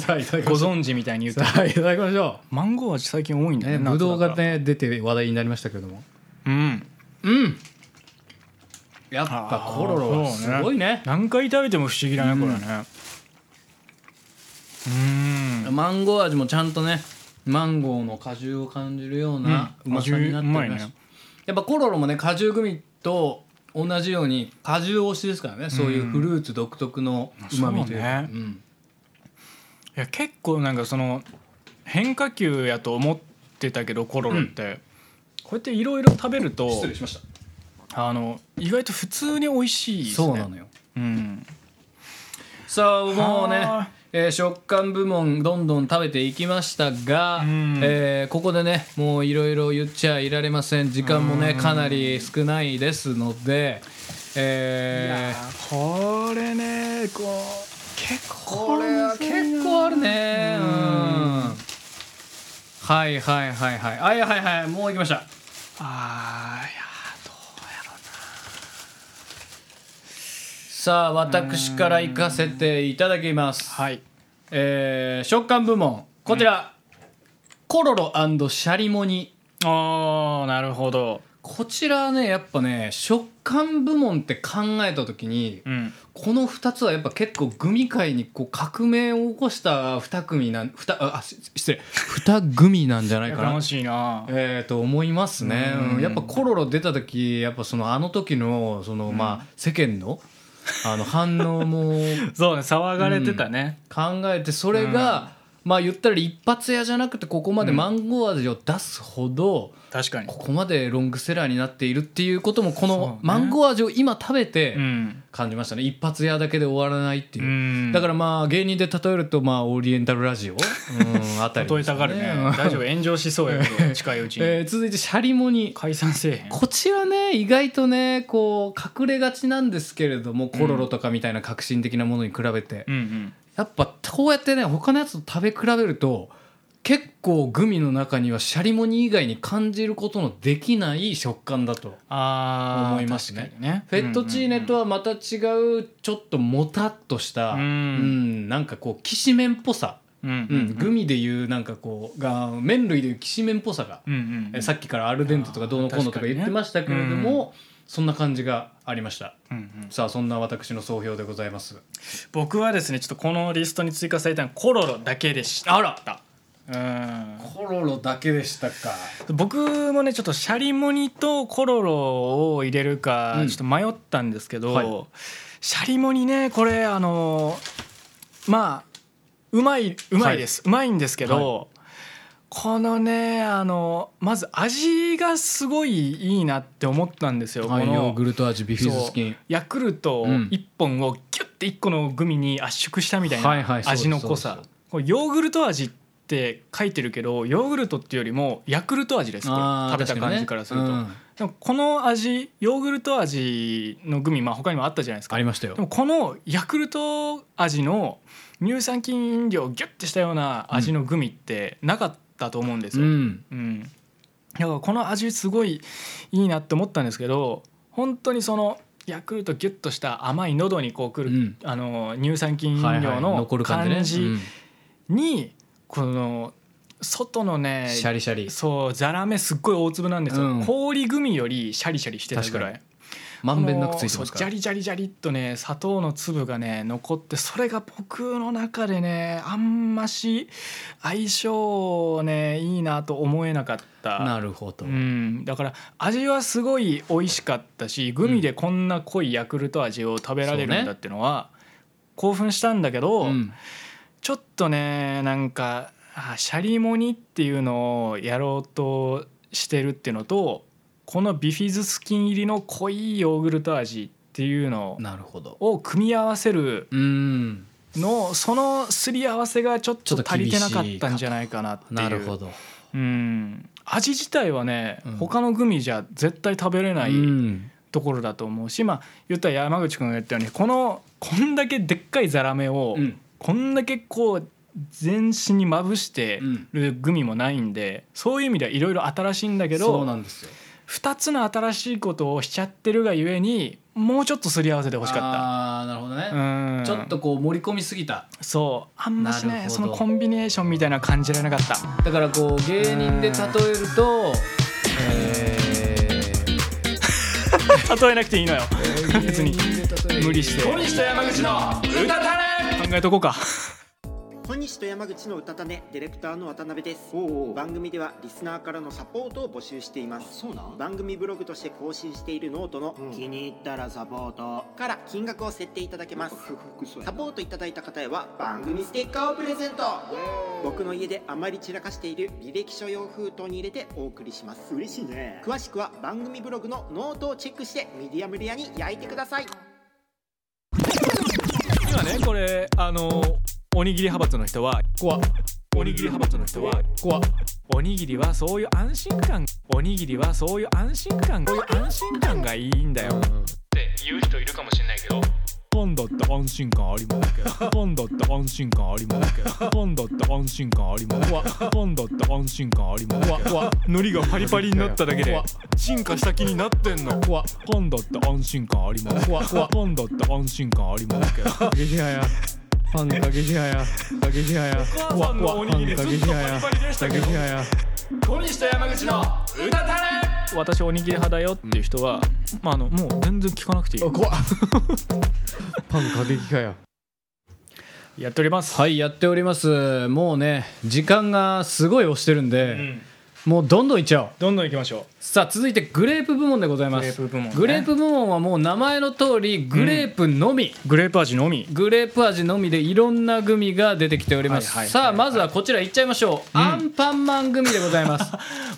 Speaker 6: さあいただき
Speaker 2: ご
Speaker 6: ましょ
Speaker 2: 存知みたいに言うと
Speaker 6: うさあいただきましょ
Speaker 2: マンゴー味最近多いん
Speaker 6: う
Speaker 2: だ
Speaker 6: ね
Speaker 2: よね
Speaker 6: ぶどうが
Speaker 2: 夏だから
Speaker 6: ね出て話題になりましたけれども
Speaker 2: うん
Speaker 6: うんやっぱコロロはすごいね
Speaker 2: 何回食べても不思議だねこれねうん
Speaker 6: マンゴー味もちゃんとねマンゴーの果汁を感じるようなう
Speaker 2: うん
Speaker 6: まさになっており
Speaker 2: 味
Speaker 6: ま
Speaker 2: うま
Speaker 6: す、
Speaker 2: いね
Speaker 6: やっぱコロロもね果汁グミと同じように果汁推しですからねそういうフルーツ独特のうまみというか、
Speaker 2: そうね
Speaker 6: ん
Speaker 2: いや結構なんかその変化球やと思ってたけどコロロって、こうやっていろいろ食べると
Speaker 6: 失礼しました
Speaker 2: あの意外と普通に美味しいですね
Speaker 6: そうなのよ
Speaker 2: うん
Speaker 6: さあもう
Speaker 2: は
Speaker 6: ね
Speaker 2: あ、
Speaker 6: えー食感部門どんどん食べていきましたが、
Speaker 2: ん
Speaker 6: えーここでねもういろいろ言っちゃいられません時間もねかなり少ないですので、えー
Speaker 2: これねこう結構
Speaker 6: これは結構あるねうんはいはいはいはいあいやはいはいもう行きました
Speaker 2: あーいや
Speaker 6: さあ私から行かせていただきます
Speaker 2: はい
Speaker 6: えー食感部門こちら、コロロシャリモニ
Speaker 2: あーなるほど
Speaker 6: こちらねやっぱね食感部門って考えた時に、
Speaker 2: うん
Speaker 6: この2つはやっぱ結構グミ界にこう革命を起こした2組なん2あし失礼2組なんじゃないかな
Speaker 2: 楽しいな
Speaker 6: えー、と思いますね、
Speaker 2: うん
Speaker 6: うんやっぱコロロ出た時やっぱそのあの時のその、まあ、世間のあの反応も
Speaker 2: そうね騒がれてたね、
Speaker 6: 考えてそれが、まあ言ったら一発屋じゃなくてここまでマンゴー味を出すほど、
Speaker 2: 確かに
Speaker 6: ここまでロングセラーになっているっていうこともこ
Speaker 2: そう
Speaker 6: の
Speaker 2: ね
Speaker 6: マンゴー味を今食べ
Speaker 2: う
Speaker 6: て
Speaker 2: ん
Speaker 6: 感じましたね一発屋だけで終わらないっていうう。
Speaker 2: ん
Speaker 6: だからまあ芸人で例えるとまあオリエンタルラジオ、うん、あたり
Speaker 2: 問
Speaker 6: で
Speaker 2: い
Speaker 6: すか
Speaker 2: た
Speaker 6: ね、
Speaker 2: がるね大丈夫炎上しそうやけど近いうちに、
Speaker 6: えー続いてシャリモニ
Speaker 2: 解散せえへん
Speaker 6: こちらね意外とねこう隠れがちなんですけれどもコロロとかみたいな革新的なものに比べて、
Speaker 2: うんうん
Speaker 6: やっぱこうやってね他のやつと食べ比べると結構グミの中にはシャリモニ以外に感じることのできない食感だと
Speaker 2: あー
Speaker 6: 思いますね
Speaker 2: 確かにね
Speaker 6: フェットチーネとはまた違うちょっともたっとした、
Speaker 2: うん
Speaker 6: うんなんかこうきしめんっぽさ、
Speaker 2: うんうん
Speaker 6: うんグミでいうなんかこうが麺類でいうきしめんっぽさが
Speaker 2: うんうんうん
Speaker 6: えさっきからアルデンテとかどうのこうのとか言ってましたけれども、そんな感じがありました、
Speaker 2: うんうん
Speaker 6: さあそんな私の総評でございます
Speaker 2: 僕はですねちょっとこのリストに追加されたのはコロロだけでしたあらうん
Speaker 6: コロロだけでしたか
Speaker 2: 僕もねちょっとシャリモニとコロロを入れるか
Speaker 6: うん
Speaker 2: ちょっと迷ったんですけど、
Speaker 6: はい
Speaker 2: シャリモニねこれあのまあうまいうまいです、うまいんですけど、このねあのまず味がすごいいいなって思ったんですよ。
Speaker 6: は
Speaker 2: こ
Speaker 6: い
Speaker 2: の
Speaker 6: ヨーグルト味ビフィズスキン
Speaker 2: そうヤクルト
Speaker 6: うん
Speaker 2: 1本をギュッて1個のグミに圧縮したみたい
Speaker 6: はいはい
Speaker 2: な
Speaker 6: そうです
Speaker 2: 味の濃
Speaker 6: そう
Speaker 2: さ
Speaker 6: です
Speaker 2: これヨーグルト味って書いてるけどヨーグルトっていうよりもヤクルト味ですこれ
Speaker 6: あー
Speaker 2: 食べた
Speaker 6: 確に
Speaker 2: 感
Speaker 6: ね
Speaker 2: じからすると、
Speaker 6: うん
Speaker 2: でもこの味ヨーグルト味のグミまあ他にもあったじゃないですか
Speaker 6: ありましたよ
Speaker 2: でもこのヤクルト味の乳酸菌飲料をギュッてしたような味のグミってなかったと思うんです
Speaker 6: う
Speaker 2: よ、
Speaker 6: ん
Speaker 2: うん、だからこの味すごいいいなって思ったんですけど本当にそのヤクルトギュッとした甘い喉にこうくる、
Speaker 6: うん
Speaker 2: あの乳酸菌飲
Speaker 6: はいは
Speaker 2: 料
Speaker 6: い
Speaker 2: の
Speaker 6: 残る感じね
Speaker 2: 感
Speaker 6: う
Speaker 2: じ
Speaker 6: ん
Speaker 2: にこの外のね
Speaker 6: シャリシャリ
Speaker 2: そうザラメすっごい大粒なんですよ、
Speaker 6: うん
Speaker 2: 氷グミよりシャリシャリしてたぐらい
Speaker 6: まんべんなくついてます
Speaker 2: そう
Speaker 6: か
Speaker 2: ジャ
Speaker 6: ら
Speaker 2: リジャリジャリっとね砂糖の粒がね残ってそれが僕の中でねあんまし相性ねいいなと思えなかった
Speaker 6: なるほど
Speaker 2: うん、だから味はすごい美味しかったしグミでこんな濃いヤクルト味を食べられるんだってのは興奮したんだけど、
Speaker 6: うん
Speaker 2: ちょっとねなんかあシャリモニっていうのをやろうとしてるっていうのとこのビフィズス菌入りの濃いヨーグルト味っていうの
Speaker 6: なるほど
Speaker 2: を組み合わせる
Speaker 6: うん
Speaker 2: のそのすり合わせがちょっと
Speaker 6: ちょっと
Speaker 2: 足
Speaker 6: 厳
Speaker 2: り
Speaker 6: しい
Speaker 2: てなかったんじゃないかなっていう。
Speaker 6: なるほど
Speaker 2: うん味自体はね、
Speaker 6: うん
Speaker 2: 他のグミじゃ絶対食べれない
Speaker 6: うん
Speaker 2: ところだと思うし、まあ言ったら山口君が言ったようにこのこんだけでっかいザラメを、
Speaker 6: うん
Speaker 2: こんだけこう全身にまぶしてるグミもないんで、そういう意味ではいろいろ新しいんだけ
Speaker 6: そうな
Speaker 2: ど
Speaker 6: んですよ
Speaker 2: 2つの新しいことをしちゃってるがゆえにもうちょっとすり合わせてほしかっ
Speaker 6: ああなるほど
Speaker 2: た。
Speaker 6: ね
Speaker 2: うん
Speaker 6: ちょっとこう盛り込みすぎた
Speaker 2: そうあんまし
Speaker 6: なる
Speaker 2: ね
Speaker 6: ほど
Speaker 2: そのコンビネーションみたいな感じられなかった
Speaker 6: だからこう芸人で例えるとえ
Speaker 2: 例えなくていいのよ
Speaker 6: ー
Speaker 2: 別に
Speaker 6: 芸人で例える
Speaker 2: 無理して
Speaker 6: 小西と山口の
Speaker 2: 考えとこうか
Speaker 11: 小西と山口の歌たねディレクターの渡辺です番組ではリスナーからのサポートを募集しています番組ブログとして更新しているノートの、気に入ったらサポートから金額を設定いただけますサポートいただいた方へは番組ステッカーをプレゼント僕の家であまり散らかしている履歴書用封筒に入れてお送りします嬉しいね詳しくは番組ブログのノートをチェックしてミディアムレアに焼いてください
Speaker 2: 今ねこれあのおにぎり派閥の人はおにぎり派閥の人はおにぎりはそういう安心感おにぎりはそういう安心感こういう安心感がいいんだよって言う人いるかもしれないけどパンダって安心感ありますけどパンダって安心感ありますけどパンダって安心感ありますパンダって安心感ありますけど海苔がパリパリになっただけで進化した気になってんのパンダって安心感あり ますけどパンダって安心感ありますけど
Speaker 12: パンかけひはやかけひはや
Speaker 2: 母さんのおにぎりずっとパリパリでしたけど小西と山口の歌たれ私おにぎり派だよっていう人は、まあ、あのもう全然聞かなくていい
Speaker 12: パンかけひはや
Speaker 2: やっております
Speaker 6: はいやっておりますもうね時間がすごい押してるんで、
Speaker 2: ん
Speaker 6: もうどんどんいっちゃおう
Speaker 2: どんどんいきましょ
Speaker 6: さあ続いてグレープ部門でございます
Speaker 2: グレープ部門ね
Speaker 6: グレープ部門はもう名前の通りグレープのみ、
Speaker 2: うグレープ味のみ
Speaker 6: グレープ味のみでいろんなグミが出てきております、
Speaker 2: はいはい
Speaker 6: さあまずはこちらいっちゃいましょう、アンパンマングミでございます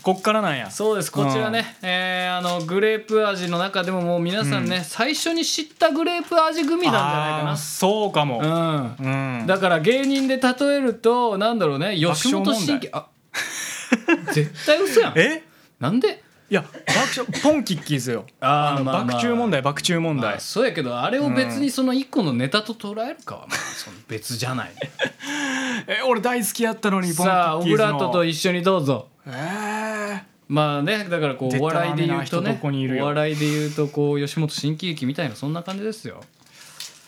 Speaker 2: こっからなんや
Speaker 6: そうですこちらね、えーあのグレープ味の中でももう皆さんね、最初に知ったグレープ味グミなんじ
Speaker 2: あ
Speaker 6: ゃ
Speaker 2: ーそうかも
Speaker 6: ないかなうん
Speaker 2: うん
Speaker 6: だから芸人で例えるとなんだろうね吉本新喜
Speaker 2: 爆
Speaker 6: あ 絶対嘘や ん
Speaker 2: え
Speaker 6: なんで
Speaker 2: いや爆笑ポンキッキーズよ
Speaker 6: あ
Speaker 2: あの、爆中問題爆中問題
Speaker 6: あそうやけどあれを別にその一個のネタと捉えるかは、まあ、その別じゃない
Speaker 2: え俺大好きやったのにポンキ
Speaker 6: さあ
Speaker 2: ッ
Speaker 6: オ
Speaker 2: キー
Speaker 6: ブ
Speaker 2: ズの
Speaker 6: ラートと一緒にどうぞ
Speaker 2: えー
Speaker 6: まあねだからこうお笑いで言
Speaker 2: でたらめ
Speaker 6: うと
Speaker 2: な人ど
Speaker 6: ね
Speaker 2: こにいるよ
Speaker 6: お笑いで言うとこう吉本新喜劇みたいなそんな感じですよ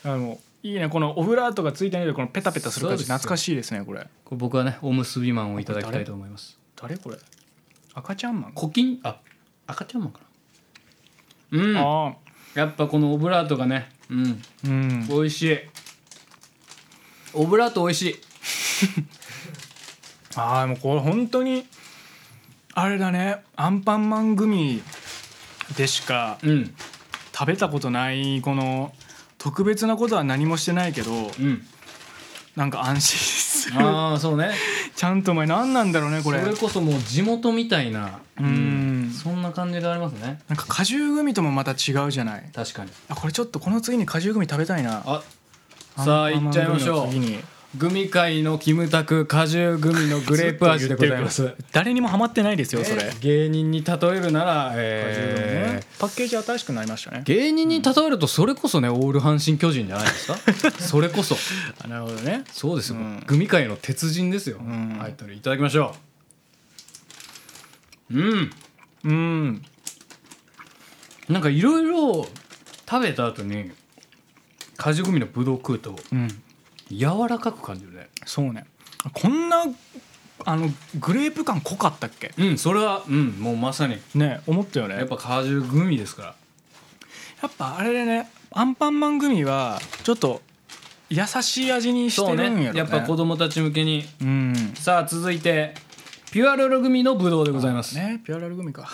Speaker 2: あのいいねこのオブラートがついてないでこのペタペタする感じ
Speaker 6: そうですよ
Speaker 2: 懐かしいですねこれ
Speaker 6: こう僕はねおむすびマンをいただきたいと思います
Speaker 2: 誰これ赤ちゃんマン
Speaker 6: コキンあ赤ちゃんマンかなうん
Speaker 2: あ
Speaker 6: やっぱこのオブラートがねうん
Speaker 2: ーうん
Speaker 6: 美味しいオブラート美味しい
Speaker 2: あーもうこれ本当にあれだねアンパンマングミでしか
Speaker 6: うん
Speaker 2: 食べたことないこの特別なことは何もしてないけど
Speaker 6: うん
Speaker 2: なんか安心する
Speaker 6: ああそうね
Speaker 2: ちゃんとお前何なんだろうねこ
Speaker 6: そ
Speaker 2: れ
Speaker 6: れ こそもう地元みたいな
Speaker 2: う
Speaker 6: うんそんな感じがありますね
Speaker 2: なんか果汁グミともまた違うじゃない
Speaker 6: 確かに
Speaker 2: あこれちょっとこの次に果汁グミ食べたいな
Speaker 6: あさあ行っちゃいましょ
Speaker 2: アンパンマングミ
Speaker 6: う
Speaker 2: の次に
Speaker 6: グミ界のキムタク果汁グミのグレープ味でございます
Speaker 2: 誰にもハマってないですよそれ、
Speaker 6: えー芸人に例えるなら、えー
Speaker 2: パッケージ新しくなりましたね
Speaker 6: 芸人に例えるとそれこそねオール阪神・巨人じゃないですか それこそ
Speaker 2: あなるほどね
Speaker 6: そうですよ、
Speaker 2: うん
Speaker 6: グミ界の鉄人ですよ、
Speaker 2: ん
Speaker 6: 入ったのいただきましょううん
Speaker 2: うん
Speaker 6: なんかいろいろ食べた後に果汁グミのブドウ食うと
Speaker 2: うん
Speaker 6: 柔らかく感じるね
Speaker 2: そうねこんなあのグレープ感濃かったっけ
Speaker 6: うんそれはうんもうまさに
Speaker 2: ね思ったよね
Speaker 6: やっぱ果汁グミですから
Speaker 2: やっぱあれでねアンパンマングミはちょっと優しい味にして
Speaker 6: そう
Speaker 2: るんやろね
Speaker 6: ねやっぱ子供たち向けに
Speaker 2: うん
Speaker 6: さあ続いてピュアロログミのブドウでございます、
Speaker 2: ねピュアラルグミか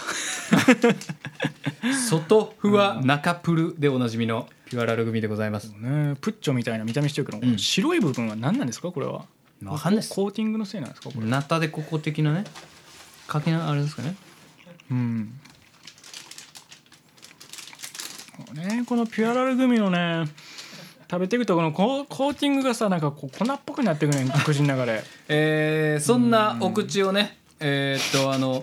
Speaker 6: 外ふわ中プルでおなじみのピュアラルグミでございます
Speaker 2: ねプッチョみたいな見た目してるけど、
Speaker 6: ん
Speaker 2: 白い部分は何なんですかこれは
Speaker 6: わかんないです
Speaker 2: コーティングのせいなんですかこれ
Speaker 6: ナタデココ的なねかけなあれですかね
Speaker 2: うんこうねこのピュアラルグミのね食べていくとこのコーコーティングがさなんかこう粉っぽくなってくね口の中 で
Speaker 6: えーそんなお口をねえーっとあの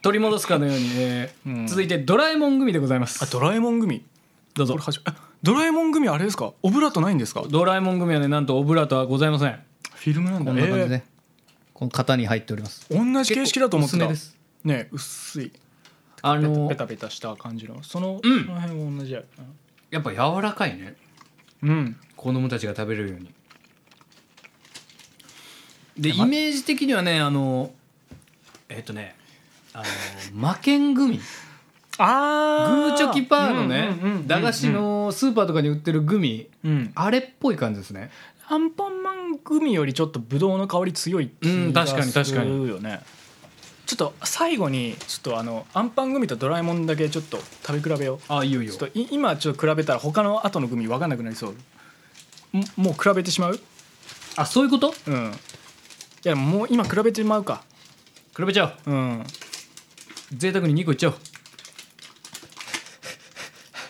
Speaker 6: 取り戻すかのように、えー
Speaker 2: うん
Speaker 6: 続いてドラえもん組でございま
Speaker 2: あ
Speaker 6: す
Speaker 2: ドラえもんグミ
Speaker 6: どう
Speaker 2: こ
Speaker 6: ぞ
Speaker 2: れはじめえドラえもんグミあれですかオブラートないんですかフ
Speaker 6: ドラえもん組はねなんとオブラートはございません
Speaker 2: ィルムなんだえー
Speaker 6: この型に入っております
Speaker 2: 同じ形式だと思ってた
Speaker 6: 薄めです
Speaker 2: ね薄い
Speaker 6: あ
Speaker 2: ペタ
Speaker 6: の
Speaker 2: ペタペタした感じのその,、
Speaker 6: うん
Speaker 2: その辺は同じや
Speaker 6: やっぱ柔らかいね
Speaker 2: うん
Speaker 6: 子供たちが食べれるようにでイメージ的にはねあのえっとねあの魔剣グミグ
Speaker 2: あ
Speaker 6: ーチョキパーのね
Speaker 2: うんうんうんうん
Speaker 6: 駄菓子のスーパーとかに売ってるグミ
Speaker 2: うん
Speaker 6: あれっぽい感じですね
Speaker 2: アンパンマングミよりちょっとブドウの香り強い気
Speaker 6: うん
Speaker 2: が
Speaker 6: 確かに確
Speaker 2: す
Speaker 6: かに
Speaker 2: るよねちょっと最後にちょっとあのアンパングミとドラえもんだけちょっと食べ比べよう
Speaker 6: あいいよいい
Speaker 2: ちょ
Speaker 6: よ
Speaker 2: っとい今ちょっと比べたら他の後のグミ分かんなくなりそうんもう比べてしまう
Speaker 6: あそういうこと
Speaker 2: うんいやもう今比べてしまうか
Speaker 6: 比べちゃおう
Speaker 2: うん
Speaker 6: 贅沢に2個いっちゃおう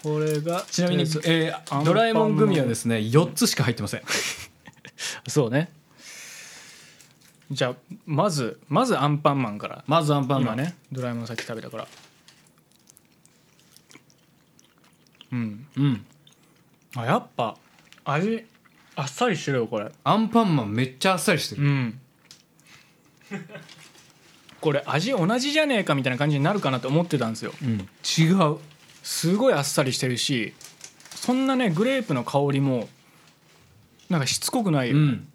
Speaker 2: これが
Speaker 6: ちなみに
Speaker 2: とりあ、
Speaker 6: え
Speaker 2: アンパンマ
Speaker 6: ー、
Speaker 2: ン
Speaker 6: ドラえもんグミはですね4つしか入ってません
Speaker 2: えずそうねじゃあまずまずアンパンマンから
Speaker 6: まずアンパンマ
Speaker 2: 今
Speaker 6: ン
Speaker 2: ねドラえもんさっき食べたからうん
Speaker 6: うん
Speaker 2: あやっぱ味あっさりしてるよこれ
Speaker 6: アンパンマンめっちゃあっさりしてる
Speaker 2: んこれ味同じじゃねえかみたいな感じになるかなと思ってたんですよ
Speaker 6: うん違う
Speaker 2: すごいあっさりしてるしそんなねグレープの香りもなんかしつこくないよ、
Speaker 6: うん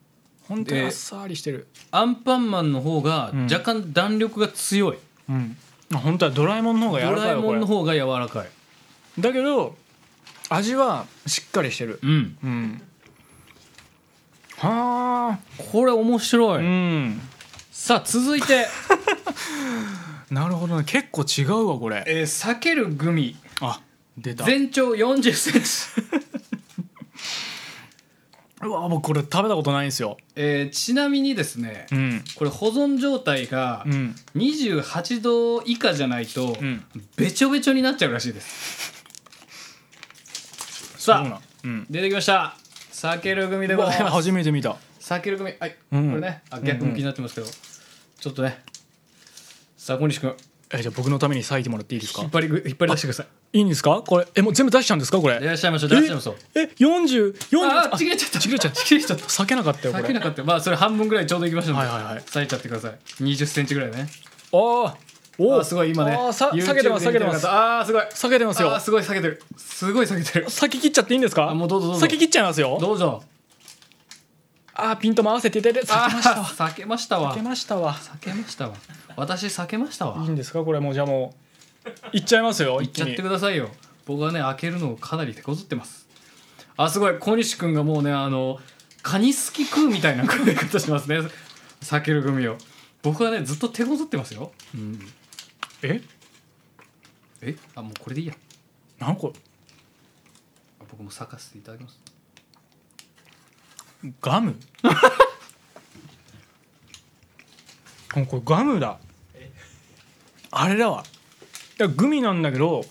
Speaker 2: 本当に
Speaker 6: で
Speaker 2: あっさりしてる、
Speaker 6: アンパンマンの方が
Speaker 2: ん
Speaker 6: 若干弾力が強い、
Speaker 2: うん、あ本当はドラえもんの方が柔
Speaker 6: ド
Speaker 2: ら
Speaker 6: ラ
Speaker 2: か
Speaker 6: え
Speaker 2: いよこ
Speaker 6: もん
Speaker 2: れ
Speaker 6: の方が柔らかい
Speaker 2: だけど味はしっかりしてる
Speaker 6: うん
Speaker 2: うんはあ
Speaker 6: これ面白い、
Speaker 2: うん
Speaker 6: さあ続いて、
Speaker 2: なるほどね結構違うわこれ
Speaker 6: えー、避けるグミ
Speaker 2: あ出た
Speaker 6: 全長4 0ンチ、
Speaker 2: うわ僕これ食べたことないんですよ
Speaker 6: えー、ちなみにですね、
Speaker 2: うん
Speaker 6: これ保存状態が
Speaker 2: うん
Speaker 6: 28度以下じゃないと
Speaker 2: うん
Speaker 6: べちょべちょになっちゃうらしいです、
Speaker 2: そうな
Speaker 6: さ
Speaker 2: ん
Speaker 6: あ
Speaker 2: うん
Speaker 6: 出てきました避ける組でございま す
Speaker 2: 初めて見た
Speaker 6: 避ける組はい、
Speaker 2: うん
Speaker 6: これねあ逆向きになってますけど、ちょっとねさあ小西君
Speaker 2: えじゃあ僕のために割いてもらっていいですか
Speaker 6: 引っ張りぐ引っ張り出してください
Speaker 2: いいんですかこれえもう全部出しちゃうんですかこ
Speaker 6: い
Speaker 2: れ
Speaker 6: らっしゃいましょういらっしゃいましょう
Speaker 2: え四十四
Speaker 6: あ
Speaker 2: 十
Speaker 6: あちぎれちゃった
Speaker 2: ちぎれちゃった
Speaker 6: ちぎれちゃった
Speaker 2: 避けなかったよこ
Speaker 6: 避け
Speaker 2: れ
Speaker 6: なかったよまあそれ半分ぐらいちょうどいきましたので
Speaker 2: はいはいはい
Speaker 6: 裂いちゃってください2 0ンチぐらいね
Speaker 2: おーお
Speaker 6: あ
Speaker 2: ー
Speaker 6: ーすごい今ね
Speaker 2: あーさ
Speaker 6: YouTube
Speaker 2: 避けてます
Speaker 6: で
Speaker 2: 避け
Speaker 6: 見る
Speaker 2: て
Speaker 6: 方
Speaker 2: ます
Speaker 6: あーすごい
Speaker 2: 避けてます
Speaker 6: あ
Speaker 2: よ
Speaker 6: ーすごい避けてるすごい避けてる
Speaker 2: 先切っちゃっていいんですか
Speaker 6: あもうどうぞどうぞ
Speaker 2: 先切っちゃいますよ
Speaker 6: どうぞ
Speaker 2: あーピントも合わせていただいて避
Speaker 6: あ
Speaker 2: けました
Speaker 6: ー避けましたわ
Speaker 2: 避けましたわ
Speaker 6: 避けましたわ私避けましたわ
Speaker 2: いいんですかこれもうじゃあもういっちゃいますよ
Speaker 6: い
Speaker 2: 一
Speaker 6: っち
Speaker 2: 気
Speaker 6: ゃっ
Speaker 2: に
Speaker 6: てくださいよ僕はね開けるのをかなり手こずってますあすごい小西君がもうねあのカニすき食うみたいな食い方しますね避ける組を僕はねずっと手こずってますよ、うん、
Speaker 2: え
Speaker 6: えあもうこれでいいや
Speaker 2: なんか
Speaker 6: 僕も咲かせていただきます
Speaker 2: ガム もうこれガムだあれだわいやグミなんだけど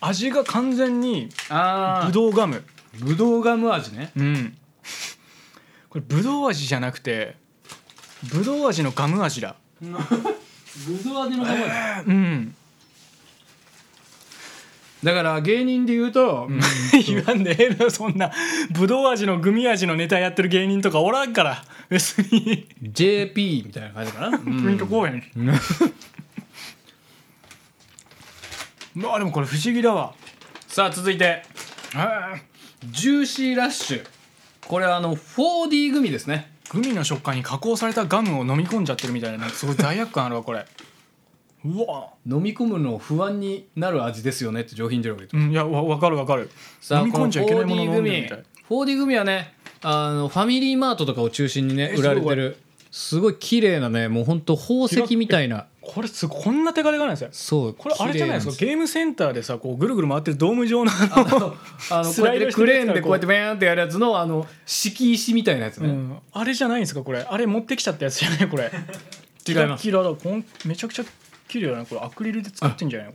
Speaker 2: 味が完全に
Speaker 6: あ
Speaker 2: ぶどうガム
Speaker 6: ぶどうガム味ね
Speaker 2: うんこれぶどう味じゃなくてぶどう味のガム味だ
Speaker 6: ぶどう味のガム味
Speaker 2: うん
Speaker 6: だから芸人で言うと、
Speaker 2: 言わんでええなそんなぶどう味のグミ味のネタやってる芸人とかおらんから別に
Speaker 6: JP みたいな感 じかな、うん
Speaker 2: プリント公園まあでもこれ不思議だわ
Speaker 6: さあ続いてジューシーラッシュこれはあの 4D 組ですね
Speaker 2: グミの食感に加工されたガムを飲み込んじゃってるみたいななんかすごい罪悪感あるわこれうわ
Speaker 6: 飲み込むの不安になる味ですよねって上品ジェロが言って
Speaker 2: うんいやわ分かる分かる
Speaker 6: さ
Speaker 2: 飲
Speaker 6: あ
Speaker 2: み
Speaker 6: こ
Speaker 2: 込
Speaker 6: の
Speaker 2: んじゃいけないもの
Speaker 6: 4D
Speaker 2: 飲んでるみ
Speaker 6: 組
Speaker 2: たい
Speaker 6: 4D 組はねあのファミリーマートとかを中心にね
Speaker 2: え
Speaker 6: 売られてるすごい綺麗なねもうほんと宝石みたいな
Speaker 2: これすごいこんな手軽がないですよ
Speaker 6: そう
Speaker 2: これあれじゃないですか
Speaker 6: 綺麗
Speaker 2: ゲームセンターでさこうぐるぐる回ってるドーム状の
Speaker 6: なんですよあのあのこ
Speaker 2: ス
Speaker 6: うや
Speaker 2: ライ
Speaker 6: っ
Speaker 2: ドして
Speaker 6: てねク
Speaker 2: る
Speaker 6: レ
Speaker 2: やつだ
Speaker 6: ーンでこうやってベーンってやるやつのあの敷石みたいなやつ
Speaker 2: う
Speaker 6: ね、
Speaker 2: ん、あれじゃないんですかこれあれ持ってきちゃったやつじゃないこ れ
Speaker 6: 違います
Speaker 2: キラキラだこんめちゃくちゃ綺麗だなこれアクリルで作ってんじゃないの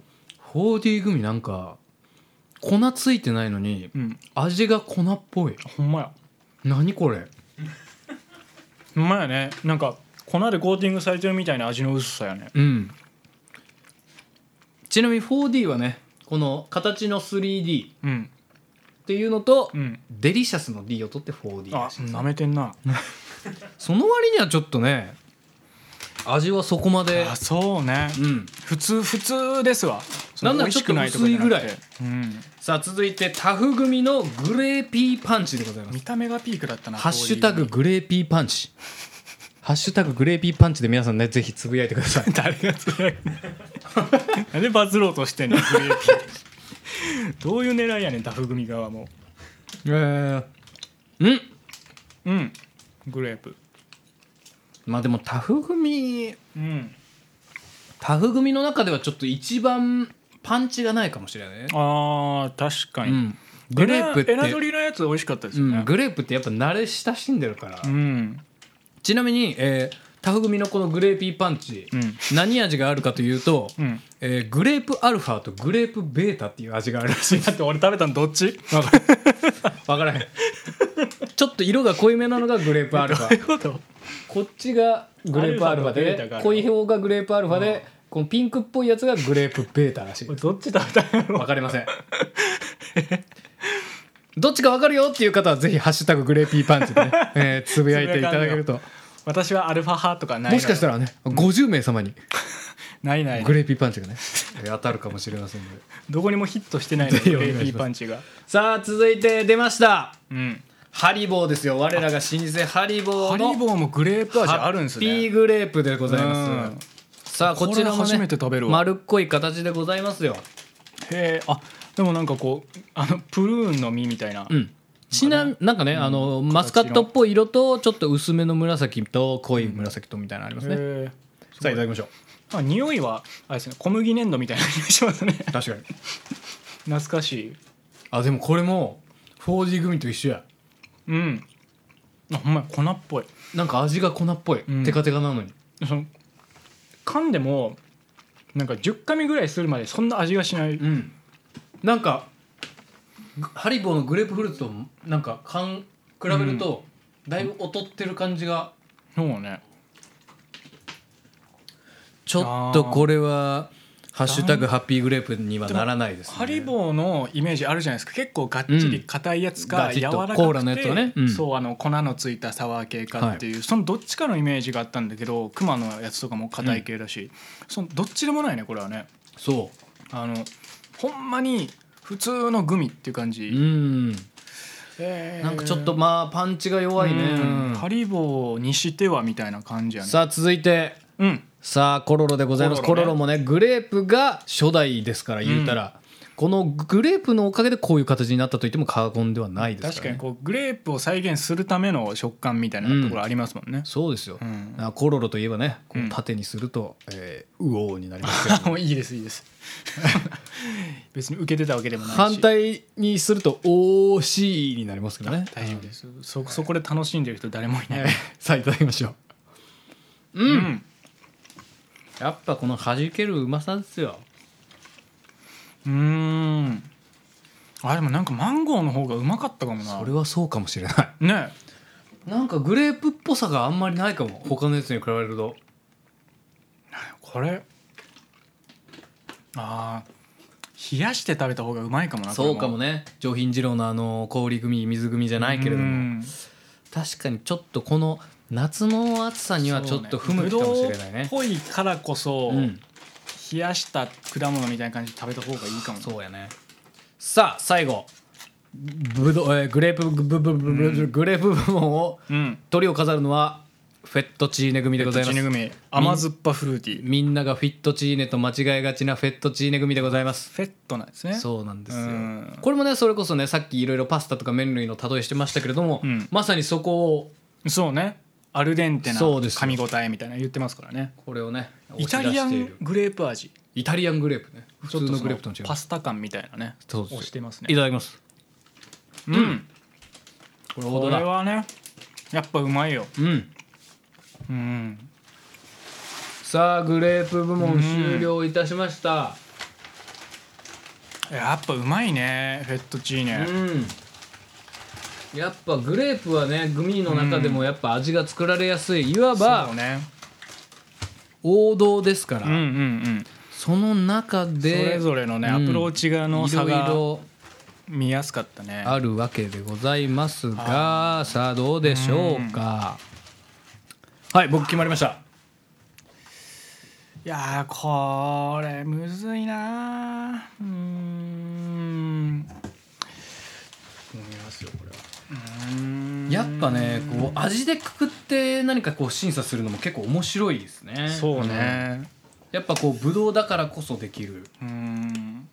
Speaker 6: 4D 組なんか粉ついてないのに
Speaker 2: うん
Speaker 6: 味が粉っぽい
Speaker 2: ほんまや
Speaker 6: 何これ
Speaker 2: ほんまやねなんか粉でコーティングされてるみたいな味の薄さやね
Speaker 6: うんちなみに 4D はねこの形の 3D っ
Speaker 2: うん
Speaker 6: ていうのと、
Speaker 2: うん
Speaker 6: デリシャスの D を取って 4D
Speaker 2: あ
Speaker 6: らしいです
Speaker 2: なめてんな
Speaker 6: その割にはちょっとね味はそこまで
Speaker 2: あそうね
Speaker 6: うん
Speaker 2: 普通普通ですわその
Speaker 6: なんな
Speaker 2: 美
Speaker 6: ら
Speaker 2: 味し
Speaker 6: ちょっと
Speaker 2: くないとかじゃなくて
Speaker 6: 薄い
Speaker 2: うん、
Speaker 6: さあ続いてタフ組のグレーピーパンチでございます
Speaker 2: 見た目がピークだったな
Speaker 6: ハッシュタグ
Speaker 2: こ
Speaker 6: グレーピーパンチハッシュタググレーピーパンチで皆さんねぜひつぶやいてくださいう
Speaker 2: い う誰がつらいなんでバズろうとしてんのグレーピーどういう狙いやねんダフ組側も
Speaker 6: えー、うん
Speaker 2: うんグレープ
Speaker 6: まあでもタフ組
Speaker 2: うん
Speaker 6: タフ組の中ではちょっと一番パンチがないかもしれないね、
Speaker 2: あー確か
Speaker 6: う
Speaker 2: に、
Speaker 6: ん、グレープって
Speaker 2: エナエナドリのやつ美味しかったです
Speaker 6: う
Speaker 2: よね
Speaker 6: ん、グレープってやっぱ慣れ親しんでるから、
Speaker 2: うん
Speaker 6: ちなみに、えータフ組のこのグレーピーパンチ、
Speaker 2: うん
Speaker 6: 何味があるかというと、
Speaker 2: うん
Speaker 6: えーグレープアルファとグレープベータっていう味があるらしい
Speaker 2: だって俺食べたのどっち
Speaker 6: 分からへんちょっと色が濃いめなのがグレープアルファ
Speaker 2: こと
Speaker 6: こっちがグレープアル
Speaker 2: アルフ
Speaker 6: ファ
Speaker 2: ァとベータが
Speaker 6: で
Speaker 2: ある
Speaker 6: 濃い方がグレープアルファで、このピンクっぽいやつがグレープベータらしい
Speaker 2: どっち食べたの
Speaker 6: わかりませんどっちかわかるよっていう方はぜひ「ハッシュタググレーピーパ ンチ」でね、えーつぶやいていただけると
Speaker 2: 私はアルファ派とかない
Speaker 6: もしかした
Speaker 2: ら
Speaker 6: らね50名様に
Speaker 2: ないない
Speaker 6: グレーピーパンチがねえー当たるかもしれませんので
Speaker 2: どこにもヒットしてないの
Speaker 6: ぜひ
Speaker 2: グ
Speaker 6: お願い
Speaker 2: レー
Speaker 6: します
Speaker 2: ピーパンチが
Speaker 6: さあ続いて出ました
Speaker 2: うん
Speaker 6: ハリボーですよ我らが老舗ハリボ
Speaker 2: ハ
Speaker 6: ー
Speaker 2: リ
Speaker 6: の
Speaker 2: ボーもグレープ味あるんです
Speaker 6: ハッピー
Speaker 2: ね
Speaker 6: グレープでございま
Speaker 2: うん
Speaker 6: すさあこちらも
Speaker 2: これ初め
Speaker 6: ね
Speaker 2: て食べるわ
Speaker 6: 丸っこい形でございますよ
Speaker 2: へえあでもなんかこうあのプルーンの実みたいな、
Speaker 6: うん、ちななんかね、あのマスカットっぽい色とちょっと薄めの紫と濃い紫とみたいなのありますね、
Speaker 2: へえ
Speaker 6: さあいただきましょう
Speaker 2: あ匂いはあれですね小麦粘土みたいな匂いしますね
Speaker 6: 確かに
Speaker 2: 懐かしい
Speaker 6: あでもこれも 4G 組と一緒や
Speaker 2: うんあほんまや粉っぽい
Speaker 6: なんか味が粉っぽい、
Speaker 2: うん
Speaker 6: テカテカなのに
Speaker 2: その噛んでもなんか10噛みぐらいするまでそんな味がしない、
Speaker 6: うんなんかグハリボーのグレープフルーツとなんか感比べると、だいぶ劣ってる感じが
Speaker 2: そうね
Speaker 6: ちょっとこれは「ハッシュタグハッピーグレープ」にはならないですね
Speaker 2: ハリボーのイメージあるじゃないですか結構がっちり硬いやつ
Speaker 6: うん
Speaker 2: か
Speaker 6: ガチ
Speaker 2: 柔
Speaker 6: ッ
Speaker 2: らか
Speaker 6: と
Speaker 2: くて、
Speaker 6: コーラのやつはねうん
Speaker 2: そうあの粉のついたサワー系かっていう、そのどっちかのイメージがあったんだけどクマのやつとかも硬い系だし、そのどっちでもないねこれはね
Speaker 6: そ
Speaker 2: あのほんまに普通のグミっていう感じ、
Speaker 6: ううん
Speaker 2: えー
Speaker 6: なんかちょっとまあパンチが弱いね、
Speaker 2: うんハリボーにしてはみたいな感じやね
Speaker 6: さあ続いて
Speaker 2: うん
Speaker 6: さあコロロでございますコ
Speaker 2: コ
Speaker 6: ロ,、
Speaker 2: ロロね
Speaker 6: ロもねグレープが初代ですから言うたら、このグレープのおかげでこういう形になったと言っても過言ではないです
Speaker 2: 確
Speaker 6: か、
Speaker 2: から
Speaker 6: ね、
Speaker 2: にこうグレープを再現するための食感みたいなところありますもんね、
Speaker 6: そうですよ、
Speaker 2: うん
Speaker 6: あコロロといえばねこ
Speaker 2: う
Speaker 6: うん縦にすると、えー、ウオーになりますけど
Speaker 2: もういいですいいです別に受けてたわけでもないし
Speaker 6: 反対にすると OC になりますけどね
Speaker 2: 大丈夫ですそそこで楽しんでる人誰もいない、
Speaker 6: さあいただきましょううん、
Speaker 2: うん
Speaker 6: やっぱこの弾けるうまさですよ
Speaker 2: うーんあでもなんかマンゴーの方がうまかったかもな
Speaker 6: それはそうかもしれない
Speaker 2: ね
Speaker 6: なんかグレープっぽさがあんまりないかも他のやつに比べると
Speaker 2: これあー冷やして食べた方がうまいかもな
Speaker 6: そうかも
Speaker 2: ね
Speaker 6: ね上品二郎のあの氷組水組じゃないけれども確かにちょっとこの夏の暑さにはちょっと不向きかもしれないね
Speaker 2: っぽいからこそ、
Speaker 6: うん
Speaker 2: 冷やした果物みたいな感じで食べた方がいいかも
Speaker 6: そうやねさあ最後ブドウえーグレープグブブブブブグレープ部門を
Speaker 2: うん
Speaker 6: トリを飾るのはフェットチーネ組でございま
Speaker 2: 土
Speaker 6: す
Speaker 2: 組甘酸っぱフルーティー
Speaker 6: みんながフィットチーネと間違えがちなフェットチーネ組でございます
Speaker 2: フェットなんですね
Speaker 6: そうなんです
Speaker 2: う
Speaker 6: よ
Speaker 2: ん
Speaker 6: これもねそれこそねさっきいろいろパスタとか麺類の例えしてましたけれども、
Speaker 2: うん
Speaker 6: まさにそこを
Speaker 2: そうねアルデンテな
Speaker 6: そうですよ
Speaker 2: 噛み応えみたいなの言ってますからね
Speaker 6: これをね
Speaker 2: イタリア
Speaker 6: 押し出してい
Speaker 2: ン
Speaker 6: る
Speaker 2: グレープ味
Speaker 6: イタリアングレープね普
Speaker 2: ちょ
Speaker 6: 通
Speaker 2: っと
Speaker 6: の
Speaker 2: そ
Speaker 6: グレープとも違う
Speaker 2: パスタ感みたいなね
Speaker 6: そうです
Speaker 2: 押してます
Speaker 6: い
Speaker 2: ね
Speaker 6: ただきます
Speaker 2: うん
Speaker 6: これ王
Speaker 2: こ
Speaker 6: 道
Speaker 2: れ
Speaker 6: だ
Speaker 2: はねやっぱうまいよ
Speaker 6: うん
Speaker 2: うん
Speaker 6: さあグレープ部門終了いたしました
Speaker 2: やっぱうまいねフェットチー
Speaker 6: う
Speaker 2: ネ
Speaker 6: んやっぱグレープはねグミの中でもやっぱ味が作られやすいいわば
Speaker 2: そうね
Speaker 6: 王道ですから、
Speaker 2: うんうんうん
Speaker 6: その中
Speaker 2: そ
Speaker 6: で
Speaker 2: れぞれのね
Speaker 6: うん
Speaker 2: アプローチがの差
Speaker 6: い
Speaker 2: が
Speaker 6: ろ
Speaker 2: 見やすかったね
Speaker 6: いろあるわけでございますがさあどうでしょうかはい僕決まりました
Speaker 2: いやーこれむずいなーうーん
Speaker 6: やっぱねこう味でくくって何かこう審査するのも結構面白いですね
Speaker 2: そうね
Speaker 6: やっぱこうブドウだからこそできる、
Speaker 2: うん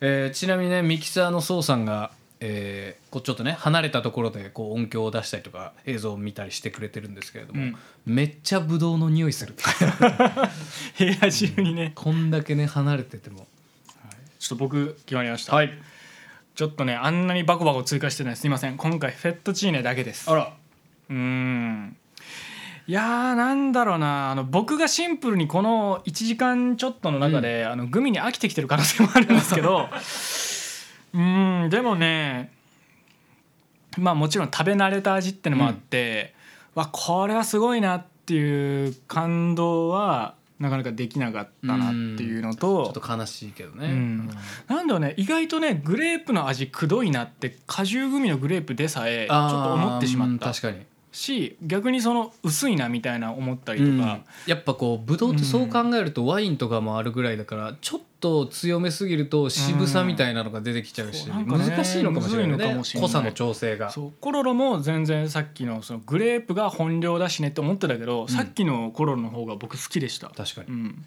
Speaker 6: えーちなみにねミキサーのソウさんが、えーこうちょっとね離れたところでこう音響を出したりとか映像を見たりしてくれてるんですけれども、
Speaker 2: うん
Speaker 6: めっちゃブドウの匂いする
Speaker 2: 部屋中にね
Speaker 6: こんだけね離れてても
Speaker 2: ちょっと僕決まりましたはいちょっとねあんなにバコバコ追加してないすいません今回フェットチーネだけです
Speaker 6: あら
Speaker 2: うーんいやーなんだろうなあの僕がシンプルにこの1時間ちょっとの中で、あのグミに飽きてきてる可能性もあるんですけ どうーんでもねまあもちろん食べ慣れた味ってのもあって、わこれはすごいなっていう感動はなかなかできなかったなっていうの
Speaker 6: ちょ
Speaker 2: と
Speaker 6: っと悲しいけどね、
Speaker 2: うんなんだろうね意外とねグレープの味くどいなって果汁グミのグレープでさえちょ
Speaker 6: あー
Speaker 2: っと思ってしまっ
Speaker 6: う
Speaker 2: た
Speaker 6: ん確かに
Speaker 2: し逆にその薄いなみたいな思ったり
Speaker 6: う
Speaker 2: と
Speaker 6: ん
Speaker 2: か、
Speaker 6: やっぱこうブドウってそう考えるとワインとかもあるぐらいだからちょっと強めすぎると渋さみたいなのが出てきちゃうし、
Speaker 2: うんそうなんかね
Speaker 6: 難しいのかもしれない
Speaker 2: むずいの
Speaker 6: ね
Speaker 2: かもしれない
Speaker 6: 濃さの調整が
Speaker 2: そうコロロも全然さっきのそのグレープが本領だしねって思ってたけど、さっきのコロロの方が僕好きでした。
Speaker 6: 確かに、
Speaker 2: うん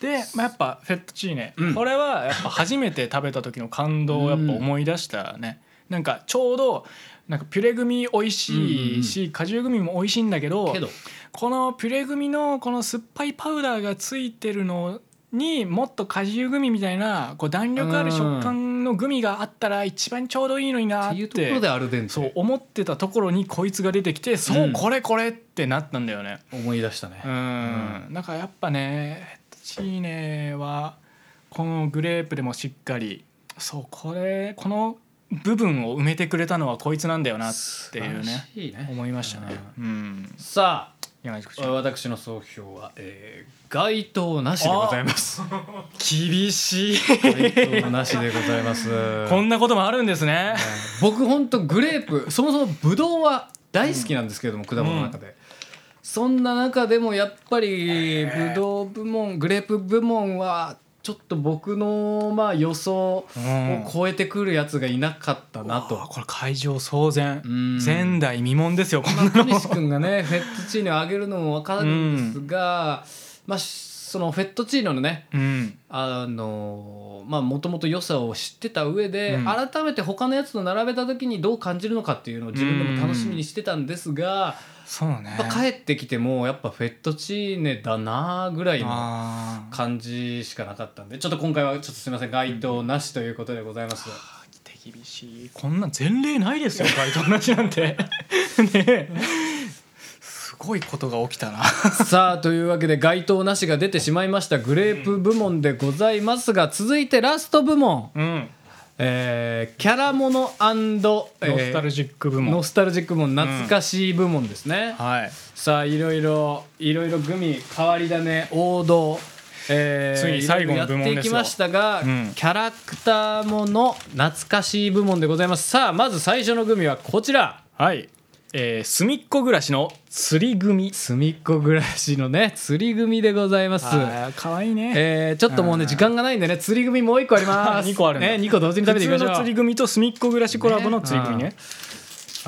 Speaker 2: で、まあ、やっぱフェットチーネ、
Speaker 6: うん
Speaker 2: これはやっぱ初めて食べた時の感動をやっぱ思い出したね、なんかちょうどなんかピュレグミ美味しいし、果汁グミも美味しいんだけど
Speaker 6: けど
Speaker 2: このピュレグミのこの酸っぱいパウダーがついてるのにもっと果汁グミみたいなこう弾力ある食感のグミがあったら一番ちょうどいいのになっ
Speaker 6: っ
Speaker 2: て
Speaker 6: いうところで
Speaker 2: て
Speaker 6: アルデンテ
Speaker 2: そう思ってたところにこいつが出てきてそううんこれこれってなったんだよね
Speaker 6: 思い出したね
Speaker 2: うん、なんかやっぱねチーネはこのグレープでもしっかりそうこれこの部分を埋めてくれたのはこいつなんだよなっていうね
Speaker 6: 素晴らしいね
Speaker 2: 思いましたねうん
Speaker 6: さ
Speaker 2: 山口口
Speaker 6: あ私の総評は、えー、該当なしでございます
Speaker 2: 厳しい
Speaker 6: 該当なしでございます
Speaker 2: こんなこともあるんですね
Speaker 6: 僕ほんとグレープそもそもブドウは大好きなんですけれども、果物の中で、そんな中でもやっぱりブドウ部門グレープ部門はちょっと僕のまあ予想を超えてくるやつがいなかったな
Speaker 2: あ
Speaker 6: と。
Speaker 2: これ会場騒然
Speaker 6: うん
Speaker 2: 前代未聞ですよこんな
Speaker 6: まあ、小
Speaker 2: の
Speaker 6: 西君がねフェットチーノを上げるのも分かるんですが、まあ、そのフェットチーノのね
Speaker 2: うん
Speaker 6: あのまあもともと良さを知ってた上で、
Speaker 2: うん
Speaker 6: 改めて他のやつと並べた時にどう感じるのかっていうのを自分でも楽しみにしてたんですが、
Speaker 2: そうね
Speaker 6: やっぱ帰ってきてもやっぱフェットチーネだなぐらいの
Speaker 2: あー
Speaker 6: 感じしかなかったんでちょっと今回はちょっとすみません該当なしということでございます。
Speaker 2: 手厳しいこんなん前例ない ですよ街頭なしなん てねえすごいことが起きたな
Speaker 6: さあというわけで該当なしが出てしまいましたグレープ部門でございますが続いてラスト部門、
Speaker 2: うん
Speaker 6: えーキャラものノ
Speaker 2: ノスタルジック部門、
Speaker 6: ノスタルジック部門懐かしい部門ですね、
Speaker 2: はい
Speaker 6: さあいろいろいろいろグミ変わり種王道えー
Speaker 2: ついに最後の部門ですよ
Speaker 6: いろいろやっていきましたが、
Speaker 2: うん
Speaker 6: キャラクターもの懐かしい部門でございますさあまず最初のグミはこちら
Speaker 2: はいえー、すみっこ暮らしの釣り組
Speaker 6: すみっこ暮らしのね釣り組でございます
Speaker 2: あーかわいいね、
Speaker 6: えーちょっともうね時間がないんでね釣り組もう一個ありま す
Speaker 2: 二個あるんだ
Speaker 6: ね、2個同時に食べていきま
Speaker 2: 普
Speaker 6: し
Speaker 2: 通
Speaker 6: ょう
Speaker 2: の釣り組とすみっこ暮らしコラボの釣り組ね
Speaker 6: ね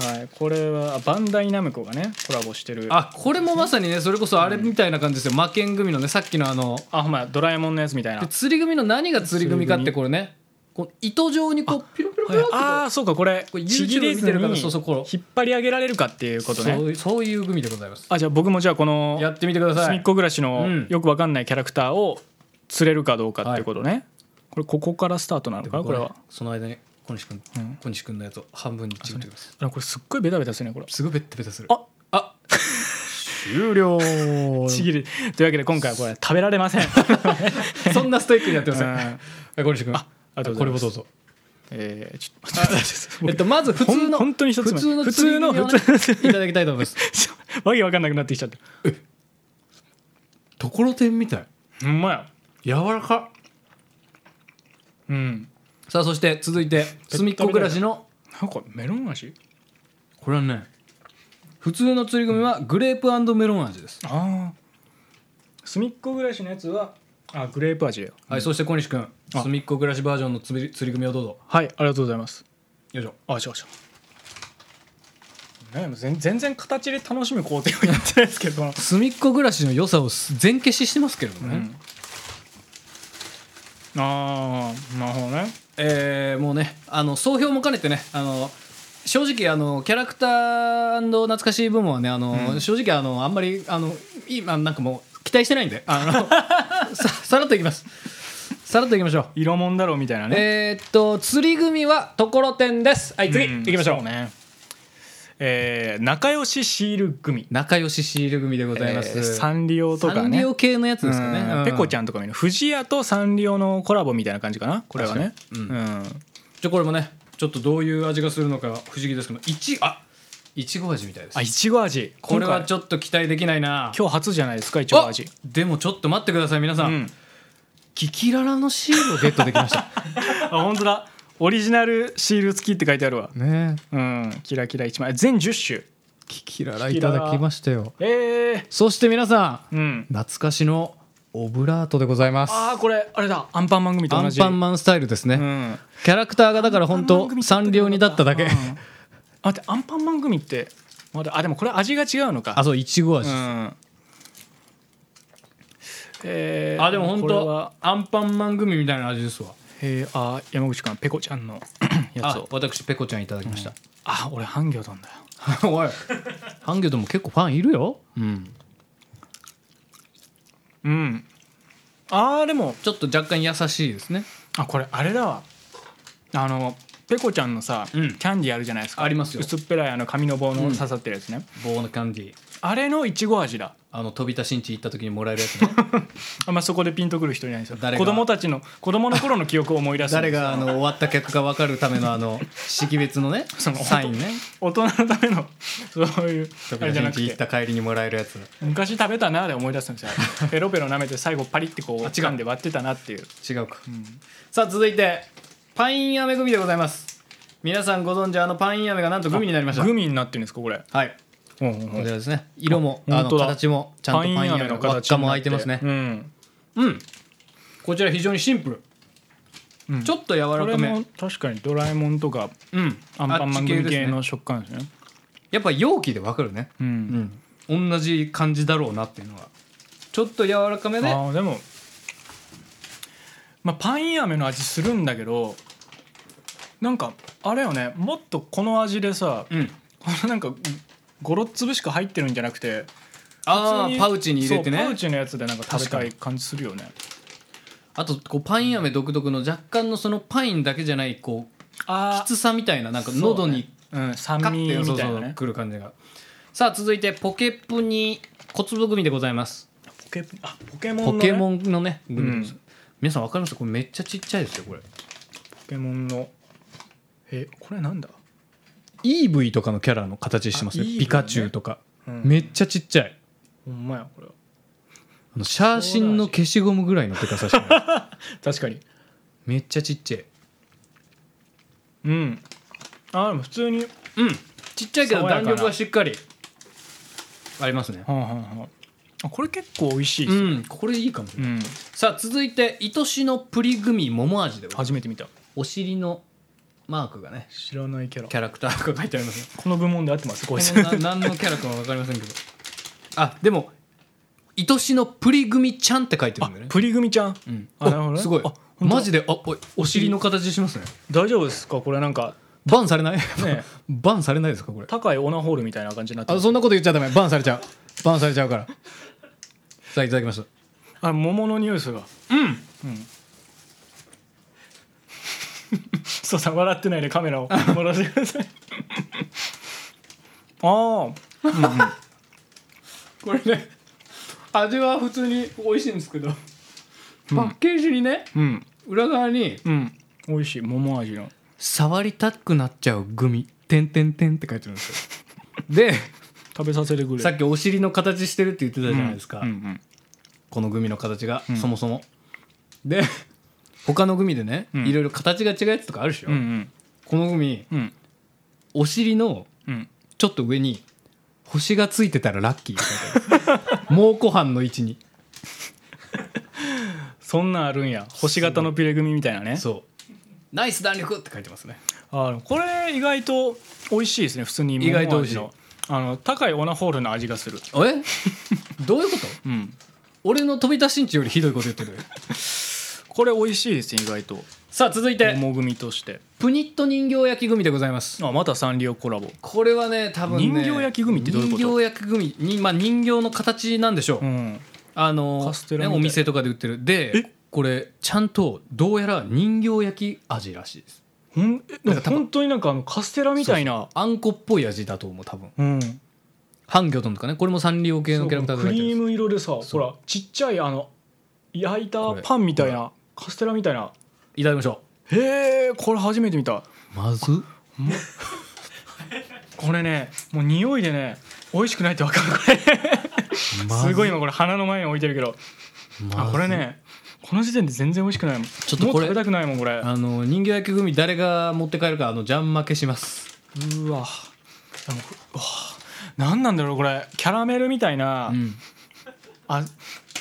Speaker 2: はい、これはバンダイナムコがねコラボしてる
Speaker 6: あこれもまさにねそれこそあれみたいな感じですよ魔剣組のねさっきのあの
Speaker 2: あほんまやドラえもんのやつみたいな
Speaker 6: で釣り組の何が釣り組かってこれねこう糸状にこうピロピロピロってこう
Speaker 2: ああそうかこれ
Speaker 6: これ
Speaker 2: ちぎれ
Speaker 6: YouTube 見
Speaker 2: ず
Speaker 6: て
Speaker 2: に
Speaker 6: るからそうそうこう
Speaker 2: 引っ張り上げられるかっていうこと
Speaker 6: そ
Speaker 2: ね
Speaker 6: うそういう組でございます
Speaker 2: あじゃあ僕もじゃあこの
Speaker 6: やってみてくださ
Speaker 2: すみ
Speaker 6: い
Speaker 2: っこ暮らし
Speaker 6: う
Speaker 2: の
Speaker 6: ん
Speaker 2: よくわかんないキャラクターを釣れるかどうかっていうことね、これここからスタートなのかなこれは
Speaker 6: その間に小西君、
Speaker 2: うん
Speaker 6: 小西君のやつを半分にちぎってください
Speaker 2: あこれすっごいベタベタするねこれ
Speaker 6: すぐベッタベタする
Speaker 2: あ
Speaker 6: あ終了
Speaker 2: ちぎるというわけで今回はこれ食べられません
Speaker 6: そんなストイックにやってません
Speaker 2: うん
Speaker 6: はい小西君あ
Speaker 2: ありがとうございま
Speaker 6: これも
Speaker 2: す
Speaker 6: どうぞ
Speaker 2: えー、ちょっと待って
Speaker 6: えっとまず普
Speaker 2: ほ
Speaker 6: 通
Speaker 2: ん
Speaker 6: の
Speaker 2: 本当に一つ
Speaker 6: 普
Speaker 2: 目
Speaker 6: 通の
Speaker 2: 普通の
Speaker 6: 普通
Speaker 2: 普通
Speaker 6: いただきたいと思います
Speaker 2: ちょわけわかんなくなってきちゃった
Speaker 6: ところてんみたい
Speaker 2: ほんまや
Speaker 6: 柔らか
Speaker 2: うん
Speaker 6: さあそして続いてすみっこ暮らしの
Speaker 2: なんかメロン味
Speaker 6: これはね普通の釣り組はグレープメロン味です、
Speaker 2: ああすみっこ暮らしのやつはあグレープ味よ
Speaker 6: はいそして小西君
Speaker 2: あ
Speaker 6: すみっこ暮らしバージョンの釣り釣り組をどうぞ
Speaker 2: はいありがとうございます
Speaker 6: よいしょ
Speaker 2: あ違う違うねもう全全然形で楽しむ工程をやってないですけ ど、
Speaker 6: すみっこ暮らしの良さを全消ししてますけれども
Speaker 2: う
Speaker 6: ね、
Speaker 2: ん、ああなるほどね
Speaker 6: えーもうねあの総評も兼ねてねあの正直あのキャラクター懐かしい部門はねあの、正直あのあんまりあの今なんかもう期待してないんであの ささらっといきますさらっといきましょう
Speaker 2: 色もんだろうみたいなね、
Speaker 6: えーっと釣り組はところてんですはい次、
Speaker 2: う
Speaker 6: 行
Speaker 2: ん
Speaker 6: いきましょう
Speaker 2: そねえー、仲良しシール組
Speaker 6: 仲良しシール組でございます、
Speaker 2: えーサンリオとかね
Speaker 6: サンリオ系のやつですかね、
Speaker 2: うんペコち
Speaker 6: ゃん
Speaker 2: ゃんとかもいる藤屋とサンリオのコラボみたいな感じかなこれはね
Speaker 6: 確か
Speaker 2: うん
Speaker 6: じゃあこれもねちょっとどういう味がするのか不思議ですけどいちあいちご味みたいです
Speaker 2: あいちご味
Speaker 6: これは
Speaker 2: ょ
Speaker 6: ちょっと期待できないな
Speaker 2: 今日初じゃないですかいちご味
Speaker 6: あでもちょっと待ってください皆さん、
Speaker 2: うん
Speaker 6: キキララのシールをゲットできました
Speaker 2: あ本当だオリジナルシール付きって書いてあるわ
Speaker 6: ね
Speaker 2: うんキラキラ1枚全10種
Speaker 6: キキララいただきましたよ
Speaker 2: ええ
Speaker 6: そして皆さん
Speaker 2: うん
Speaker 6: 懐かしのオブラートでございます
Speaker 2: ああこれあれだアンパンマン組と
Speaker 6: ア
Speaker 2: 同
Speaker 6: ン
Speaker 2: じ
Speaker 6: パンマンスタイルですね、
Speaker 2: うん
Speaker 6: キャラクターがだから本当サンリオにだっただけ、
Speaker 2: うんあ待ってアンパンマン組ってまだあでもこれ味が違うのか
Speaker 6: あそういちご味
Speaker 2: う
Speaker 6: です、
Speaker 2: んえー
Speaker 6: あでも本
Speaker 2: これは
Speaker 6: 当アンパンマン組みたいな味ですわ
Speaker 2: えー、あー山口君はペコちゃんの やつ
Speaker 6: あ
Speaker 2: を
Speaker 6: 私ペコちゃんいただきました、
Speaker 2: あ俺ハンギョドンだよ
Speaker 6: おいハンギョドも結構ファンいるよ、
Speaker 2: うんあーでも
Speaker 6: ちょっと若干優しいですね
Speaker 2: あこれあれだわあのペコちゃんのさ、
Speaker 6: うん
Speaker 2: キャンディーあるじゃないですか
Speaker 6: ありますよ
Speaker 2: 薄っぺらいあの紙の棒の刺さってるやつね、
Speaker 6: 棒のキャンディー
Speaker 2: あれのいちご味だ
Speaker 6: あの飛び出しんち行った時にもらえるやつね
Speaker 2: あんまそこでピンとくる人いないんですよ
Speaker 6: 誰が
Speaker 2: 子供たちの子供の頃の記憶を思い出すんで
Speaker 6: 誰
Speaker 2: すよ
Speaker 6: があの終わった客か分かるためのあの識別のね
Speaker 2: その
Speaker 6: サインね
Speaker 2: 大人のためのそういう
Speaker 6: 飛
Speaker 2: あ
Speaker 6: び
Speaker 2: れ
Speaker 6: 出
Speaker 2: じゃ
Speaker 6: しん
Speaker 2: なく
Speaker 6: ち行ってた帰りにもらえるやつ
Speaker 2: 昔食べたなで思い出すんで すよあれペロペロ舐めて最後パリってこう掴んで割ってたなっていう
Speaker 6: 違うか、さあ続いてパイン飴組でございます皆さんご存知あのパイン飴がなんとグミになりました
Speaker 2: グミになってるんですかこれ
Speaker 6: はい
Speaker 2: うんうん
Speaker 6: こちらですね色も
Speaker 2: あ
Speaker 6: あ
Speaker 2: 本
Speaker 6: の
Speaker 2: 当だ
Speaker 6: 形もちゃんとパイン飴の輪っかも開いてますね
Speaker 2: うん
Speaker 6: うんこちら非常にシンプル、
Speaker 2: うん
Speaker 6: ちょっと柔
Speaker 2: こ
Speaker 6: ら
Speaker 2: れ
Speaker 6: か
Speaker 2: も
Speaker 6: め
Speaker 2: 確かにドラえもんとか
Speaker 6: うん
Speaker 2: アンパンマン組系
Speaker 6: あっちですね
Speaker 2: の食感ですね
Speaker 6: やっぱ容器でわかるね
Speaker 2: う、
Speaker 6: うんん同じ感じだろうなっていうのはちょっと柔らかめで
Speaker 2: あーでもまあパイン飴の味するんだけどなんかあれよねもっとこの味でさ、
Speaker 6: うん
Speaker 2: このなんか56粒しか入ってるんじゃなくて普通
Speaker 6: あー
Speaker 2: に
Speaker 6: パウチに入れて
Speaker 2: そうパ
Speaker 6: ね
Speaker 2: ウチのやつでなんか食べたい感じするよね
Speaker 6: あとこうパイン飴独特の若干のそのパインだけじゃないこうき
Speaker 2: あ
Speaker 6: つさみたいななんか
Speaker 2: ー
Speaker 6: 喉に
Speaker 2: そうねうん、酸
Speaker 6: カ
Speaker 2: 味
Speaker 6: ッてそ
Speaker 2: み
Speaker 6: う
Speaker 2: た
Speaker 6: そ
Speaker 2: いな
Speaker 6: う
Speaker 2: ね
Speaker 6: くる感じがさあ続いてポケプに小粒組でございます
Speaker 2: ポケあポケモンの、
Speaker 6: ポ
Speaker 2: ね、
Speaker 6: ケモンのねグミです
Speaker 2: うん
Speaker 6: 皆さんわかりますこれめっちゃちっちゃいですよこれ
Speaker 2: ポケモンのえこれなんだ、
Speaker 6: EV とかのキャラの形してますよ
Speaker 2: あ EV ね
Speaker 6: ピカチュウとか
Speaker 2: うん
Speaker 6: めっちゃちっちゃい
Speaker 2: ほんまやこれは
Speaker 6: あのシャーシンの消しゴムぐらいのでかさしかない
Speaker 2: 確かに
Speaker 6: めっちゃちっちゃい
Speaker 2: うんあーでも普通に
Speaker 6: うんちっちゃいけど
Speaker 2: 爽やか
Speaker 6: 弾
Speaker 2: な
Speaker 6: 力はしっかりありますね
Speaker 2: はあ、はあはあ、あこれ結構美味しいで
Speaker 6: う
Speaker 2: すね
Speaker 6: んこれいいかも、
Speaker 2: うん、
Speaker 6: さあ続いて愛しのプリグミ桃味でございます
Speaker 2: 初めて見た
Speaker 6: お尻のマークがね
Speaker 2: 知らないキャラ
Speaker 6: キャラクターが書いてあります ね
Speaker 2: この部門で合ってますこ
Speaker 6: こ
Speaker 2: いつ
Speaker 6: れもな何のキャラかは分かりませんけどあでも「愛しのプリグミちゃん」って書いてるんだよね
Speaker 2: プリ組ちゃん、
Speaker 6: うん
Speaker 2: あなるほどね
Speaker 6: すごい
Speaker 2: あ本当
Speaker 6: マジであおお尻の形しますね
Speaker 2: 大丈夫ですかこれなんか
Speaker 6: バンされない、
Speaker 2: ね
Speaker 6: バンされないですかこ れ
Speaker 2: 高いオナホールみたいな感じになって
Speaker 6: あ
Speaker 2: ます
Speaker 6: そんなこと言っちゃダメバンされちゃうバンされちゃうからさあいただきました
Speaker 2: あ桃のニュースがうん、うん、 そうさん笑ってないでカメラを戻してください あー
Speaker 6: これね味は普通に美味しいんですけど、パッケージにね
Speaker 2: うん
Speaker 6: 裏側に
Speaker 2: うん美味しい桃味の
Speaker 6: 「触りたくなっちゃうグミ」「てんてんてん」って書いてるんですよで
Speaker 2: 食べさせてくれ
Speaker 6: さっきお尻の形してるって言ってたじゃないですか、
Speaker 2: うんうん
Speaker 6: このグミの形が、そもそもで他のグミでね、
Speaker 2: ん
Speaker 6: いろいろ形が違うやつとかあるでしょ、
Speaker 2: うんうん
Speaker 6: このグミ
Speaker 2: うん
Speaker 6: お尻の
Speaker 2: うん
Speaker 6: ちょっと上に星がついてたらラッキーって書いてあ る蒙古斑の位置に
Speaker 2: そんなんあるんや星型のピレ組みたいなね
Speaker 6: そうナイス弾力って書いてますね
Speaker 2: あのこれ意外と美味しいですね普通に
Speaker 6: 意外と美味しい
Speaker 2: 桃味のあの高いオナホールの味がする
Speaker 6: え どういうこと
Speaker 2: うん
Speaker 6: 俺の飛び出しんちよりひどいこと言ってる
Speaker 2: これ美味しいですね意外と
Speaker 6: さあ続いて
Speaker 2: 桃組として
Speaker 6: プニット人形焼きグミでございます
Speaker 2: あまたサンリオコラボ
Speaker 6: これはね多分ね
Speaker 2: 人形焼きグミってどういうこと
Speaker 6: 人形焼きグミに、まあ、人形の形なんでしょう、
Speaker 2: うん
Speaker 6: あの
Speaker 2: カステラ
Speaker 6: ね、
Speaker 2: みたい
Speaker 6: お店とかで売ってるでこれちゃんとどうやら人形焼き味らしいです
Speaker 2: ほんえなん
Speaker 6: なん
Speaker 2: か
Speaker 6: か多分
Speaker 2: 本当になんかあのカステラみたいな
Speaker 6: あんこっぽい味だと思う多分
Speaker 2: うん
Speaker 6: ハンギョドンとかねこれもサンリオ系のキャラクター
Speaker 2: そう
Speaker 6: で
Speaker 2: ク
Speaker 6: 書いてあ
Speaker 2: リー
Speaker 6: る
Speaker 2: ム色でさほ
Speaker 6: そう
Speaker 2: らちっちゃいあの焼いた
Speaker 6: これ
Speaker 2: パンみたいなカステラみたいない
Speaker 6: ただきましょ
Speaker 2: へえこれ初めて見た
Speaker 6: うまずっ
Speaker 2: これねもう匂いでね美味しくないってわかるこれ
Speaker 6: まず
Speaker 2: すごい今これ鼻の前に置いてるけど
Speaker 6: まず
Speaker 2: あ
Speaker 6: っ
Speaker 2: これねこの時点で全然美味しくないもんち
Speaker 6: ょっと
Speaker 2: も
Speaker 6: これ
Speaker 2: う食べたくないもんこれ
Speaker 6: あの人形焼きグミ誰が持って帰るかあのジャン負けします
Speaker 2: うわでもうわ何なんだろうこれキャラメルみたいな、
Speaker 6: うん
Speaker 2: あ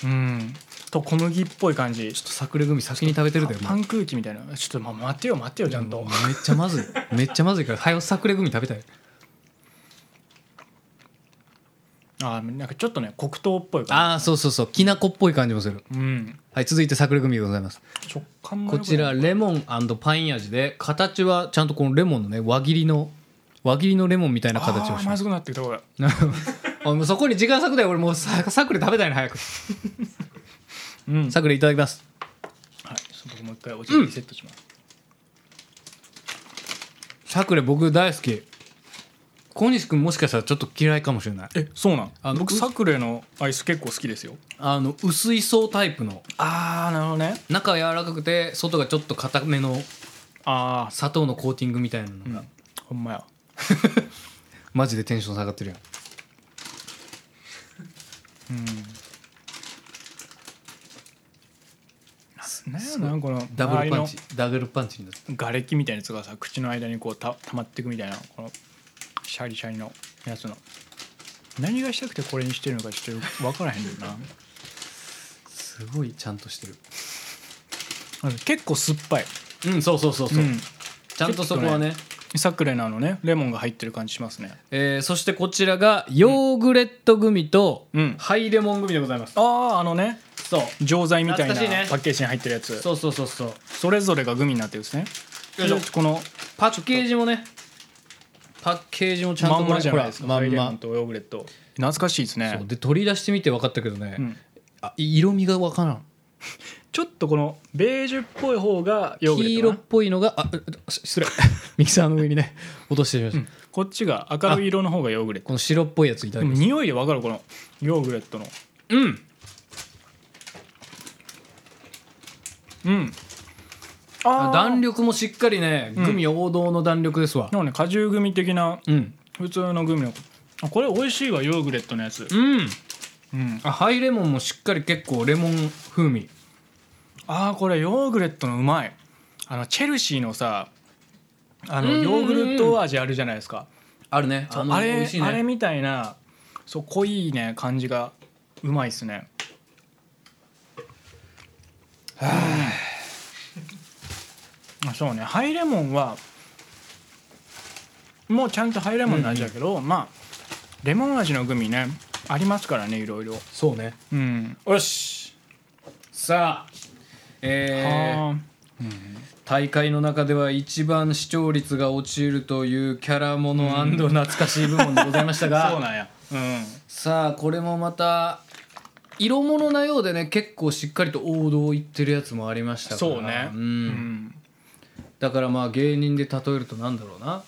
Speaker 2: うんと小麦っぽい感じ
Speaker 6: ちょっとサクレグミ先に食べてるで
Speaker 2: パン空気みたいなちょっとま待ってよ待ってよちゃんと、
Speaker 6: もうめっちゃまずいめっちゃまずいから早くサクレグミ食べたい
Speaker 2: あなんかちょっとね黒糖っぽい感
Speaker 6: ああそうそうそうきなこっぽい感じもする
Speaker 2: じうん
Speaker 6: はい続いてサクレグミでございます
Speaker 2: 食感も
Speaker 6: こ
Speaker 2: 良くない
Speaker 6: ちらレモンパイン味で形はちゃんとこのレモンのね輪切りの輪切りのレモンみたいな形を
Speaker 2: あ
Speaker 6: し
Speaker 2: ー
Speaker 6: ま
Speaker 2: ますずくなってきたこれ
Speaker 6: あもうそこに時間割くだよ俺もうさサクレ食べたいの早く
Speaker 2: うん
Speaker 6: サクレいただきます
Speaker 2: はいちょっと僕もう一回お茶にセットします、
Speaker 6: サクレ僕大好き小西君もしかしたらちょっと嫌いかもしれない
Speaker 2: えそうなん
Speaker 6: あの
Speaker 2: 僕
Speaker 6: う
Speaker 2: サクレのアイス結構好きですよ
Speaker 6: あの薄い層タイプの
Speaker 2: ああなるほどね
Speaker 6: 中は柔らかくて外がちょっと硬めの
Speaker 2: ああ
Speaker 6: 砂糖のコーティングみたいなのが、
Speaker 2: ほんまや
Speaker 6: マジでテンション下がってるやん
Speaker 2: なんやろなんかこの
Speaker 6: ダブルパンチ
Speaker 2: 周
Speaker 6: ダブルパンチになって
Speaker 2: りの瓦礫みたいなやつがさ口の間にこうた溜まっていくみたいなこのシャリシャリのやつの何がしたくてこれ にしてるのかちょっとよく分からへんねんな
Speaker 6: すごいちゃんとしてる
Speaker 2: 結構酸っぱい、
Speaker 6: うんそうそうそうそう、
Speaker 2: うん
Speaker 6: ちゃんとそこはね
Speaker 2: サクレなのねレモンが入ってる感じしますね
Speaker 6: えーそしてこちらがヨーグレット組と
Speaker 2: うん
Speaker 6: ハイレモン組でございます、
Speaker 2: あああのね
Speaker 6: そう
Speaker 2: 錠剤みたいなパ
Speaker 6: 懐かしいね
Speaker 2: ッケージに入ってるやつ
Speaker 6: そうそうそうそう
Speaker 2: それぞれがグミになってるんですね
Speaker 6: よいしょ
Speaker 2: でこの
Speaker 6: パッケージもねパッケージもちゃん
Speaker 2: ま
Speaker 6: とこ
Speaker 2: ん
Speaker 6: れ
Speaker 2: まじゃないですか
Speaker 6: ほら
Speaker 2: ハイレ
Speaker 6: ま
Speaker 2: モ
Speaker 6: ん
Speaker 2: ン
Speaker 6: ま
Speaker 2: とヨーグレット懐かしいですね
Speaker 6: そうで取り出してみて分かったけどね、
Speaker 2: うん
Speaker 6: あい色味が分からん
Speaker 2: ちょっとこのベージュっぽい方がヨーグレ
Speaker 6: 黄
Speaker 2: ット
Speaker 6: 色
Speaker 2: か
Speaker 6: っ
Speaker 2: な
Speaker 6: ぽいのがあううし失礼ミキサーの上にね落としてしまいました、
Speaker 2: こっちが明るい色の方がヨーグレット
Speaker 6: この白っぽいやついただ
Speaker 2: でも
Speaker 6: きます
Speaker 2: 匂いでわかるこのヨーグレットの
Speaker 6: うん
Speaker 2: うん
Speaker 6: あ
Speaker 2: あー
Speaker 6: 弾力もしっかりね
Speaker 2: ん
Speaker 6: グミ王道の弾力ですわ
Speaker 2: なんかね果汁グミ的な
Speaker 6: うん
Speaker 2: 普通のグミのあこれ美味しいわヨーグレットのやつ
Speaker 6: うん
Speaker 2: うん
Speaker 6: あハイレモンもしっかり結構レモン風味
Speaker 2: あーこれヨーグレットのうまいあのチェルシーのさあの
Speaker 6: うんうんうん
Speaker 2: ヨーグルト味あるじゃないですか
Speaker 6: あるね
Speaker 2: あ
Speaker 6: あの
Speaker 2: れ
Speaker 6: 美味しい
Speaker 2: あれ
Speaker 6: ね
Speaker 2: みたいなそう濃いね感じがうまいっすねうんあそうねハイレモンはもうちゃんとハイレモンの味だけど、まあレモン味のグミねありますからねいろいろ
Speaker 6: そうね
Speaker 2: うん
Speaker 6: よしさあえ
Speaker 2: あ
Speaker 6: ー
Speaker 2: ー
Speaker 6: 大会の中では一番視聴率が落ちるというキャラもの懐かしい部門でございました
Speaker 2: そう
Speaker 6: が
Speaker 2: なんやうん
Speaker 6: さあこれもまた色物なようでね結構しっかりと王道を言ってるやつもありましたから
Speaker 2: そうね
Speaker 6: うん
Speaker 2: うん
Speaker 6: だからまあ芸人で例えるとなんだろうな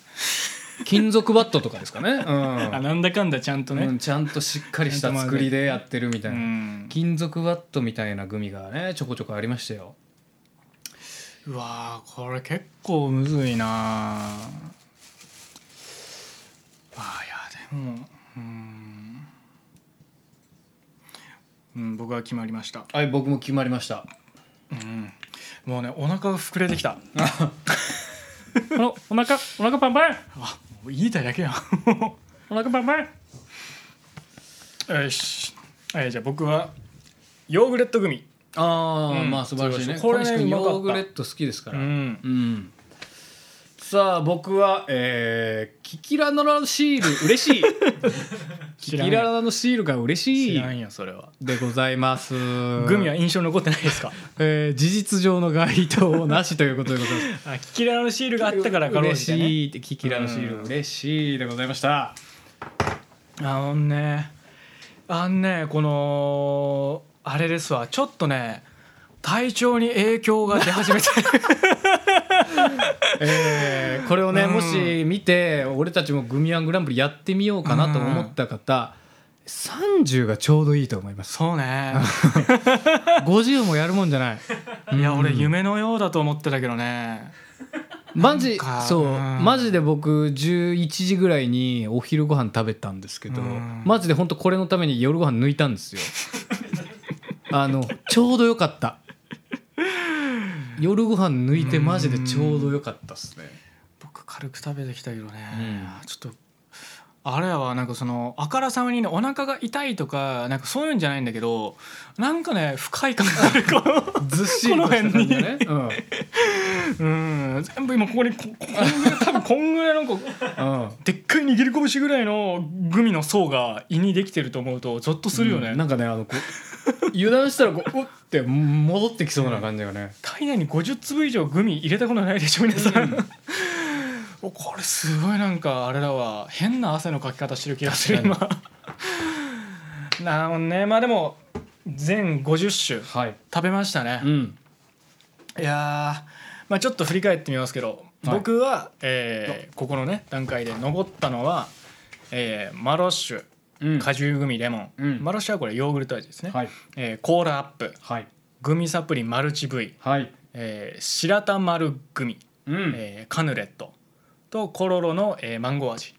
Speaker 6: 金属バットとかですか ね、
Speaker 2: あなんだかんだちゃんと
Speaker 6: うんうん
Speaker 2: ね
Speaker 6: ちゃんとしっかりした作りでやってるみたいうな、
Speaker 2: ん
Speaker 6: 金属バットみたいなグミがねちょこちょこありましたよ
Speaker 2: うわーこれ結構むずいなああーいやでもうーん、うん、僕は決まりました
Speaker 6: はい僕も決まりました
Speaker 2: もうねお腹が膨れてきた
Speaker 6: おお腹お腹パンパン
Speaker 2: あもう言いたいだけやん
Speaker 6: お腹パンパン
Speaker 2: よし、えーじゃあ僕はヨーグレットグミ
Speaker 6: ああ、
Speaker 2: うん
Speaker 6: まあ素晴らしいね。
Speaker 2: そう
Speaker 6: こ
Speaker 2: そうこれ
Speaker 6: れ
Speaker 2: ね
Speaker 6: 君
Speaker 2: うまかった
Speaker 6: ヨーグレット好きですか
Speaker 2: う
Speaker 6: ら。
Speaker 2: ん
Speaker 6: うんさあ僕は、えー、キキラナのシール嬉 しいキ
Speaker 2: 知らん
Speaker 6: キ
Speaker 2: よ
Speaker 6: ラナのシールが嬉
Speaker 2: 知
Speaker 6: しい
Speaker 2: らんよそれは
Speaker 6: でございます
Speaker 2: グミは印象に残ってないですか
Speaker 6: えー事実上の該当なしということでございます
Speaker 2: あキキララのシールがあったからかろう
Speaker 6: 嬉
Speaker 2: じてね
Speaker 6: しいってキキラのシール嬉しいでございまし
Speaker 2: あ
Speaker 6: た
Speaker 2: のねあんねこのあれですわちょっとね体調に影響が出始めて
Speaker 6: えーこれをね、
Speaker 2: うん
Speaker 6: もし見て俺たちもグミワングランプリやってみようかなと思った方、30がちょうどいいと思いま す
Speaker 2: そうね
Speaker 6: 50もやるもんじゃない
Speaker 2: いや俺夢のようだと思ってたけどね
Speaker 6: マジ
Speaker 2: か
Speaker 6: そう
Speaker 2: うん
Speaker 6: マジで僕11時ぐらいにお昼ご飯食べたんですけど
Speaker 2: うん
Speaker 6: マジで本当これのために夜ご飯抜いたんですよ あのちょうどよかった夜ご飯抜いてマジでちょうどよかったっすね
Speaker 2: 僕軽く食べてきたけどね、
Speaker 6: う
Speaker 2: ちょっとあれやわなんかそのあからさまにねお腹が痛いとかなんかそういうんじゃないんだけどなんかね不快感があ るこの
Speaker 6: ずっしりとした感じだねうん
Speaker 2: うん全部今ここにここんぐらい多分こんぐらいなんか
Speaker 6: うん
Speaker 2: でっかい握り拳ぐらいのグミの層が胃にできてると思うとゾッとするよね、
Speaker 6: うんなんかねあのこう油断したらこううって戻ってきそうな感じがね
Speaker 2: 体内に50粒以上グミ入れたことないでしょ皆さん、 おこれすごいなんかあれだわ変な汗のかき方してる気がする今 なあねまあでも全50種
Speaker 6: はい
Speaker 2: 食べましたね、
Speaker 6: うん
Speaker 2: いやーまあちょっと振り返ってみますけど、
Speaker 6: はい
Speaker 2: 僕は、えーここのね段階で残ったのは、えーマロッシュ
Speaker 6: うん
Speaker 2: 果汁グミレモン、
Speaker 6: うん
Speaker 2: マロッシュはこれヨーグルト味ですね、
Speaker 6: はい
Speaker 2: えーコーラアップ
Speaker 6: はい
Speaker 2: グミサプリマルチ V、
Speaker 6: はい
Speaker 2: えー、白玉ルグミ、
Speaker 6: うん
Speaker 2: えーカヌレットとコロロの、えーマンゴー味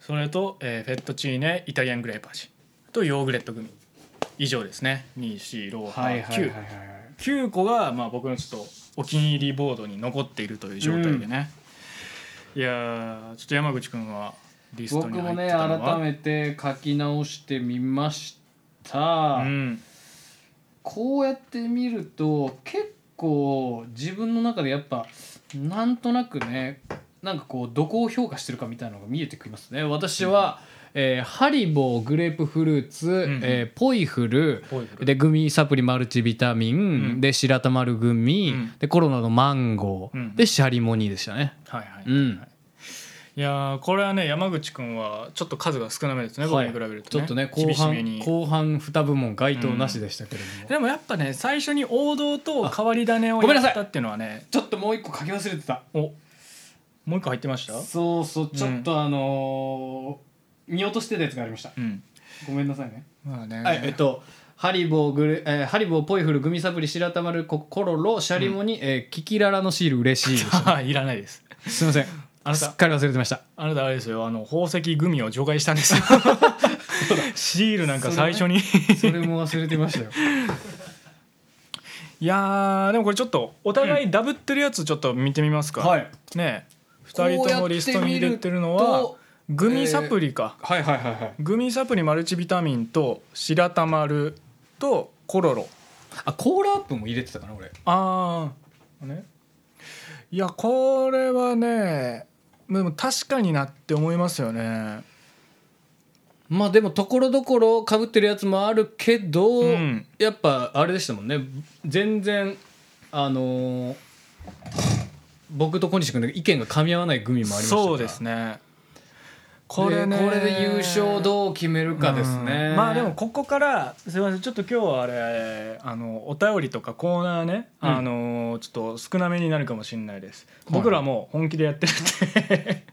Speaker 2: それと、えーフェットチーネイタリアングレープ味とヨーグレットグミ以上ですね
Speaker 6: はいはいはいはい
Speaker 2: 24689
Speaker 6: はい
Speaker 2: 9個が、まあ、僕のちょっとお気に入りボードに残っているという状態でね、いやーちょっと山口君はリスト
Speaker 6: 僕
Speaker 2: に
Speaker 6: も
Speaker 2: 入って
Speaker 6: ね
Speaker 2: たのは
Speaker 6: 改めて書き直してみました、
Speaker 2: うん
Speaker 6: こうやって見ると結構自分の中でやっぱなんとなくねなんかこうどこを評価してるかみたいなのが見えてきますね私は、えーハリボーグレープフルーツ、えーポイフル
Speaker 2: ポイフル
Speaker 6: でグミサプリマルチビタミン、
Speaker 2: ん
Speaker 6: で白玉丸グミ、
Speaker 2: うん
Speaker 6: でコロナのマンゴー、
Speaker 2: うん
Speaker 6: でシャリモニーでしたね
Speaker 2: はいはい、
Speaker 6: うん
Speaker 2: いやーこれはね山口くんはちょっと数が少なめですね、
Speaker 6: はい
Speaker 2: 僕に比べると、
Speaker 6: ちょ
Speaker 2: ね、
Speaker 6: っとね後
Speaker 2: 厳しめ
Speaker 6: 半
Speaker 2: に
Speaker 6: 後半2部門該当なしでしたけれども、
Speaker 2: でもやっぱね最初に王道と変わり種を
Speaker 6: ごめん
Speaker 2: や
Speaker 6: なさい
Speaker 2: ったっていうのはね
Speaker 6: ちょっともう一個書き忘れてた
Speaker 2: おもう一個入ってました
Speaker 6: そうそうちょっとあのー見落としてたやつがありました
Speaker 2: うん
Speaker 6: ごめんなさいね
Speaker 2: まあね、
Speaker 6: はいえっとハリボーグレ、えーハリボーポイフルグミサプリ白玉ルココロロシャリモに、えーキキララのシール嬉しいでし た
Speaker 2: いらないです
Speaker 6: すいません
Speaker 2: あなた
Speaker 6: すっかり忘れてました
Speaker 2: あなたあれですよあの宝石グミを除外したんですよ シールなんか最初に、
Speaker 6: それも忘れてましたよ
Speaker 2: いやーでもこれちょっとお互いダブってるやつちょっと見てみますか、
Speaker 6: はい
Speaker 2: ね2人ともリストに入れてるのは
Speaker 6: こ
Speaker 2: グミサプリか、
Speaker 6: はいはいはいはい
Speaker 2: グミサプリマルチビタミンと白玉ルとコロロ
Speaker 6: あコーラアップも入れてたかな俺
Speaker 2: ああねいやこれはねでも確かになって思いますよね
Speaker 6: まあでもところどころかぶってるやつもあるけど、
Speaker 2: うん
Speaker 6: やっぱあれでしたもんね全然あのー僕と小西君の意見が噛み合わないグミもありましたから
Speaker 2: そうですね
Speaker 6: これこれで優勝どう決めるかですね、
Speaker 2: うんまあでもここからすいませんちょっと今日はあれあのお便りとかコーナーね、
Speaker 6: うん
Speaker 2: あのちょっと少なめになるかもしれないです、
Speaker 6: い
Speaker 2: 僕らもう本気でやってるって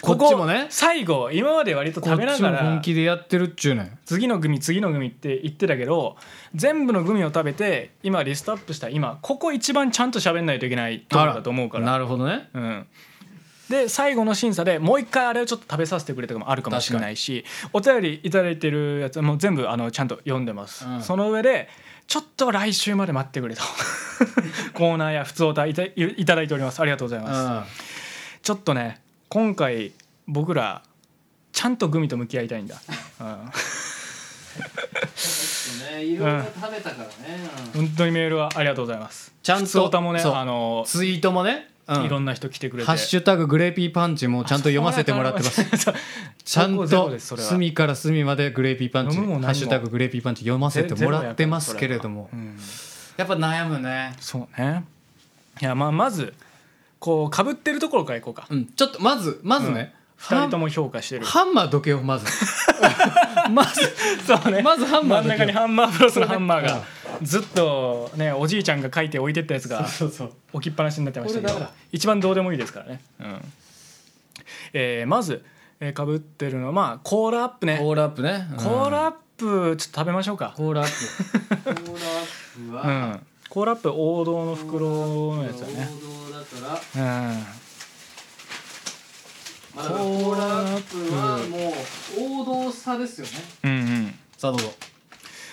Speaker 6: こっちもね
Speaker 2: 最後今まで割と
Speaker 6: こっ
Speaker 2: 食べな
Speaker 6: ち
Speaker 2: が
Speaker 6: も
Speaker 2: ら
Speaker 6: 本気でやってるっちゅうねん
Speaker 2: 次のグミ次のグミって言ってたけど全部のグミを食べて今リストアップした今ここ一番ちゃんと喋んないといけないところだと思うから
Speaker 6: なるほどね
Speaker 2: うん、で最後の審査でもう一回あれをちょっと食べさせてくれとかもあるかもしれないしお便りいただいてるやつはもう全部あのちゃんと読んでます、
Speaker 6: うん
Speaker 2: その上でちょっと来週まで待ってくれと コーナーや普通お便りいたいただいておりますありがとうございます、ちょっとね今回僕らちゃんとグミと向き合いたいんだ、うん
Speaker 6: い
Speaker 2: ろいろ
Speaker 6: 食べたからね、
Speaker 2: 本当にメールはありがとうございます
Speaker 6: ちゃんと
Speaker 2: 普通おたもね
Speaker 6: そう
Speaker 2: あの
Speaker 6: ツイートもね、うん
Speaker 2: いろんな人来てくれて
Speaker 6: ハッシュタググレーピーパンチもちゃんと読ませてもらっ てます
Speaker 2: す
Speaker 6: ちゃん
Speaker 2: そこゼロ
Speaker 6: と
Speaker 2: ですそれは
Speaker 6: 隅から隅までグレーピーパンチ「
Speaker 2: 飲むも何も
Speaker 6: ハッシュタググレーピーパンチ」読ませてもらってますけれども
Speaker 2: うん
Speaker 6: やっぱ悩むね、
Speaker 2: そうねいやまあまずこうかぶってるところからいこうか
Speaker 6: うん、ちょっとまずまずね、
Speaker 2: 2
Speaker 6: ハ
Speaker 2: 人と
Speaker 6: ン
Speaker 2: も評価してる
Speaker 6: ハンマーどけよ まずまず
Speaker 2: そうね
Speaker 6: まずハンマー
Speaker 2: 真ん中に
Speaker 6: だけ
Speaker 2: ハンマープロスのハンマーがずっとねおじいちゃんが書いて置いてったやつが
Speaker 6: そうそう
Speaker 2: 置きっぱなしになってましたけ
Speaker 6: これ
Speaker 2: ど
Speaker 6: ダメだ
Speaker 2: 一番どうでもいいですからね、うんえーまずかぶってるのはまあコーラアップね
Speaker 6: コーラアップね、うん
Speaker 2: コーラアップちょっと食べましょうか、
Speaker 6: コ ーラアップコーラアッ
Speaker 2: う
Speaker 6: プ
Speaker 2: ん、コーラアップ王道の袋のやつだね、
Speaker 6: 道だから
Speaker 2: うん、
Speaker 6: ま
Speaker 2: あだからコーラアップは
Speaker 6: もう王道さですよね
Speaker 2: うんうん
Speaker 6: さあどうぞ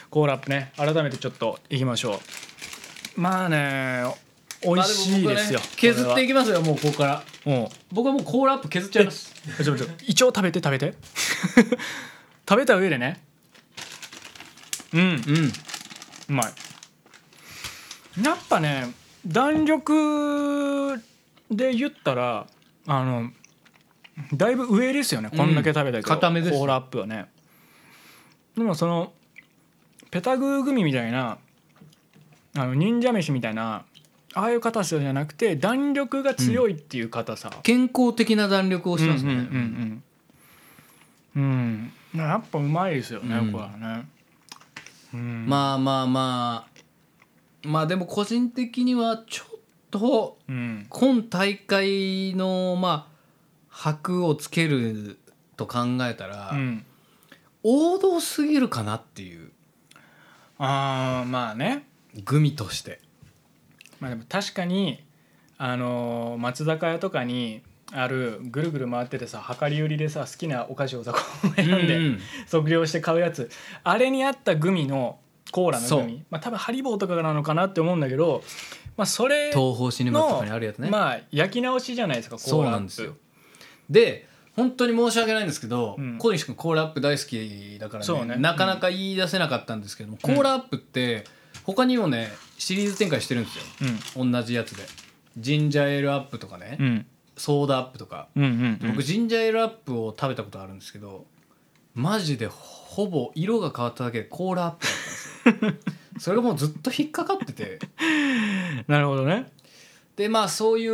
Speaker 2: コーラアップね改めてちょっといきましょうまあね美味しいですよ、
Speaker 6: まあも僕はね削って
Speaker 2: き
Speaker 6: いきますよもうここから
Speaker 2: も
Speaker 6: 僕はもうコーラアップ削っちゃいます
Speaker 2: うちょちょ一応食べて食べて 食べた上でねうん
Speaker 6: うん
Speaker 2: うまいやっぱね弾力で言ったらあのだいぶ上ですよねこんだけ食べたけど、
Speaker 6: うん固めです
Speaker 2: コーラアップはねでもそのペタグーグミみたいなあの忍者飯みたいなああいう硬さじゃなくて弾力が強いっていう硬さ、
Speaker 6: 健康的な弾力をしますね、
Speaker 2: うんうんうんうんうんやっぱうまいですよね、
Speaker 6: うん
Speaker 2: これはね、うん、
Speaker 6: まあまあまあまあでも個人的にはちょっと
Speaker 2: うん
Speaker 6: 今大会のまあ箔をつけると考えたら、
Speaker 2: うん
Speaker 6: 王道すぎるかなっていう
Speaker 2: ああまあね
Speaker 6: グミとして
Speaker 2: まあでも確かにあのー松坂屋とかにあるぐるぐる回っててさ量り売りでさ好きなお菓子をさこう選んで、
Speaker 6: うん
Speaker 2: 測量して買うやつあれにあったグミのコーラの
Speaker 6: そう
Speaker 2: グミまあ多分ハリボーとかなのかなって思うんだけど、まあ、それの
Speaker 6: 東宝シネマとかにあるやつね、
Speaker 2: まあ焼き直しじゃないですかコーラ
Speaker 6: そうなんですよで本当に申し訳ないんですけど、
Speaker 2: うん
Speaker 6: 小西君コーラアップ大好きだから
Speaker 2: そうね
Speaker 6: ねなかなか言い出せなかったんですけども、コーラアップって他にもねシリーズ展開してるんですよ、同じやつでジンジャーエールアップとかね、
Speaker 2: うん
Speaker 6: ソーダアップとか、
Speaker 2: うんうんうん
Speaker 6: 僕ジンジャーエールアップを食べたことあるんですけどマジでほぼ色が変わっただけでコーラアップだったん ですよそれがもうずっと引っかかってて
Speaker 2: なるほどね
Speaker 6: でまあそうい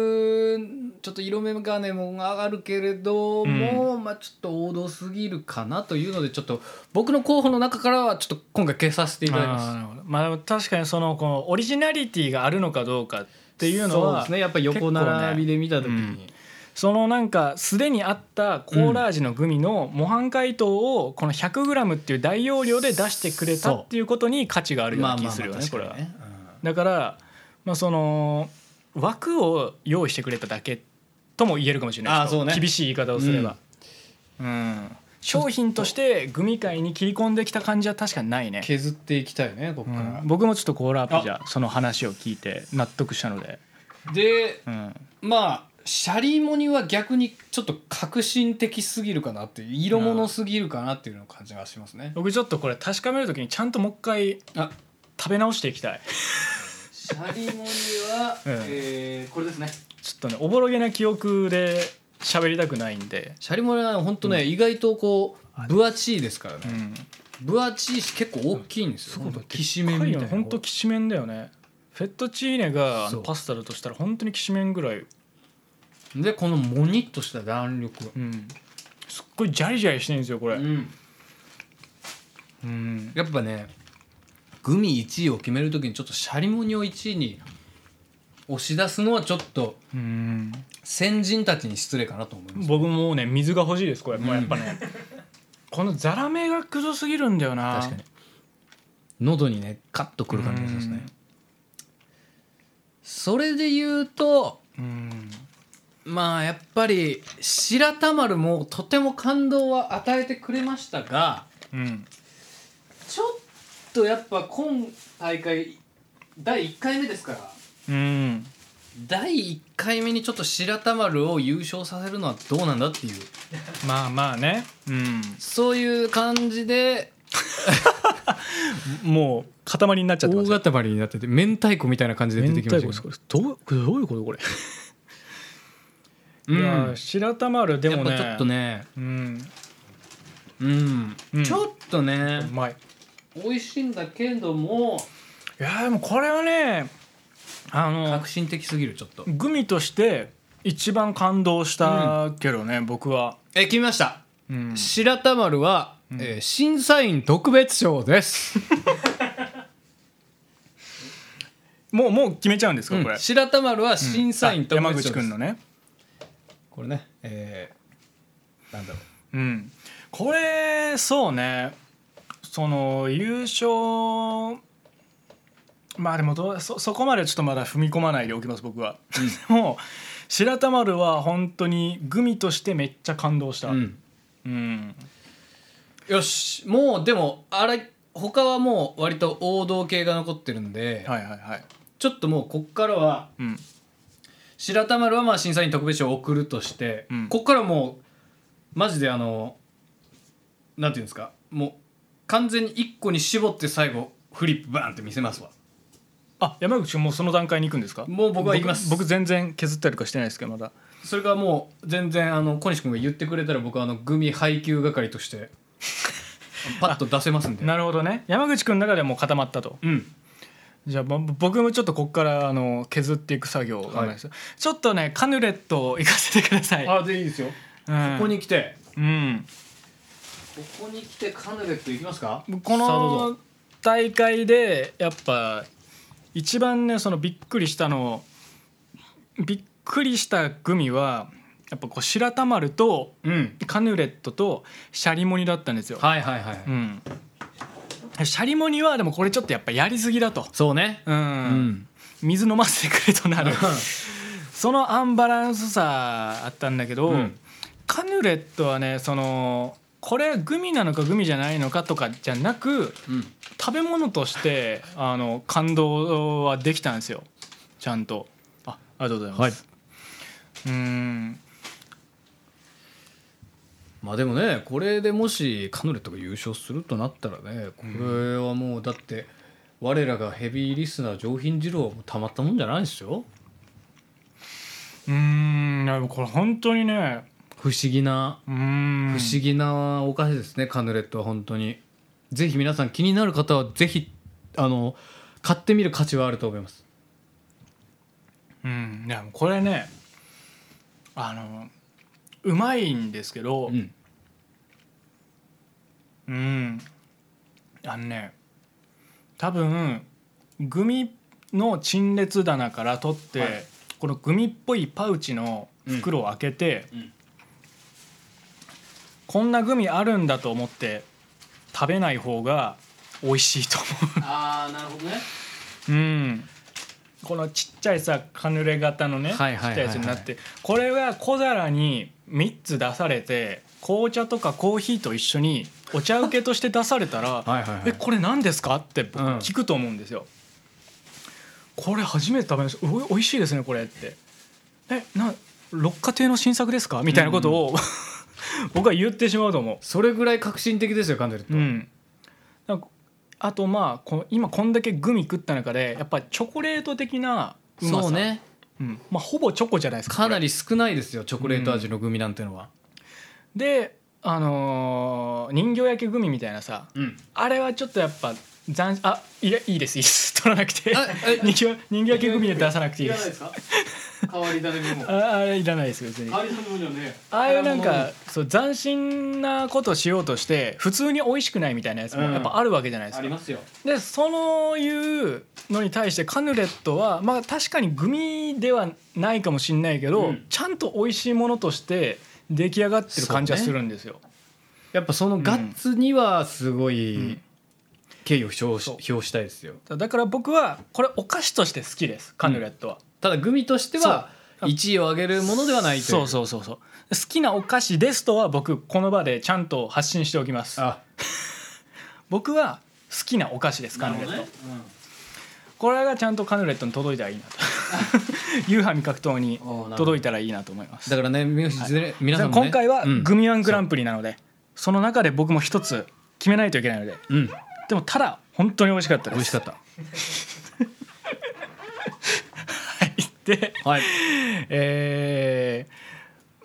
Speaker 6: うちょっと色眼鏡も上がるけれども、まあちょっと王道すぎるかなというのでちょっと僕の候補の中からはちょっと今回消させていただき
Speaker 2: あーな
Speaker 6: ま
Speaker 2: るほどまあ確かにそのこのオリジナリティがあるのかどうかっ
Speaker 6: す。って
Speaker 2: いうの
Speaker 6: そう
Speaker 2: は
Speaker 6: ですねやっぱ横並びで見た時に、
Speaker 2: 結構ねそのなんかすでにあったコーラ味のグミの模範解答をこの 100g っていう大容量で出してくれた
Speaker 6: そう
Speaker 2: っていうことに価値があるような気するよね
Speaker 6: 確
Speaker 2: こ
Speaker 6: か
Speaker 2: れは。
Speaker 6: に
Speaker 2: だからまあその枠を用意してくれただけとも言えるかもしれない
Speaker 6: あーそうね
Speaker 2: 厳しい言い方をすれば、うん商品としてグミ界に切り込んできた感じは確かにないね、
Speaker 6: 削っていきたいねここ
Speaker 2: う
Speaker 6: から、
Speaker 2: ん、僕もちょっとコーラアップじゃその話を聞いて納得したので、
Speaker 6: で
Speaker 2: うん、
Speaker 6: まあシャリモニは逆にちょっと革新的すぎるかなっていう色物すぎるかなっていうのを感じがしますね、
Speaker 2: 僕ちょっとこれ確かめるときにちゃんともう一回
Speaker 6: あ
Speaker 2: 食べ直していきたい
Speaker 6: シャリモニは、
Speaker 2: うん
Speaker 6: えーこれですね
Speaker 2: ちょっとねおぼろげな記憶で喋りたくないんで、
Speaker 6: シャリモニは本当ね、意外とこう分厚いですからね、
Speaker 2: ん、
Speaker 6: 分厚いし結構大きいんですよ、ほんときしめんみたいな
Speaker 2: 本当きしめんだよねフェットチーネがあ
Speaker 6: そ
Speaker 2: の
Speaker 6: う
Speaker 2: パスタだとしたら本当にきしめんぐらい、
Speaker 6: でこのモニッとした弾力、
Speaker 2: うん、すっごいジャリジャリしてるんですよこれ、
Speaker 6: うん
Speaker 2: うん
Speaker 6: やっぱねグミ1位を決めるときにちょっとシャリモニを1位に押し出すのはちょっと
Speaker 2: うん
Speaker 6: 先人たちに失礼かなと思います
Speaker 2: 僕もうね水が欲しいですこれ、もうやっぱね
Speaker 6: ね
Speaker 2: このザラメがくどすぎるんだよな
Speaker 6: 確かに喉にねカッとくる感じがしますね
Speaker 2: うん
Speaker 6: それで言うと
Speaker 2: うん
Speaker 6: まあやっぱり白田丸もとても感動は与えてくれましたが
Speaker 2: うん
Speaker 6: ちょっとやっぱ今大会第1回目ですから
Speaker 2: うん
Speaker 6: 第1回目にちょっと白田丸を優勝させるのはどうなんだっていう
Speaker 2: まあまあね、うん、
Speaker 6: そういう感じで
Speaker 2: もう塊になっちゃってますよ
Speaker 6: 塊になってて明太子みたいな感じ
Speaker 2: 明太子ですこれどうこれどういうことこれ
Speaker 6: うん
Speaker 2: いやー白玉るで
Speaker 6: や
Speaker 2: も
Speaker 6: っ
Speaker 2: ね
Speaker 6: ぱちょっとね
Speaker 2: うん
Speaker 6: うん、
Speaker 2: うん
Speaker 6: ちょっとね
Speaker 2: うまい
Speaker 6: 美味しいんだけども
Speaker 2: いやーでもこれはねあの
Speaker 6: 革新的すぎるちょっと
Speaker 2: グミとして一番感動したけどね、僕は、
Speaker 6: え決めました
Speaker 2: うん、
Speaker 6: 白田丸は、えー審査員特別賞です
Speaker 2: もうもう決めちゃうんですかこれ、
Speaker 6: うん 白田丸は審査員
Speaker 2: あ
Speaker 6: 特
Speaker 2: 山
Speaker 6: 別
Speaker 2: 口
Speaker 6: 賞
Speaker 2: く
Speaker 6: で
Speaker 2: ん
Speaker 6: す
Speaker 2: のね
Speaker 6: これねえーなんだろ
Speaker 2: うんこれそうねその優勝まあでもどうそそこまでちょっとまだ踏み込まないでおきます僕は、でも白玉丸は本当にグミとしてめっちゃ感動した
Speaker 6: う、うん
Speaker 2: うん
Speaker 6: よしもうでもあれ他はもう割と王道系が残ってるんで、
Speaker 2: はいはいはい、
Speaker 6: ちょっともうこっからは
Speaker 2: うん、
Speaker 6: 白田丸はまあ審査員特別賞を送るとして、
Speaker 2: うん
Speaker 6: こっからもうマジであのなんていうんですかもう完全に一個に絞って最後フリップバーンって見せますわ
Speaker 2: あ山口君もうその段階に行くんですか
Speaker 6: もう僕は行きます
Speaker 2: 僕僕全然削ったりとかしてないですけどまだ
Speaker 6: それがもう全然あの小西君が言ってくれたら僕はあのグミ配給係として パッと出せますんで
Speaker 2: なるほどね山口君の中ではもう固まったと
Speaker 6: うん
Speaker 2: じゃあぼ僕もちょっとここからあの削っていく作業をお願いしますちょっとねカヌレットを行かせてください
Speaker 6: あでいいですよ、
Speaker 2: うん
Speaker 6: ここに来て
Speaker 2: うん、
Speaker 6: ここに来てカヌレットいきますか
Speaker 2: こ
Speaker 6: さあどうぞ
Speaker 2: の大会でやっぱ一番ねそのびっくりしたのびっくりしたグミはやっぱこう白玉丸と
Speaker 6: うん
Speaker 2: カヌレットとシャリモニだったんですよ、
Speaker 6: はいはいはい、
Speaker 2: うん、シャリモニはでもこれちょっとやっぱやりすぎだと、
Speaker 6: そうね
Speaker 2: うん
Speaker 6: うん
Speaker 2: 水飲ませてくれとなるそのアンバランスさあったんだけど、
Speaker 6: うん
Speaker 2: カヌレットはねそのこれグミなのかグミじゃないのかとかじゃなく
Speaker 6: うん
Speaker 2: 食べ物としてあの感動はできたんですよちゃんとあありがとうございます、うーん
Speaker 6: まあでもねこれでもしカヌレットが優勝するとなったらねこれはもうだって我らがヘビーリスナー上品二郎もたまったもんじゃないですよ
Speaker 2: うーんでもこれ本当にね
Speaker 6: 不思議な
Speaker 2: うーん
Speaker 6: 不思議なお菓子ですね、カヌレットは本当にぜひ皆さん気になる方はぜひあの買ってみる価値はあると思います
Speaker 2: うんいやこれねあのうまいんですけど
Speaker 6: うん
Speaker 2: うんあのね多分グミの陳列棚から取って、このグミっぽいパウチの袋を開けて、こんなグミあるんだと思って食べない方が美味しいと思
Speaker 6: ああなるほどね
Speaker 2: ううんこのちっちゃいさカヌレ型のねちっちゃ
Speaker 6: はい
Speaker 2: い
Speaker 6: はいはいはい
Speaker 2: やつになってこれが小皿に3つ出されて紅茶とかコーヒーと一緒にお茶受けとして出されたら
Speaker 6: はいはい、は
Speaker 2: え
Speaker 6: い、
Speaker 2: これ何ですかって僕
Speaker 6: うん
Speaker 2: 聞くと思うんですよ、これ初めて食べましたおおいしいですねこれってえな六花亭の新作ですかみたいなことを、 僕は言ってしまうと思
Speaker 6: それぐらい革新的ですよカヌレッ
Speaker 2: う、
Speaker 6: ト
Speaker 2: う
Speaker 6: は、
Speaker 2: ん、なんかあとまあこの今こんだけグミ食った中でやっぱチョコレート的なうまさ
Speaker 6: そう、ね
Speaker 2: うんまあ、ほぼチョコじゃないですか
Speaker 6: かな
Speaker 2: り
Speaker 6: り少ないですよチョコレート味のグミなんてのは
Speaker 2: であのー人形焼きグミみたいなさ
Speaker 6: うん
Speaker 2: あれはちょっとやっぱ斬あいやいいですいいです 取らなくて
Speaker 6: あえ
Speaker 2: 人形人形焼きグミで出さなくていいです
Speaker 6: すか代わり種にも
Speaker 2: ああれいらないです別にあ
Speaker 6: り種にもね
Speaker 2: あいうなんかそう斬新なことしようとして普通に美味しくないみたいなやつも
Speaker 6: うん
Speaker 2: やっぱあるわけじゃないです
Speaker 6: あ
Speaker 2: か、
Speaker 6: りますよ
Speaker 2: でそのいうのに対してカヌレットはまあ確かにグミではないかもしれないけど、
Speaker 6: うん
Speaker 2: ちゃんと美味しいものとして出来上がってる感じはするんですよ、
Speaker 6: やっぱそのガッツにはすごい
Speaker 2: ん
Speaker 6: 敬意を表し
Speaker 2: そう
Speaker 6: 表したいですよ
Speaker 2: だから僕はこれお菓子として好きですカヌレットは、
Speaker 6: ただグミとしては
Speaker 2: そう
Speaker 6: 1位を上げるものではないという
Speaker 2: そうそうそうそう好きなお菓子ですとは僕この場でちゃんと発信しておきます
Speaker 6: あ
Speaker 2: 僕は好きなお菓子ですカヌレット、これがちゃんとカヌレットに届いたらいい なと夕飯味覚糖に
Speaker 6: おーなるほど
Speaker 2: 届いたらいいなと思います
Speaker 6: だからね皆さん皆さんもね
Speaker 2: 今回はグ
Speaker 6: ミ
Speaker 2: ミワングランプリなので、その中で僕も一つ決めないといけないので
Speaker 6: うん
Speaker 2: でもただ本当に美味しかったです
Speaker 6: 美味 しかった
Speaker 2: はいで
Speaker 6: はい
Speaker 2: え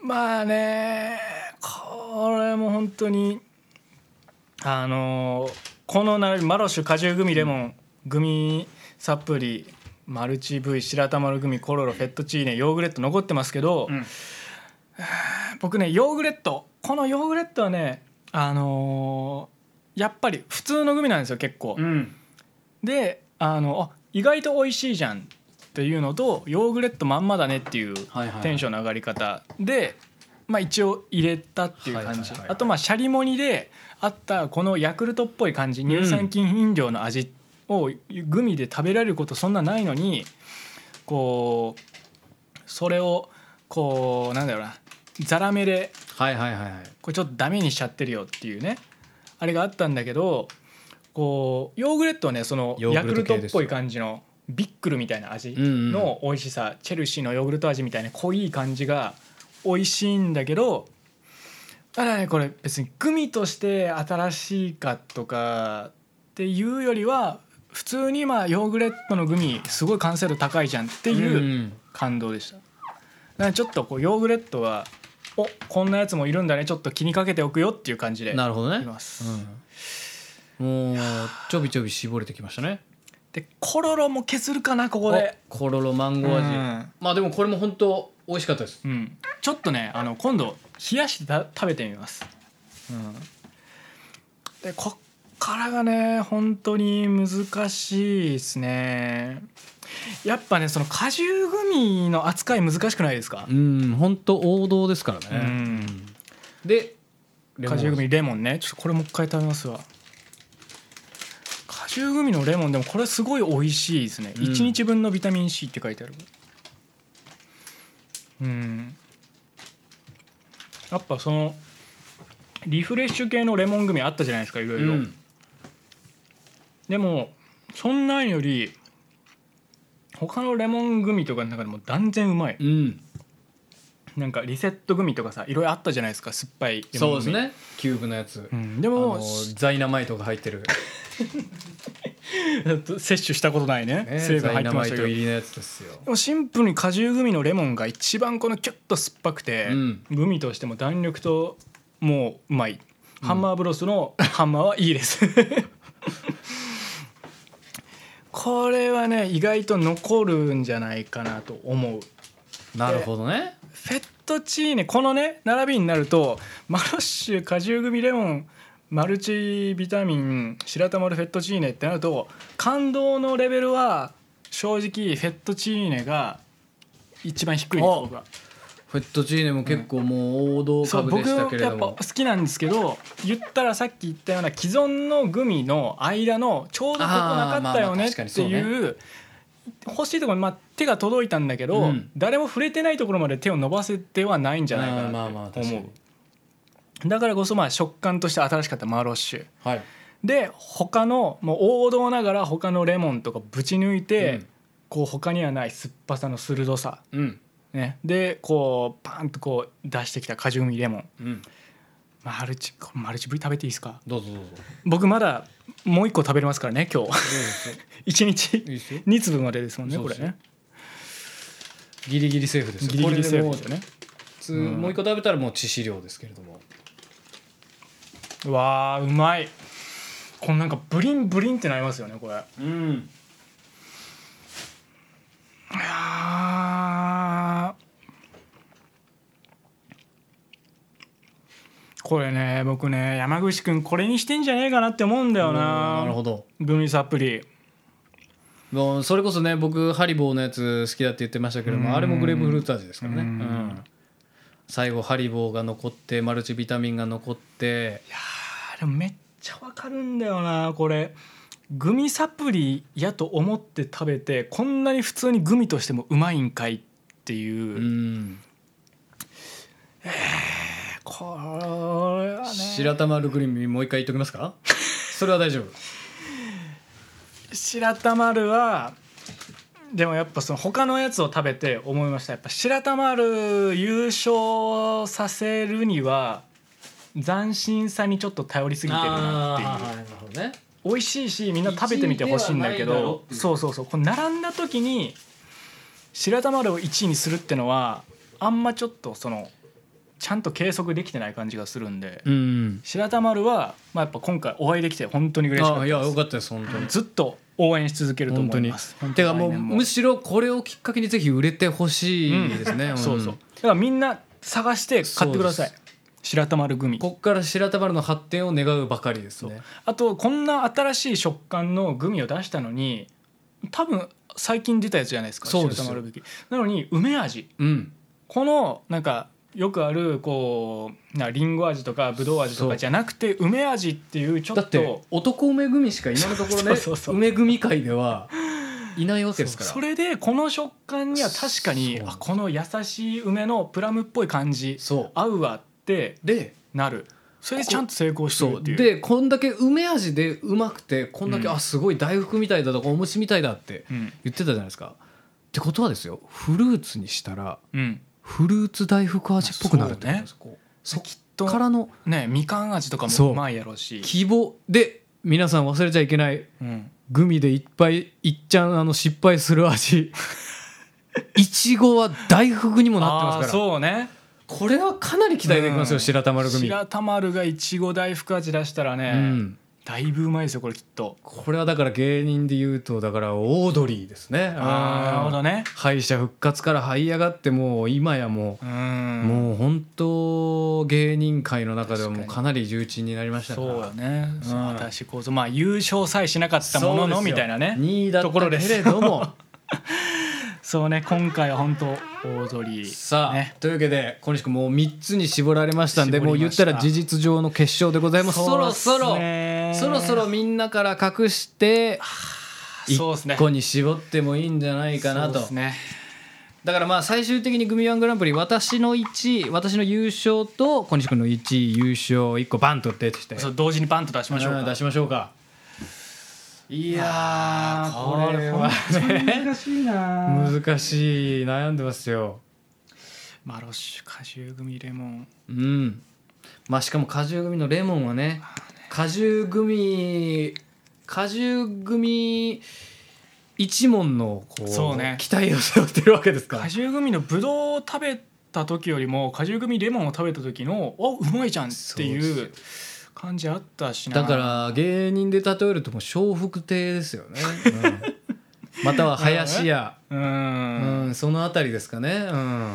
Speaker 2: ーまあねこれも本当にあのーこの並びマロッシュ果汁グミレモングミサプリマルチ V 白玉のグミコロロフェットチーネヨーグレット残ってますけど、
Speaker 6: ん
Speaker 2: 僕ねヨーグレットこのヨーグレットはねあのーやっぱり普通のグミなんですよ結構。
Speaker 6: うん
Speaker 2: であのあ意外と美味しいじゃんっていうのとヨーグレットまんまだねっていう
Speaker 6: はいはいはい
Speaker 2: テンションの上がり方で、まあ、一応入れたっていう感
Speaker 6: はいは
Speaker 2: じ
Speaker 6: いはいはい
Speaker 2: あとまあシャリモニであったこのヤクルトっぽい感じ
Speaker 6: ん
Speaker 2: 乳酸菌飲料の味をグミで食べられることそんなないのにこうそれをこうなんだろうなザラメで
Speaker 6: はいはいはいはい
Speaker 2: これちょっとダメにしちゃってるよっていうねあれがあったんだけどこうヨーグレットはねその
Speaker 6: ヨー
Speaker 2: ヤ
Speaker 6: グ
Speaker 2: ク
Speaker 6: ル
Speaker 2: ルト
Speaker 6: ト系
Speaker 2: っ
Speaker 6: ですよ
Speaker 2: ぽい感じのビックルみたいな味
Speaker 6: うんうん
Speaker 2: の美味しさ、チェルシーのヨーグルト味みたいな濃い感じが美味しいんだけどただねこれ別にグミとして新しいかとかっていうよりは普通にまあヨーグレットのグミすごい完成度高いじゃんっていう。
Speaker 6: うん
Speaker 2: 感動でしただからちょっとこうヨーグレットはおこんなやつもいるんだねちょっと気にかけておくよっていう感じで
Speaker 6: なるほどね
Speaker 2: います
Speaker 6: うんもうちょびちょび絞れてきましたね
Speaker 2: でコロロも削るかなここで
Speaker 6: おコロロマンゴ
Speaker 2: う
Speaker 6: ー味
Speaker 2: ん
Speaker 6: まあでもこれも本当美味しかったです
Speaker 2: うん、ちょっとねあの今度冷やしてた食べてみます、うん、でこっからがね本当に難しいですねやっぱねその果汁グミの扱い難しくないですか、
Speaker 6: うん本当王道ですからね
Speaker 2: うん
Speaker 6: でレ
Speaker 2: 果
Speaker 6: モン味
Speaker 2: 汁グミレモンねちょっとこれもう一回食べますわ果汁グミのレモンでもこれすごい美味しいですね、
Speaker 6: うん
Speaker 2: 1日分のビタミン C って書いてあるうんやっぱそのリフレッシュ系のレモングミあったじゃないですかいろいろ、
Speaker 6: うん
Speaker 2: でもそんなんより他のレモングミとかの中でも断然うまい、
Speaker 6: うん
Speaker 2: なんかリセットグミとかさいろいろあったじゃないですか酸っぱいレモ
Speaker 6: そ
Speaker 2: ン
Speaker 6: うで
Speaker 2: グミ
Speaker 6: すねキューブのやつ
Speaker 2: うんで
Speaker 6: あ
Speaker 2: も
Speaker 6: のザイナマイトが入ってる
Speaker 2: 摂取したことないね
Speaker 6: ね
Speaker 2: 成分入
Speaker 6: ダイ
Speaker 2: って
Speaker 6: ナ
Speaker 2: ま
Speaker 6: マ
Speaker 2: し
Speaker 6: イ
Speaker 2: た
Speaker 6: ト入
Speaker 2: け
Speaker 6: りのやつですよ
Speaker 2: どシンプルに果汁グミのレモンが一番このキュッと酸っぱくて、
Speaker 6: うん
Speaker 2: グミとしても弾力ともううまいハンマーブロスのハンマーはいいです これはね意外と残るんじゃないかなと思う
Speaker 6: なるほどね
Speaker 2: フェットチーネこのね並びになるとマロッシュ果汁組レモンマルチビタミン白玉のフェットチーネってなると感動のレベルは正直フェットチーネが一番低いです僕は
Speaker 6: フェットチーネも結構もう王道
Speaker 2: そう
Speaker 6: 株で
Speaker 2: 僕
Speaker 6: したけれ
Speaker 2: や
Speaker 6: ど
Speaker 2: っぱ
Speaker 6: も
Speaker 2: 好きなんですけど言ったらさっき言ったような既存のグミの間のちょうどここなかったよ
Speaker 6: あーまあまあ
Speaker 2: ねっ
Speaker 6: 確かに
Speaker 2: て
Speaker 6: そう
Speaker 2: いう欲しいところにまあ手が届いたんだけど、
Speaker 6: うん
Speaker 2: 誰も触れてないところまで手を伸ばせてはないんじゃないかなって
Speaker 6: あーまあまあ確か
Speaker 2: 思
Speaker 6: に
Speaker 2: うだからこそまあ食感として新しかったマロッシュ
Speaker 6: はい
Speaker 2: で他のもう王道ながら他のレモンとかぶち抜いて、
Speaker 6: うん
Speaker 2: こう他にはない酸っぱさの鋭さ、
Speaker 6: うん
Speaker 2: ね、でこうパンとこう出してきた果汁味レモン
Speaker 6: うん
Speaker 2: マルチこれマルチブリ食べていいですか
Speaker 6: どうぞどうぞ
Speaker 2: 僕まだもう一個食べれますからね今日 一日
Speaker 6: いいですよ
Speaker 2: 2粒までですもんね
Speaker 6: そ
Speaker 2: こ
Speaker 6: うで
Speaker 2: れ
Speaker 6: すよ
Speaker 2: ね
Speaker 6: ギリギリセーフですよ
Speaker 2: ギリギリセーフ
Speaker 6: こ
Speaker 2: で
Speaker 6: れ
Speaker 2: す
Speaker 6: で
Speaker 2: よね
Speaker 6: もうもう一個食べたらもう致死量ですけれども
Speaker 2: うわあうまいこのなんかブリンブリンってなりますよねこれ
Speaker 6: うん
Speaker 2: あーこれね僕ね山口君これにしてんじゃねえかなって思うんだよな
Speaker 6: なるほど
Speaker 2: グミサプリ
Speaker 6: もうそれこそね僕ハリボーのやつ好きだって言ってましたけどもあれもグレープフルーツ味ですからねうん最後ハリボーが残ってマルチビタミンが残って
Speaker 2: あでもめっちゃわかるんだよなこれグミサプリやと思って食べてこんなに普通にグミとしてもうまいんかいっていう、
Speaker 6: うん
Speaker 2: これはね
Speaker 6: 白玉ルクリーミーもう一回言っときま すかそれは大丈夫
Speaker 2: 白玉るはでもやっぱその他のやつを食べて思いましたやっぱ白玉る優勝させるには斬新さにちょっと頼りすぎてるなっていう
Speaker 6: あーなるほどね
Speaker 2: 美味しいしみんな食べてみてほしいんだけ
Speaker 6: 一位ではないだろ
Speaker 2: ど
Speaker 6: うっていう
Speaker 2: そうそうそうこう並んだ時に白玉丸を1位にするってのはあんまちょっとそのちゃんと計測できてない感じがするんで、
Speaker 6: うん
Speaker 2: 白玉丸は、まあ、やっぱ今回お会いできて本当に嬉しかった
Speaker 6: あい
Speaker 2: で
Speaker 6: や
Speaker 2: す
Speaker 6: よかったです本当に
Speaker 2: ずっと応援し続けると
Speaker 6: 本
Speaker 2: 思
Speaker 6: 当
Speaker 2: い
Speaker 6: に
Speaker 2: ます
Speaker 6: てかもう
Speaker 2: 来年
Speaker 6: むしろこれをきっかけにぜひ売れてほしいですね、ん
Speaker 2: そうそうだからみんな探して買ってください
Speaker 6: そう
Speaker 2: 白玉丸グミ
Speaker 6: こっから白玉の発展を願うばかりですね
Speaker 2: あとこんな新しい食感のグミを出したのに多分最近出たやつじゃないですか
Speaker 6: そうですよ
Speaker 2: 白玉ルビキなのに梅味
Speaker 6: うん
Speaker 2: このなんかよくあるこうなリンゴ味とかぶどう味と
Speaker 6: そ
Speaker 2: か
Speaker 6: う
Speaker 2: じゃなくて梅味っていうちょ
Speaker 6: だ
Speaker 2: っ
Speaker 6: っ
Speaker 2: と
Speaker 6: て男梅組しか今のところ
Speaker 2: そう
Speaker 6: ね
Speaker 2: そうそう
Speaker 6: 梅組界ではいないわけですから
Speaker 2: それでこの食感には確かに
Speaker 6: そう
Speaker 2: あこの優しい梅のプラムっぽい感じ
Speaker 6: そう
Speaker 2: 合うわって
Speaker 6: で
Speaker 2: なるそれでちゃんと成功してる
Speaker 6: そ
Speaker 2: っ
Speaker 6: う
Speaker 2: ていう
Speaker 6: でこんだけ梅味でうまくてこんだけ、
Speaker 2: うん
Speaker 6: あすごい大福みたいだとかお餅みたいだって
Speaker 2: うん
Speaker 6: 言ってたじゃないですか。ってことはですよフルーツにしたら
Speaker 2: うん
Speaker 6: フルーツ大福味っぽくなるってことですこう
Speaker 2: そ
Speaker 6: そ
Speaker 2: っ
Speaker 6: っ
Speaker 2: と
Speaker 6: からの
Speaker 2: ねみかん味とかも
Speaker 6: そう
Speaker 2: うまいやろうし
Speaker 6: 希望で皆さん忘れちゃいけない
Speaker 2: うん
Speaker 6: グミでいっぱいいっちゃんあの失敗する 味いちごは大福にもなって
Speaker 2: あ
Speaker 6: ま
Speaker 2: あ
Speaker 6: すから
Speaker 2: そうね
Speaker 6: これはかなり期待できます
Speaker 2: う
Speaker 6: よ、
Speaker 2: ん
Speaker 6: 白玉のグミ、
Speaker 2: 白玉るがいちご大福味出したらね、
Speaker 6: うん、
Speaker 2: だいぶうまいですよこれきっと
Speaker 6: これはだから芸人で言うとだからオードリーですね
Speaker 2: ああなるほどね
Speaker 6: 敗者復活から這い上がってもう今やも
Speaker 2: う
Speaker 6: う、
Speaker 2: ん
Speaker 6: もう本当芸人界の中ではもう
Speaker 2: 確かに
Speaker 6: かなり重鎮になりましたから
Speaker 2: そうよね、
Speaker 6: ん
Speaker 2: そう私こそまあ優勝さえしなかったものの
Speaker 6: そうですよ
Speaker 2: みたいなね
Speaker 6: 2位だった
Speaker 2: ところ
Speaker 6: け
Speaker 2: です
Speaker 6: れど も
Speaker 2: そうね今回は本当オードリー
Speaker 6: さあ、
Speaker 2: ね
Speaker 6: というわけで小西君もう3つに絞られましたんで
Speaker 2: 絞
Speaker 6: もう
Speaker 2: り
Speaker 6: 言
Speaker 2: ま
Speaker 6: っ
Speaker 2: した
Speaker 6: たら事実上の決勝でございますそろそろそろそろみんなから隠して
Speaker 2: そうですね
Speaker 6: 1個に絞ってもいいんじゃない
Speaker 2: い
Speaker 6: かなと。
Speaker 2: ね
Speaker 6: だからまあ最終的にグミワングランプリ私の1位私の優勝と小西君の1位優勝1個バンと出てきて
Speaker 2: そう同時にバンと出しましょう
Speaker 6: うん
Speaker 2: か
Speaker 6: 出しましょうかいやーこれはね
Speaker 2: 難しいな
Speaker 6: 難しい悩んでますよ
Speaker 2: マロッシュ果汁組レモン
Speaker 6: うんまあしかも果汁グミのレモンはね果汁グミ果汁組一門のこう
Speaker 2: そうね
Speaker 6: 期待を背負ってるわけですか
Speaker 2: 果汁組のブドウを食べた時よりも果汁組レモンを食べた時の「おうまいじゃん」って
Speaker 6: そう
Speaker 2: いう感じあったしな
Speaker 6: だから芸人で例えるともう笑福亭ですよね、うんまたは林家、
Speaker 2: うん、
Speaker 6: うん、そのあたりですかね、うん、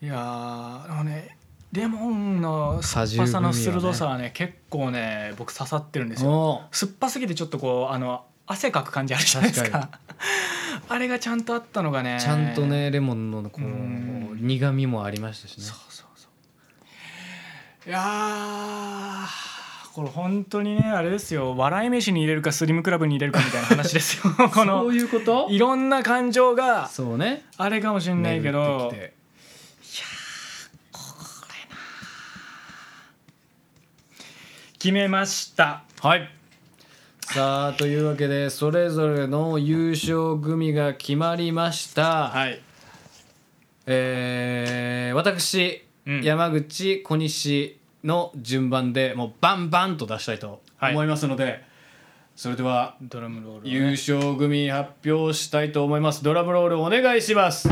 Speaker 2: いやーあのねレモンの酸っぱさの鋭さはね結構ね僕刺さってるんですよ
Speaker 6: お
Speaker 2: 酸っぱすぎてちょっとこうあの汗かく感じあるじゃないですか
Speaker 6: 確
Speaker 2: あれがちゃんとあったのがね
Speaker 6: ちゃんとねレモンのこう
Speaker 2: うん
Speaker 6: 苦味もありましたしね
Speaker 2: そうそうそういやーこれ本当にねあれですよ笑い飯に入れるかスリムクラブに入れるかみたいな話です よこ
Speaker 6: そ
Speaker 2: の
Speaker 6: ういうこと
Speaker 2: いろんな感情が
Speaker 6: そうね
Speaker 2: あれかもしれないけ
Speaker 6: 巡っ
Speaker 2: ど
Speaker 6: てきて
Speaker 2: 決めました
Speaker 6: はいさあというわけでそれぞれの優勝組が決まりました、
Speaker 2: はい
Speaker 6: えー私、
Speaker 2: うん
Speaker 6: 山口小西の順番でもうバンバンと出したいと思いますので、それでは
Speaker 2: ドラムロールをね
Speaker 6: 優勝組発表したいと思いますドラムロールお願いします